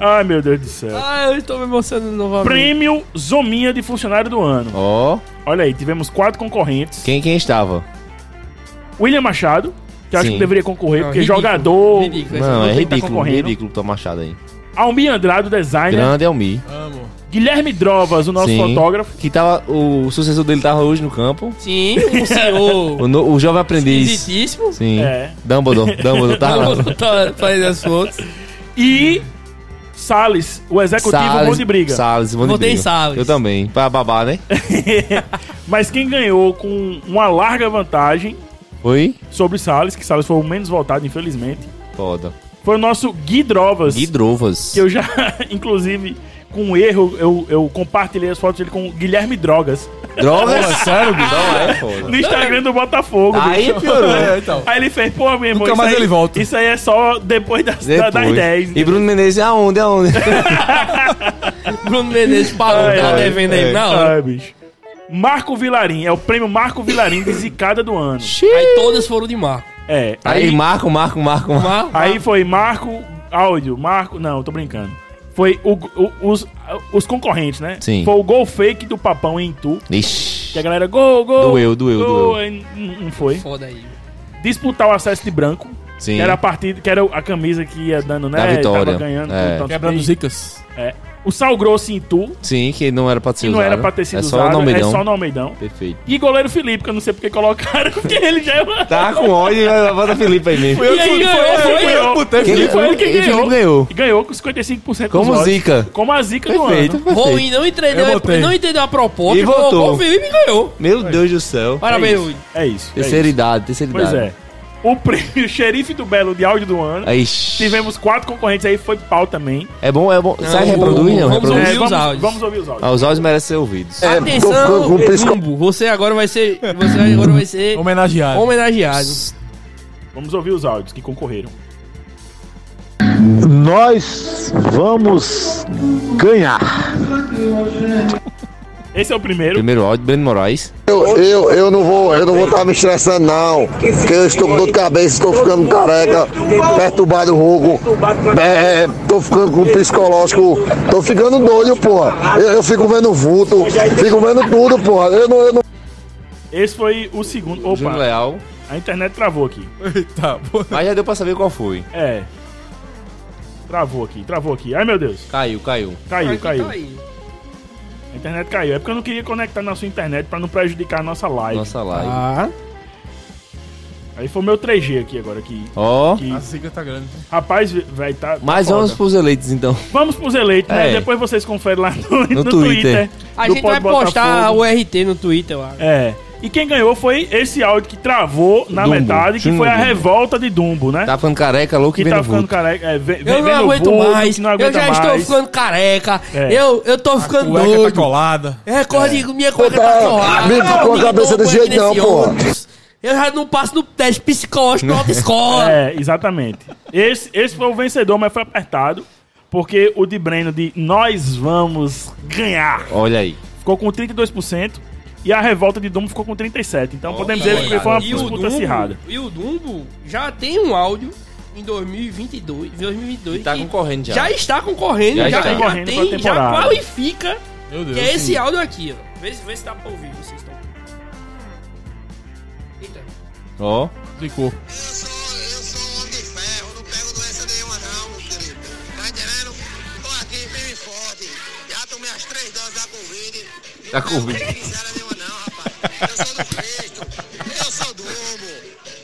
S1: Ai, meu Deus do céu.
S4: Ah, eu estou me emocionando novamente.
S1: Prêmio Zominha de Funcionário do Ano.
S2: Ó,
S1: Olha aí, tivemos quatro concorrentes.
S2: quem quem estava?
S1: William Machado, que eu acho
S2: Sim.
S1: que deveria concorrer,
S4: Não,
S1: porque é
S4: ridículo,
S1: jogador...
S4: ridículo. Mas
S2: Não,
S1: não
S2: é
S1: tem que tá
S2: ridículo,
S1: concorrendo.
S2: ridículo o Tom Machado aí.
S1: Almir Andrade, o designer.
S2: Grande é o Mi.
S3: Amo.
S1: Guilherme Drovas, o nosso
S2: Sim.
S1: fotógrafo.
S2: Que tava, o sucessor dele tava hoje no campo.
S4: Sim, o senhor
S2: O, no- o jovem aprendiz.
S4: esquisitíssimo.
S2: Sim.
S1: É.
S2: Dumbledore, Dumbledore
S1: Ah.
S2: tava lá.
S4: Tá fazendo as fotos.
S1: E Salles, o executivo bom de briga.
S2: Salles, bom de
S4: Votei em
S2: briga.
S4: Salles.
S2: Eu também, pra babar, né?
S1: Mas quem ganhou com uma larga vantagem
S2: Foi?
S1: sobre Salles, que Salles foi o menos voltado, infelizmente,
S2: Foda.
S1: foi o nosso Gui Drovas.
S2: E Drovas.
S1: Que eu já, inclusive, com um erro, eu, eu compartilhei as fotos dele com o Guilherme Drogas
S2: Drogas? sério, bicho? Não, é foda.
S1: no Instagram do Botafogo.
S2: Aí
S1: bicho.
S2: piorou.
S3: É, então.
S1: Aí ele fez, pô, meu irmão,
S3: Nunca
S1: isso
S3: mais
S1: aí-
S3: ele volta.
S1: Isso aí é só depois das, né? da-
S2: Depois.
S1: das 10.
S2: E Bruno Menezes, aonde, aonde?
S4: Bruno Menezes pagou,
S1: Ai,
S4: tá
S1: ai,
S4: devendo aí.
S2: ai.
S4: na hora.
S1: Ah, bicho. Marco Vilarim, é o prêmio Marco Vilarim de zicada do ano.
S4: Aí todas foram de Marco.
S1: É.
S2: Aí, Marco, Marco, Marco, Marco.
S4: Marco, ah,
S1: Aí foi Marco, áudio, Marco. Não, tô brincando. Foi o- o- os, os concorrentes, né?
S2: Sim.
S1: Foi o gol fake do Papão em Tu. Que
S2: Ixi.
S1: a galera, gol, gol.
S2: Doeu, doeu,
S1: gol,
S2: doeu.
S1: aí Não não foi.
S4: foda aí.
S1: Disputar o acesso de branco.
S2: Sim.
S1: Que era a partida, que era a camisa que ia dando, né?
S2: Da vitória.
S1: Tava ganhando.
S2: É.
S1: tanto
S3: Quebrando
S1: bem.
S3: zicas.
S1: É. O Sal Grosso em Tu,
S2: Sim, que não era pra ser
S1: que não
S2: usado.
S1: era pra ter sido
S2: é só
S1: usado.
S2: O nome
S1: É só no Almeidão.
S2: Perfeito.
S1: E goleiro Felipe, que eu não sei porque colocaram, porque ele já é uma...
S2: Tá com ódio, mas bota Felipe aí mesmo.
S1: E aí ganhou, foi ele.
S3: botei.
S1: Ele foi ele que
S2: Ele
S1: ganhou.
S2: ganhou.
S1: E ganhou com 55% dos
S2: Como
S1: votos.
S2: zica.
S1: Como a zica do
S2: Perfeito,
S1: ano.
S2: perfeito.
S4: Ruim, não entendeu,
S3: Eu votei.
S4: não entendeu a proposta.
S2: E votou.
S4: colocou o Felipe e ganhou.
S2: Meu Deus do céu.
S4: Parabéns,
S1: isso.
S4: Rui.
S1: É isso. é
S2: Terceira
S1: isso.
S2: idade, terceira
S1: Pois
S2: idade.
S1: é. O prêmio Xerife do Belo de áudio do ano.
S2: Aí,
S1: é. Tivemos quatro concorrentes aí, foi pau também.
S2: É bom, é bom. Sabe
S4: vamos-
S2: reproduz, não?
S4: vamos
S2: Reproduz.
S4: ouvir.
S1: É,
S4: os
S1: vamos,
S4: áudios.
S1: vamos ouvir os áudios.
S2: Ah, os áudios merecem ser ouvidos.
S4: É, Atenção,
S7: com- com- com-
S4: Jumbo, você agora vai ser, você agora vai ser
S3: Homenageado.
S4: homenageado.
S1: Vamos ouvir os áudios que concorreram.
S8: Nós vamos ganhar.
S1: Esse é o primeiro.
S2: Primeiro áudio, Breno Moraes.
S8: Eu, eu, eu não vou, eu não vou estar me estressando não, porque eu estou com dor de cabeça, estou ficando careca, perturbado o rogo, é, tô ficando com psicológico, tô ficando doido, porra. Eu, eu fico vendo vulto, fico vendo tudo, porra. Eu não, eu não...
S1: Esse foi o segundo.
S2: Júnior
S1: Opa,
S2: Leal.
S1: a internet travou aqui.
S3: Eita, pô.
S2: Mas já deu pra saber qual foi.
S1: É. Travou aqui, travou aqui. Ai meu Deus,
S2: Caiu, caiu.
S1: caiu,
S4: Aqui tá
S1: caiu.
S4: aí.
S1: A internet caiu. É porque eu não queria conectar na sua internet pra não prejudicar a nossa live.
S2: Nossa live.
S4: Ah,
S1: Aí foi o meu 3G aqui agora. Que,
S2: Ó.
S1: que
S3: A zica tá grande.
S1: rapaz, vai tá. tá
S2: Mas
S1: foda.
S2: vamos pros eleitos então.
S1: Vamos pros eleitos, né?
S2: É.
S1: Depois vocês conferem lá no, no Twitter.
S2: Twitter.
S4: a
S1: do
S4: gente
S1: Pode
S4: vai postar
S1: Botafogo.
S4: o RT no Twitter, eu acho.
S1: É. E quem ganhou foi esse áudio que travou na
S2: Dumbo.
S1: metade, que
S2: Júnior
S1: foi a
S2: Dumbo.
S1: revolta de Dumbo, né?
S2: Tá ficando careca, louco
S1: que
S2: e
S1: tá
S2: vendo
S1: ficando
S2: vulto.
S1: careca. É, ve-
S4: Eu não
S1: vendo
S4: aguento
S1: vulto,
S4: mais.
S1: que não
S4: eu
S1: aguenta
S4: já estou
S1: mais.
S4: ficando careca.
S1: É.
S4: Eu, eu tô ficando
S3: Cueca tá
S4: doido.
S3: colada.
S4: é, corre de minha cueca tá colada.
S8: me
S4: Eu
S8: É, com a
S4: me
S8: cabeça
S4: dou
S8: desse
S4: banho
S8: jeito não,
S4: nesse
S8: pô.
S4: ônibus. Eu já não passo no teste psicológico na autoescola.
S1: É, exatamente. Esse, esse foi o vencedor, mas foi apertado. Porque o de Breno de Nós Vamos Ganhar
S2: Olha aí.
S1: ficou com 32%. E a revolta de Dumbo ficou com 37%. Então podemos dizer que
S4: E-
S1: foi uma
S4: e o
S1: disputa
S4: Dumbo-
S1: acirrada.
S4: E o Dumbo já tem um áudio em 2022, 2022
S2: Tá
S4: que
S2: concorrendo já.
S4: já está concorrendo, já,
S2: Já
S4: já
S2: está
S1: concorrendo pra
S4: tem, já
S1: temporada.
S4: qualifica,
S3: Meu Deus.
S4: que é esse áudio aqui, ó. Vê, se- vê se dá pra ouvir, vocês estão. Eita.
S2: Ó.
S3: Zicou.
S9: Eu sou homem de ferro, não pego doença de forte. Já tomei as três doses da Covid.
S2: Da Covid.
S9: Não tem miséria nenhuma, não, rapaz. Eu sou do Cristo. Eu sou do Humo.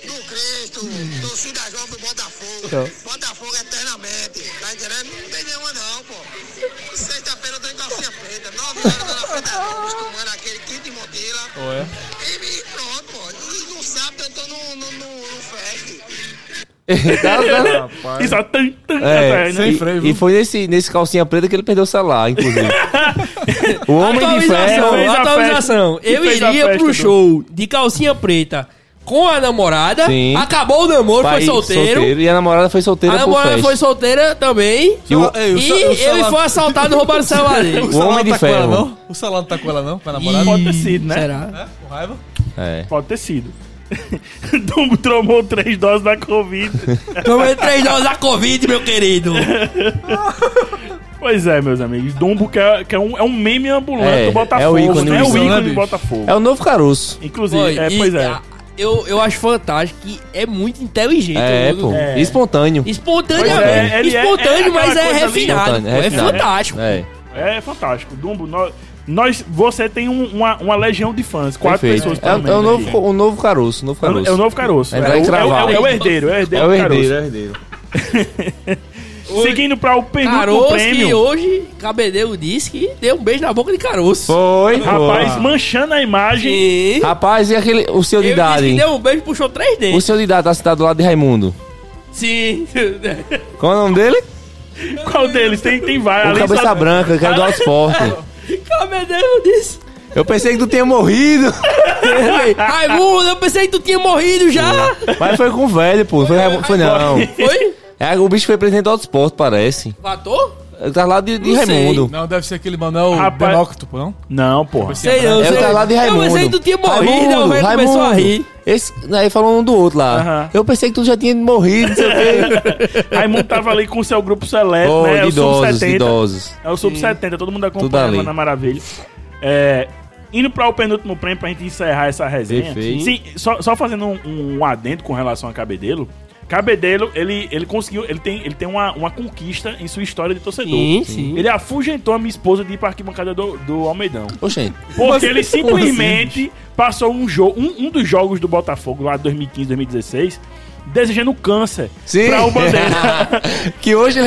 S9: Do Cristo. Torcida João do
S2: Então.
S9: Botafogo. Botafogo eternamente. Tá entendendo? Não tem nenhuma, não, pô. Sexta-feira eu tô em calcinha preta. Nove horas eu tô na frente da Luz, tomando aquele quinto de modela. E, e pronto, pô. E então no sábado eu tô no, no, no, no fest.
S1: E só tan, tan,
S2: Tá, É,
S1: atrás, né?
S2: e, e foi nesse, nesse calcinha preta que ele perdeu o celular, inclusive. o homem de
S4: atualização,
S2: ferro.
S1: fez a
S4: atualização.
S1: festa.
S4: Eu
S1: Fez a
S4: iria
S1: festa
S4: pro
S1: do-
S4: show de calcinha preta com a namorada.
S2: Sim.
S4: Acabou o namoro,
S2: pai
S4: foi solteiro.
S2: E a namorada foi
S4: A
S2: solteira por
S4: namorada
S2: festa.
S4: foi solteira também.
S2: E o-
S3: Ei,
S4: E,
S3: o sa- o
S4: ele
S3: salário-
S4: foi assaltado e roubaram o celular dele.
S2: O homem de
S3: tá com ela,
S2: ferro.
S3: não? O salão tá com ela, não? Com a namorada?
S1: Pode ter sido, né?
S4: Será?
S3: É? Com raiva?
S2: É.
S1: Pode ter sido. Dumbo tomou três doses da Covid.
S4: Tomei três doses da Covid, meu querido.
S1: pois é, meus amigos. Dumbo que é, que é um, é um meme ambulante
S2: É,
S1: do Botafogo.
S2: é o ícone
S1: né? É o
S2: do
S1: ícone
S3: São, né,
S1: do
S3: bicho?
S1: Botafogo.
S2: É o novo caroço.
S1: Inclusive,
S4: Foi,
S1: é,
S4: e
S1: pois é.
S4: a- eu, eu acho fantástico que é muito inteligente.
S2: É,
S4: o jogo.
S2: pô.
S1: É.
S2: Espontâneo.
S4: Espontâneo,
S1: Pois
S4: é,
S1: é, ele é-
S4: espontâneo,
S1: é aquela
S4: mas é
S1: coisa ali.
S4: refinado.
S2: Espontâneo,
S4: pô, É,
S2: refinado.
S4: fantástico.
S2: É.
S1: É fantástico. Dumbo, nós, nós- você tem um- uma, uma legião de fãs. Quatro
S2: Perfeito.
S1: pessoas
S2: É,
S1: também. né,
S2: é o, novo, o novo caroço. O novo
S1: É o-
S2: caroço.
S1: é o novo caroço.
S2: É,
S1: É,
S2: vai
S1: o, é, o,
S2: cravar.
S1: é o herdeiro, é o herdeiro
S2: É o
S1: do
S2: herdeiro, é
S1: caroço.
S2: o herdeiro.
S1: Seguindo para o penúltimo
S4: Caroço que
S1: prêmio.
S4: hoje Cabedeu disse que deu um beijo na boca de Caroço.
S2: Foi,
S1: Rapaz,
S2: pô.
S1: manchando a imagem.
S4: Sim.
S2: Rapaz, e aquele. O seu de
S4: Ele disse que
S2: idade?
S4: deu um beijo e puxou três
S2: O
S4: dedos.
S2: seu de idade tá citado do lado de Raimundo.
S4: Sim.
S2: Qual é o nome dele?
S4: Tá
S1: Qual deles? Tem, tem vários.
S2: O
S1: Além
S2: Cabeça
S1: só-
S2: Branca, que era
S4: Tá
S2: do Autosport.
S4: Cabedeu disse.
S2: Eu pensei que tu tinha morrido.
S4: Raimundo, eu pensei que tu tinha morrido já.
S2: Mas foi com o velho, pô. Foi, Raimundo- foi não.
S4: Foi?
S2: É, o bicho foi presidente do Autosport, parece.
S4: Matou?
S2: Ele tá lá de, de
S4: Não sei.
S2: Raimundo.
S3: Não, deve ser aquele Manuel
S1: Rapaz.
S3: Demócrito, pô, não?
S1: Não, porra.
S4: Sei
S3: né?
S4: não,
S2: É o
S4: sei.
S2: tá lá de Raimundo.
S4: Eu pensei que tu tinha morrido, aí o velho começou a rir.
S2: Esse, aí falou um do outro lá.
S1: Aham.
S2: Eu pensei que tu já tinha morrido, não sei o quê.
S1: Raimundo tava ali com o seu grupo
S4: É,
S1: seleto,
S2: Pô,
S1: né?
S2: de
S1: o
S2: idosos, de
S1: sub-70.
S2: idosos.
S1: É o sub-70, todo mundo
S2: Tudo
S1: acompanhando
S2: ali.
S1: lá na Maravilha. É, indo para o penúltimo prêmio pra gente encerrar essa resenha.
S2: Perfeito.
S1: Sim, só, só fazendo um, um adendo com relação a Cabedelo. Cabedelo, ele, ele conseguiu, ele tem, ele tem uma, uma conquista em sua história de torcedor.
S4: Sim, sim.
S1: Ele afugentou a minha esposa de ir pra arquibancada do, do Almeidão.
S2: Oxente.
S1: Porque ele simplesmente
S4: assim?
S1: passou um jogo, um, um dos jogos do Botafogo lá de 2015, 2016, desejando câncer
S2: Sim.
S1: pra o Bandeira.
S2: que hoje ele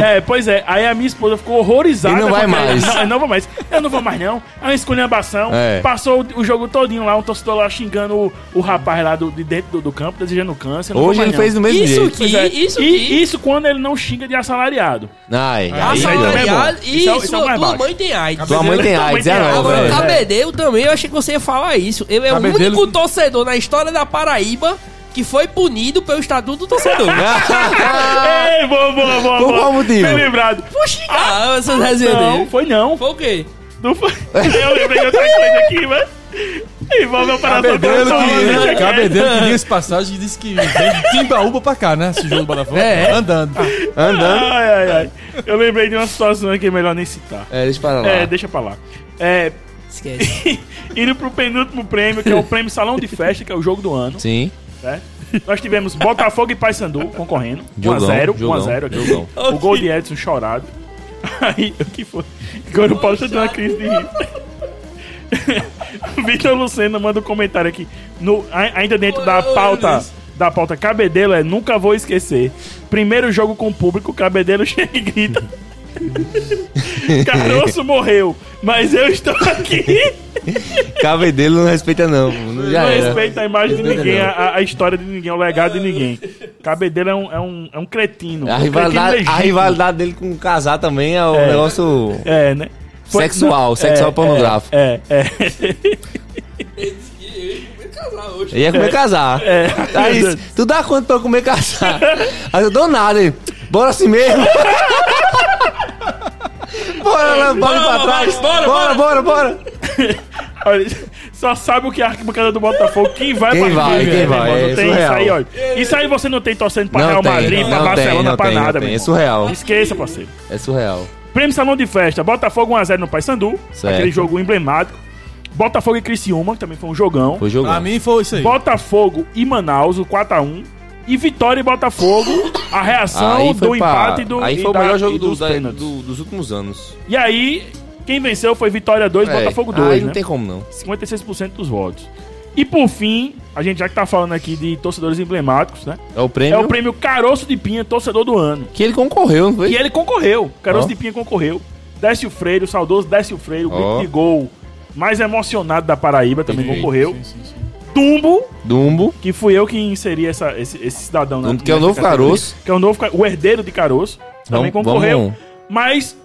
S1: É, pois é. Aí a minha esposa ficou horrorizada.
S2: E não
S1: com
S2: vai
S1: aquela-
S2: mais.
S1: Não, eu não vou mais. Eu não vou mais, não. Aí escolhi a bação.
S2: É.
S1: Passou o, o jogo todinho lá, um torcedor lá xingando o, o rapaz lá do, de dentro do, do campo, desejando câncer. Não vou
S2: hoje
S1: mais,
S2: ele fez do
S1: não.
S2: mesmo
S4: Isso
S2: jeito.
S4: aqui,
S1: Pois é.
S4: isso
S1: E
S4: aqui.
S1: isso quando ele não xinga de assalariado.
S2: Ai, aí,
S1: isso aí também é bom.
S4: Assalariado
S1: Isso é-
S4: e
S1: isso é o
S4: sua
S1: mais
S4: tua
S1: baixo.
S4: mãe tem AIDS.
S2: Tua mãe tem
S1: Tua mãe
S2: AIDS,
S1: tem
S2: é
S1: AIDS.
S2: nova,
S4: Agora, o
S1: É.
S2: velho.
S4: Cabedelo também, eu achei que você ia falar isso. Ele é
S3: Cabedelo-
S4: o único torcedor na história da Paraíba que foi punido pelo Estatuto do Torcedor.
S1: Ei, boa, boa, boa.
S2: Por
S1: boa.
S2: qual motivo?
S1: Bem lembrado.
S4: Puxa, cara, essas resenhas
S1: Não,
S4: dele.
S1: foi não.
S4: Foi o quê?
S1: Não foi. Eu lembrei de outra coisa aqui, mas... Envolve a operação
S3: Cabedelo
S1: coração, deixa
S3: que,
S1: quieto.
S2: é,
S3: cabedelo que disse passagem e disse que vem de Timbaúba pra cá, né? Esse jogo do Botafogo. É, andando.
S4: Ah,
S2: Andando.
S1: Ai, ai, ai. Eu lembrei de uma situação aqui, é melhor nem citar.
S2: É, deixa para lá.
S1: É, deixa pra lá. É,
S4: Esquece.
S1: indo pro penúltimo prêmio, que é o prêmio Salão de Festa, que é o jogo do ano.
S2: Sim.
S1: né? Nós tivemos Botafogo e Paysandu concorrendo.
S2: Jogão,
S1: 1x0,
S2: jogão,
S1: 1x0 aqui.
S2: jogão.
S1: O gol de Edson chorado. Aí, o que foi? Agora o Paulo tá dando uma crise de rir. O Vitor Lucena manda um comentário aqui. No, a- ainda dentro da pauta. Da pauta Cabedelo é Nunca Vou Esquecer. Primeiro jogo com público, Cabedelo chega e grita. Caroço morreu, mas eu estou aqui.
S2: Cabedelo não respeita, não. pô. Não já
S1: Não
S2: era.
S1: respeita a imagem de
S2: Respeita
S1: ninguém,
S2: não.
S1: a, a história de ninguém, o legado de ninguém. Cabedelo é um, é um, é um cretino.
S2: A
S1: um
S2: rivalidade,
S1: cretino
S2: a
S1: legítimo.
S2: rivalidade dele com o casar também é um negócio.
S1: É, né?
S2: Sexual, sexual pornográfico.
S1: É, é.
S2: Ele ia comer casar.
S1: É.
S2: Aí, tu dá quanto pra eu comer casar? Aí eu dou nada, hein? Bora assim mesmo. bora, lá, bora pra
S4: bora,
S2: trás.
S4: bora,
S2: Bora, bora, bora.
S1: Olha, só sabe o que é a arquibancada do Botafogo. Quem vai
S2: Quem
S1: pra
S2: vai,
S1: Argentina,
S2: quem
S1: meu
S2: vai,
S1: irmão?
S2: é
S1: Não tem isso
S2: surreal.
S1: aí, olha. Isso aí você não tem torcendo pra Real
S2: tem,
S1: Madrid, pra Barcelona, pra
S2: não
S1: nada,
S2: tem.
S1: meu
S2: É
S1: irmão.
S2: surreal.
S1: Esqueça, parceiro.
S2: É surreal.
S1: Prêmio Salão de Festa, Botafogo 1x0 no Paysandu.
S2: Certo.
S1: Aquele jogo emblemático. Botafogo e Criciúma, que também foi um jogão.
S2: Foi jogo.
S3: Pra mim foi isso aí.
S1: Botafogo e Manaus, o 4x1. E Vitória e Botafogo, a reação
S2: Aí foi
S1: do
S2: pra-
S1: empate e do
S2: Aí
S1: e
S2: foi o
S1: da-
S2: melhor
S1: e
S2: jogo do-
S1: dos
S2: da-
S1: pênaltis.
S2: do- dos últimos anos.
S1: E aí, quem venceu foi Vitória 2,
S2: É,
S1: Botafogo
S2: Aí
S1: 2,
S2: não
S1: né?
S2: tem como não.
S1: 56% dos votos. E por fim, a gente já que tá falando aqui de torcedores emblemáticos, né?
S2: É o
S1: É
S2: prêmio
S1: o prêmio Caroço de Pinha, torcedor do ano.
S2: que ele concorreu, não foi?
S1: E ele concorreu. Caroço
S2: Ó.
S1: de Pinha concorreu. Décio Freire, o saudoso Décio Freire, o grito
S2: Ó.
S1: de gol mais emocionado da Paraíba, também
S2: Perfeito.
S1: concorreu. Tumbo,
S2: é- Dumbo.
S1: que fui eu que inseri essa, esse, esse cidadão
S2: Dumbo, que é o
S1: nessa
S2: novo
S1: categoria,
S2: Caroço.
S1: Que é o novo, ca- o herdeiro de Caroço. Também
S2: Vamos- um.
S1: concorreu.
S2: vamos-
S1: Mas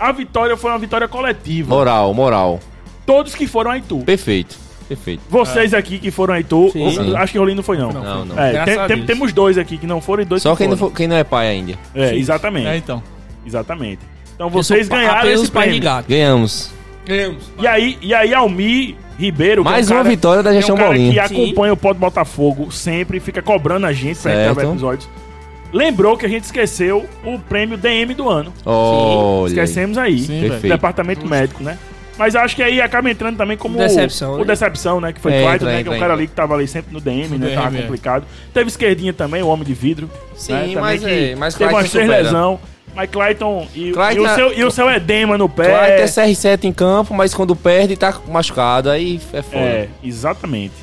S1: a vitória foi uma vitória coletiva.
S2: Moral, moral.
S1: Todos que foram a Itu.
S2: Perfeito. Perfeito.
S1: Vocês aqui que foram a Itu,
S4: É. Sim.
S1: ou-
S2: Sim.
S1: acho que Rolim não foi, não.
S2: Não, não.
S1: É,
S4: Graças
S1: tem-
S4: a
S1: tem-
S4: Deus.
S1: temos dois aqui que não foram e dois
S2: Só
S1: que
S2: quem não,
S1: foram.
S2: for- quem não é pai ainda.
S1: É, exatamente.
S3: É, então.
S1: Exatamente. Então vocês ganharam
S4: um
S1: esse prêmio.
S2: Ganhamos.
S4: Ganhamos.
S1: E aí, e aí Almir Ribeiro, que é
S2: Mais
S1: um
S2: uma
S1: cara-
S2: vitória da
S1: que é um
S2: gestão
S1: cara
S2: Bolinha.
S1: que
S4: Sim.
S1: acompanha o Pod Botafogo sempre, fica cobrando a gente pra
S2: Certo.
S1: entrar episódios. Lembrou que a gente esqueceu o prêmio DM do ano.
S2: Olha.
S1: Esquecemos aí.
S3: Sim,
S1: do
S2: Perfeito.
S1: Departamento médico, né? Mas acho que aí acaba entrando também como
S4: Decepção,
S1: o
S4: né?
S1: Decepção, né? Que foi
S2: É,
S1: Clyde,
S2: entra,
S1: né? Que é
S2: entra,
S1: um cara
S2: entra.
S1: ali que tava ali sempre no DM, né?
S3: No
S1: tava
S3: DM, é.
S1: complicado. Teve esquerdinha também, o Homem de Vidro.
S2: Sim,
S1: né? Também
S2: mas
S1: que
S2: é, mas
S1: Teve
S2: Clayton
S1: umas três
S2: supera.
S1: lesão. Mas Clayton e,
S2: Clayton-
S1: e o seu, e o seu edema no pé.
S2: Claro, tá- é CR7 em campo, mas quando perde tá machucado, aí é foda.
S1: É, exatamente.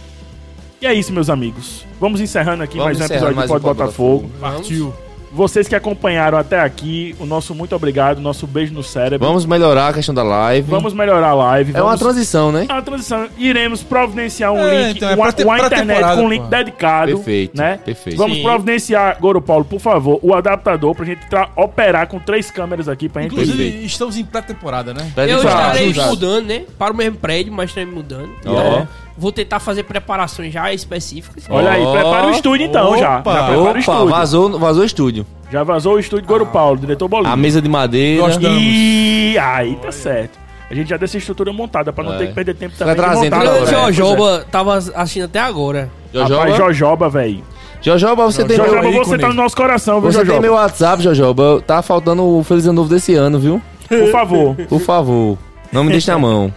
S1: E é isso, meus amigos. Vamos encerrando aqui
S2: Vamos
S1: mais um
S2: encerrando
S1: episódio
S2: mais
S1: do
S2: um
S1: Pod
S2: Pod
S1: Botafogo.
S2: Botafogo.
S3: Partiu.
S1: Vocês que acompanharam até aqui, o nosso muito obrigado, nosso beijo no cérebro.
S2: Vamos melhorar a questão da live.
S1: Vamos melhorar a live.
S2: é uma
S1: vamos-
S2: transição, né?
S1: É uma transição. Iremos providenciar um
S3: É,
S1: link,
S3: então, é
S1: uma,
S3: pra te-
S1: uma
S3: pra
S1: internet
S3: temporada,
S1: com um link
S3: pô.
S1: dedicado.
S2: Perfeito,
S1: Né?
S2: perfeito.
S1: Vamos
S4: Sim.
S1: providenciar, Goro Paulo, por favor, o adaptador pra gente tra- operar com três câmeras aqui pra gente.
S3: Inclusive,
S2: Perfeito.
S3: estamos em pré-temporada, né?
S4: Eu
S1: Exato,
S4: estarei
S1: exato.
S4: mudando, né? Para o mesmo prédio, mas estarei mudando.
S2: Ó.
S4: É. Vou tentar fazer preparações já específicas.
S1: Olha aí,
S2: Ó.
S1: prepara o estúdio então já. Já
S3: Opa.
S1: prepara o
S2: Opa,
S1: estúdio.
S2: vazou, Ah. vazou o estúdio.
S1: Já vazou o estúdio Goro Paulo, diretor Bolinha.
S2: A mesa de madeira.
S3: Gostamos.
S1: E aí, tá certo. A gente já dessa estrutura montada pra não
S2: É.
S1: ter que perder tempo também. de
S2: trazendo
S1: montar,
S2: toda
S1: né?
S4: Grande
S2: hora.
S1: Pois
S4: Jojoba tava assistindo até agora.
S1: é. Rapaz,
S2: Jojoba,
S1: Jojoba, velho.
S2: Jojoba, você tem
S1: Jojoba,
S2: meu...
S1: você tá no nosso coração, viu,
S2: Você tem meu
S1: Jojoba?
S2: WhatsApp, Jojoba. Tá faltando o Feliz Ano Novo desse ano, viu?
S1: Por favor.
S2: Por favor, não me deixe na mão.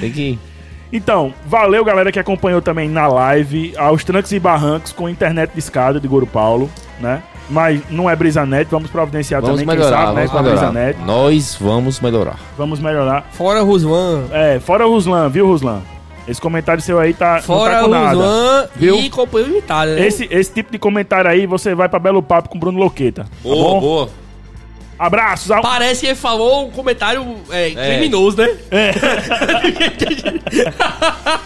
S2: Tem que...
S1: Então, valeu, galera, que acompanhou também na live, aos trancos e barrancos, com internet de escada de Goro Paulo, né? Mas não é Brisanet, vamos providenciar
S2: Vamos
S1: também, quem
S2: melhorar,
S1: sabe, né?
S2: vamos
S1: Com a
S2: melhorar.
S1: Brisanet.
S2: Nós vamos melhorar.
S1: Vamos melhorar.
S4: Fora Ruslan.
S1: É, fora o Ruslan, viu, Ruslan? Esse comentário seu aí tá. não
S4: Fora
S1: tá com nada.
S4: Ruslan
S2: Viu?
S4: e companhia limitada, né?
S1: Esse, esse tipo de comentário aí, você vai pra Belo Papo com Bruno Loqueta. Tá bom?
S2: boa.
S1: Abraços, ao...
S4: Parece que ele falou um comentário é, criminoso, né?
S1: É.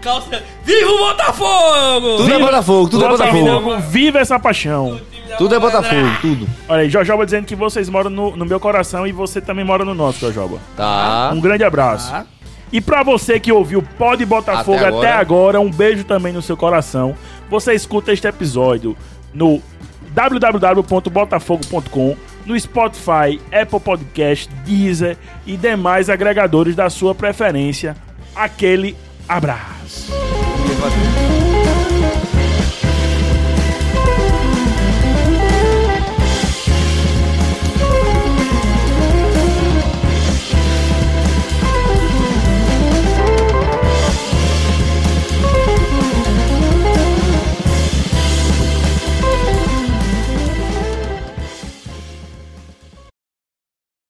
S4: Calça. Viva o Botafogo!
S2: Tudo é Botafogo, tudo é Botafogo.
S1: Botafogo, viva essa paixão.
S2: Tudo é Botafogo, tudo.
S1: Olha aí, Jojoba dizendo que vocês moram no, no meu coração e você também mora no nosso, Jojoba.
S2: Tá.
S1: Um grande abraço.
S4: Tá.
S1: E pra você que ouviu Pode Botafogo até
S2: Até
S1: agora.
S2: agora.
S1: um beijo também no seu coração. Você escuta este episódio no www.botafogo.com, no Spotify, Apple Podcast, Deezer e demais agregadores da sua preferência. Aquele abraço.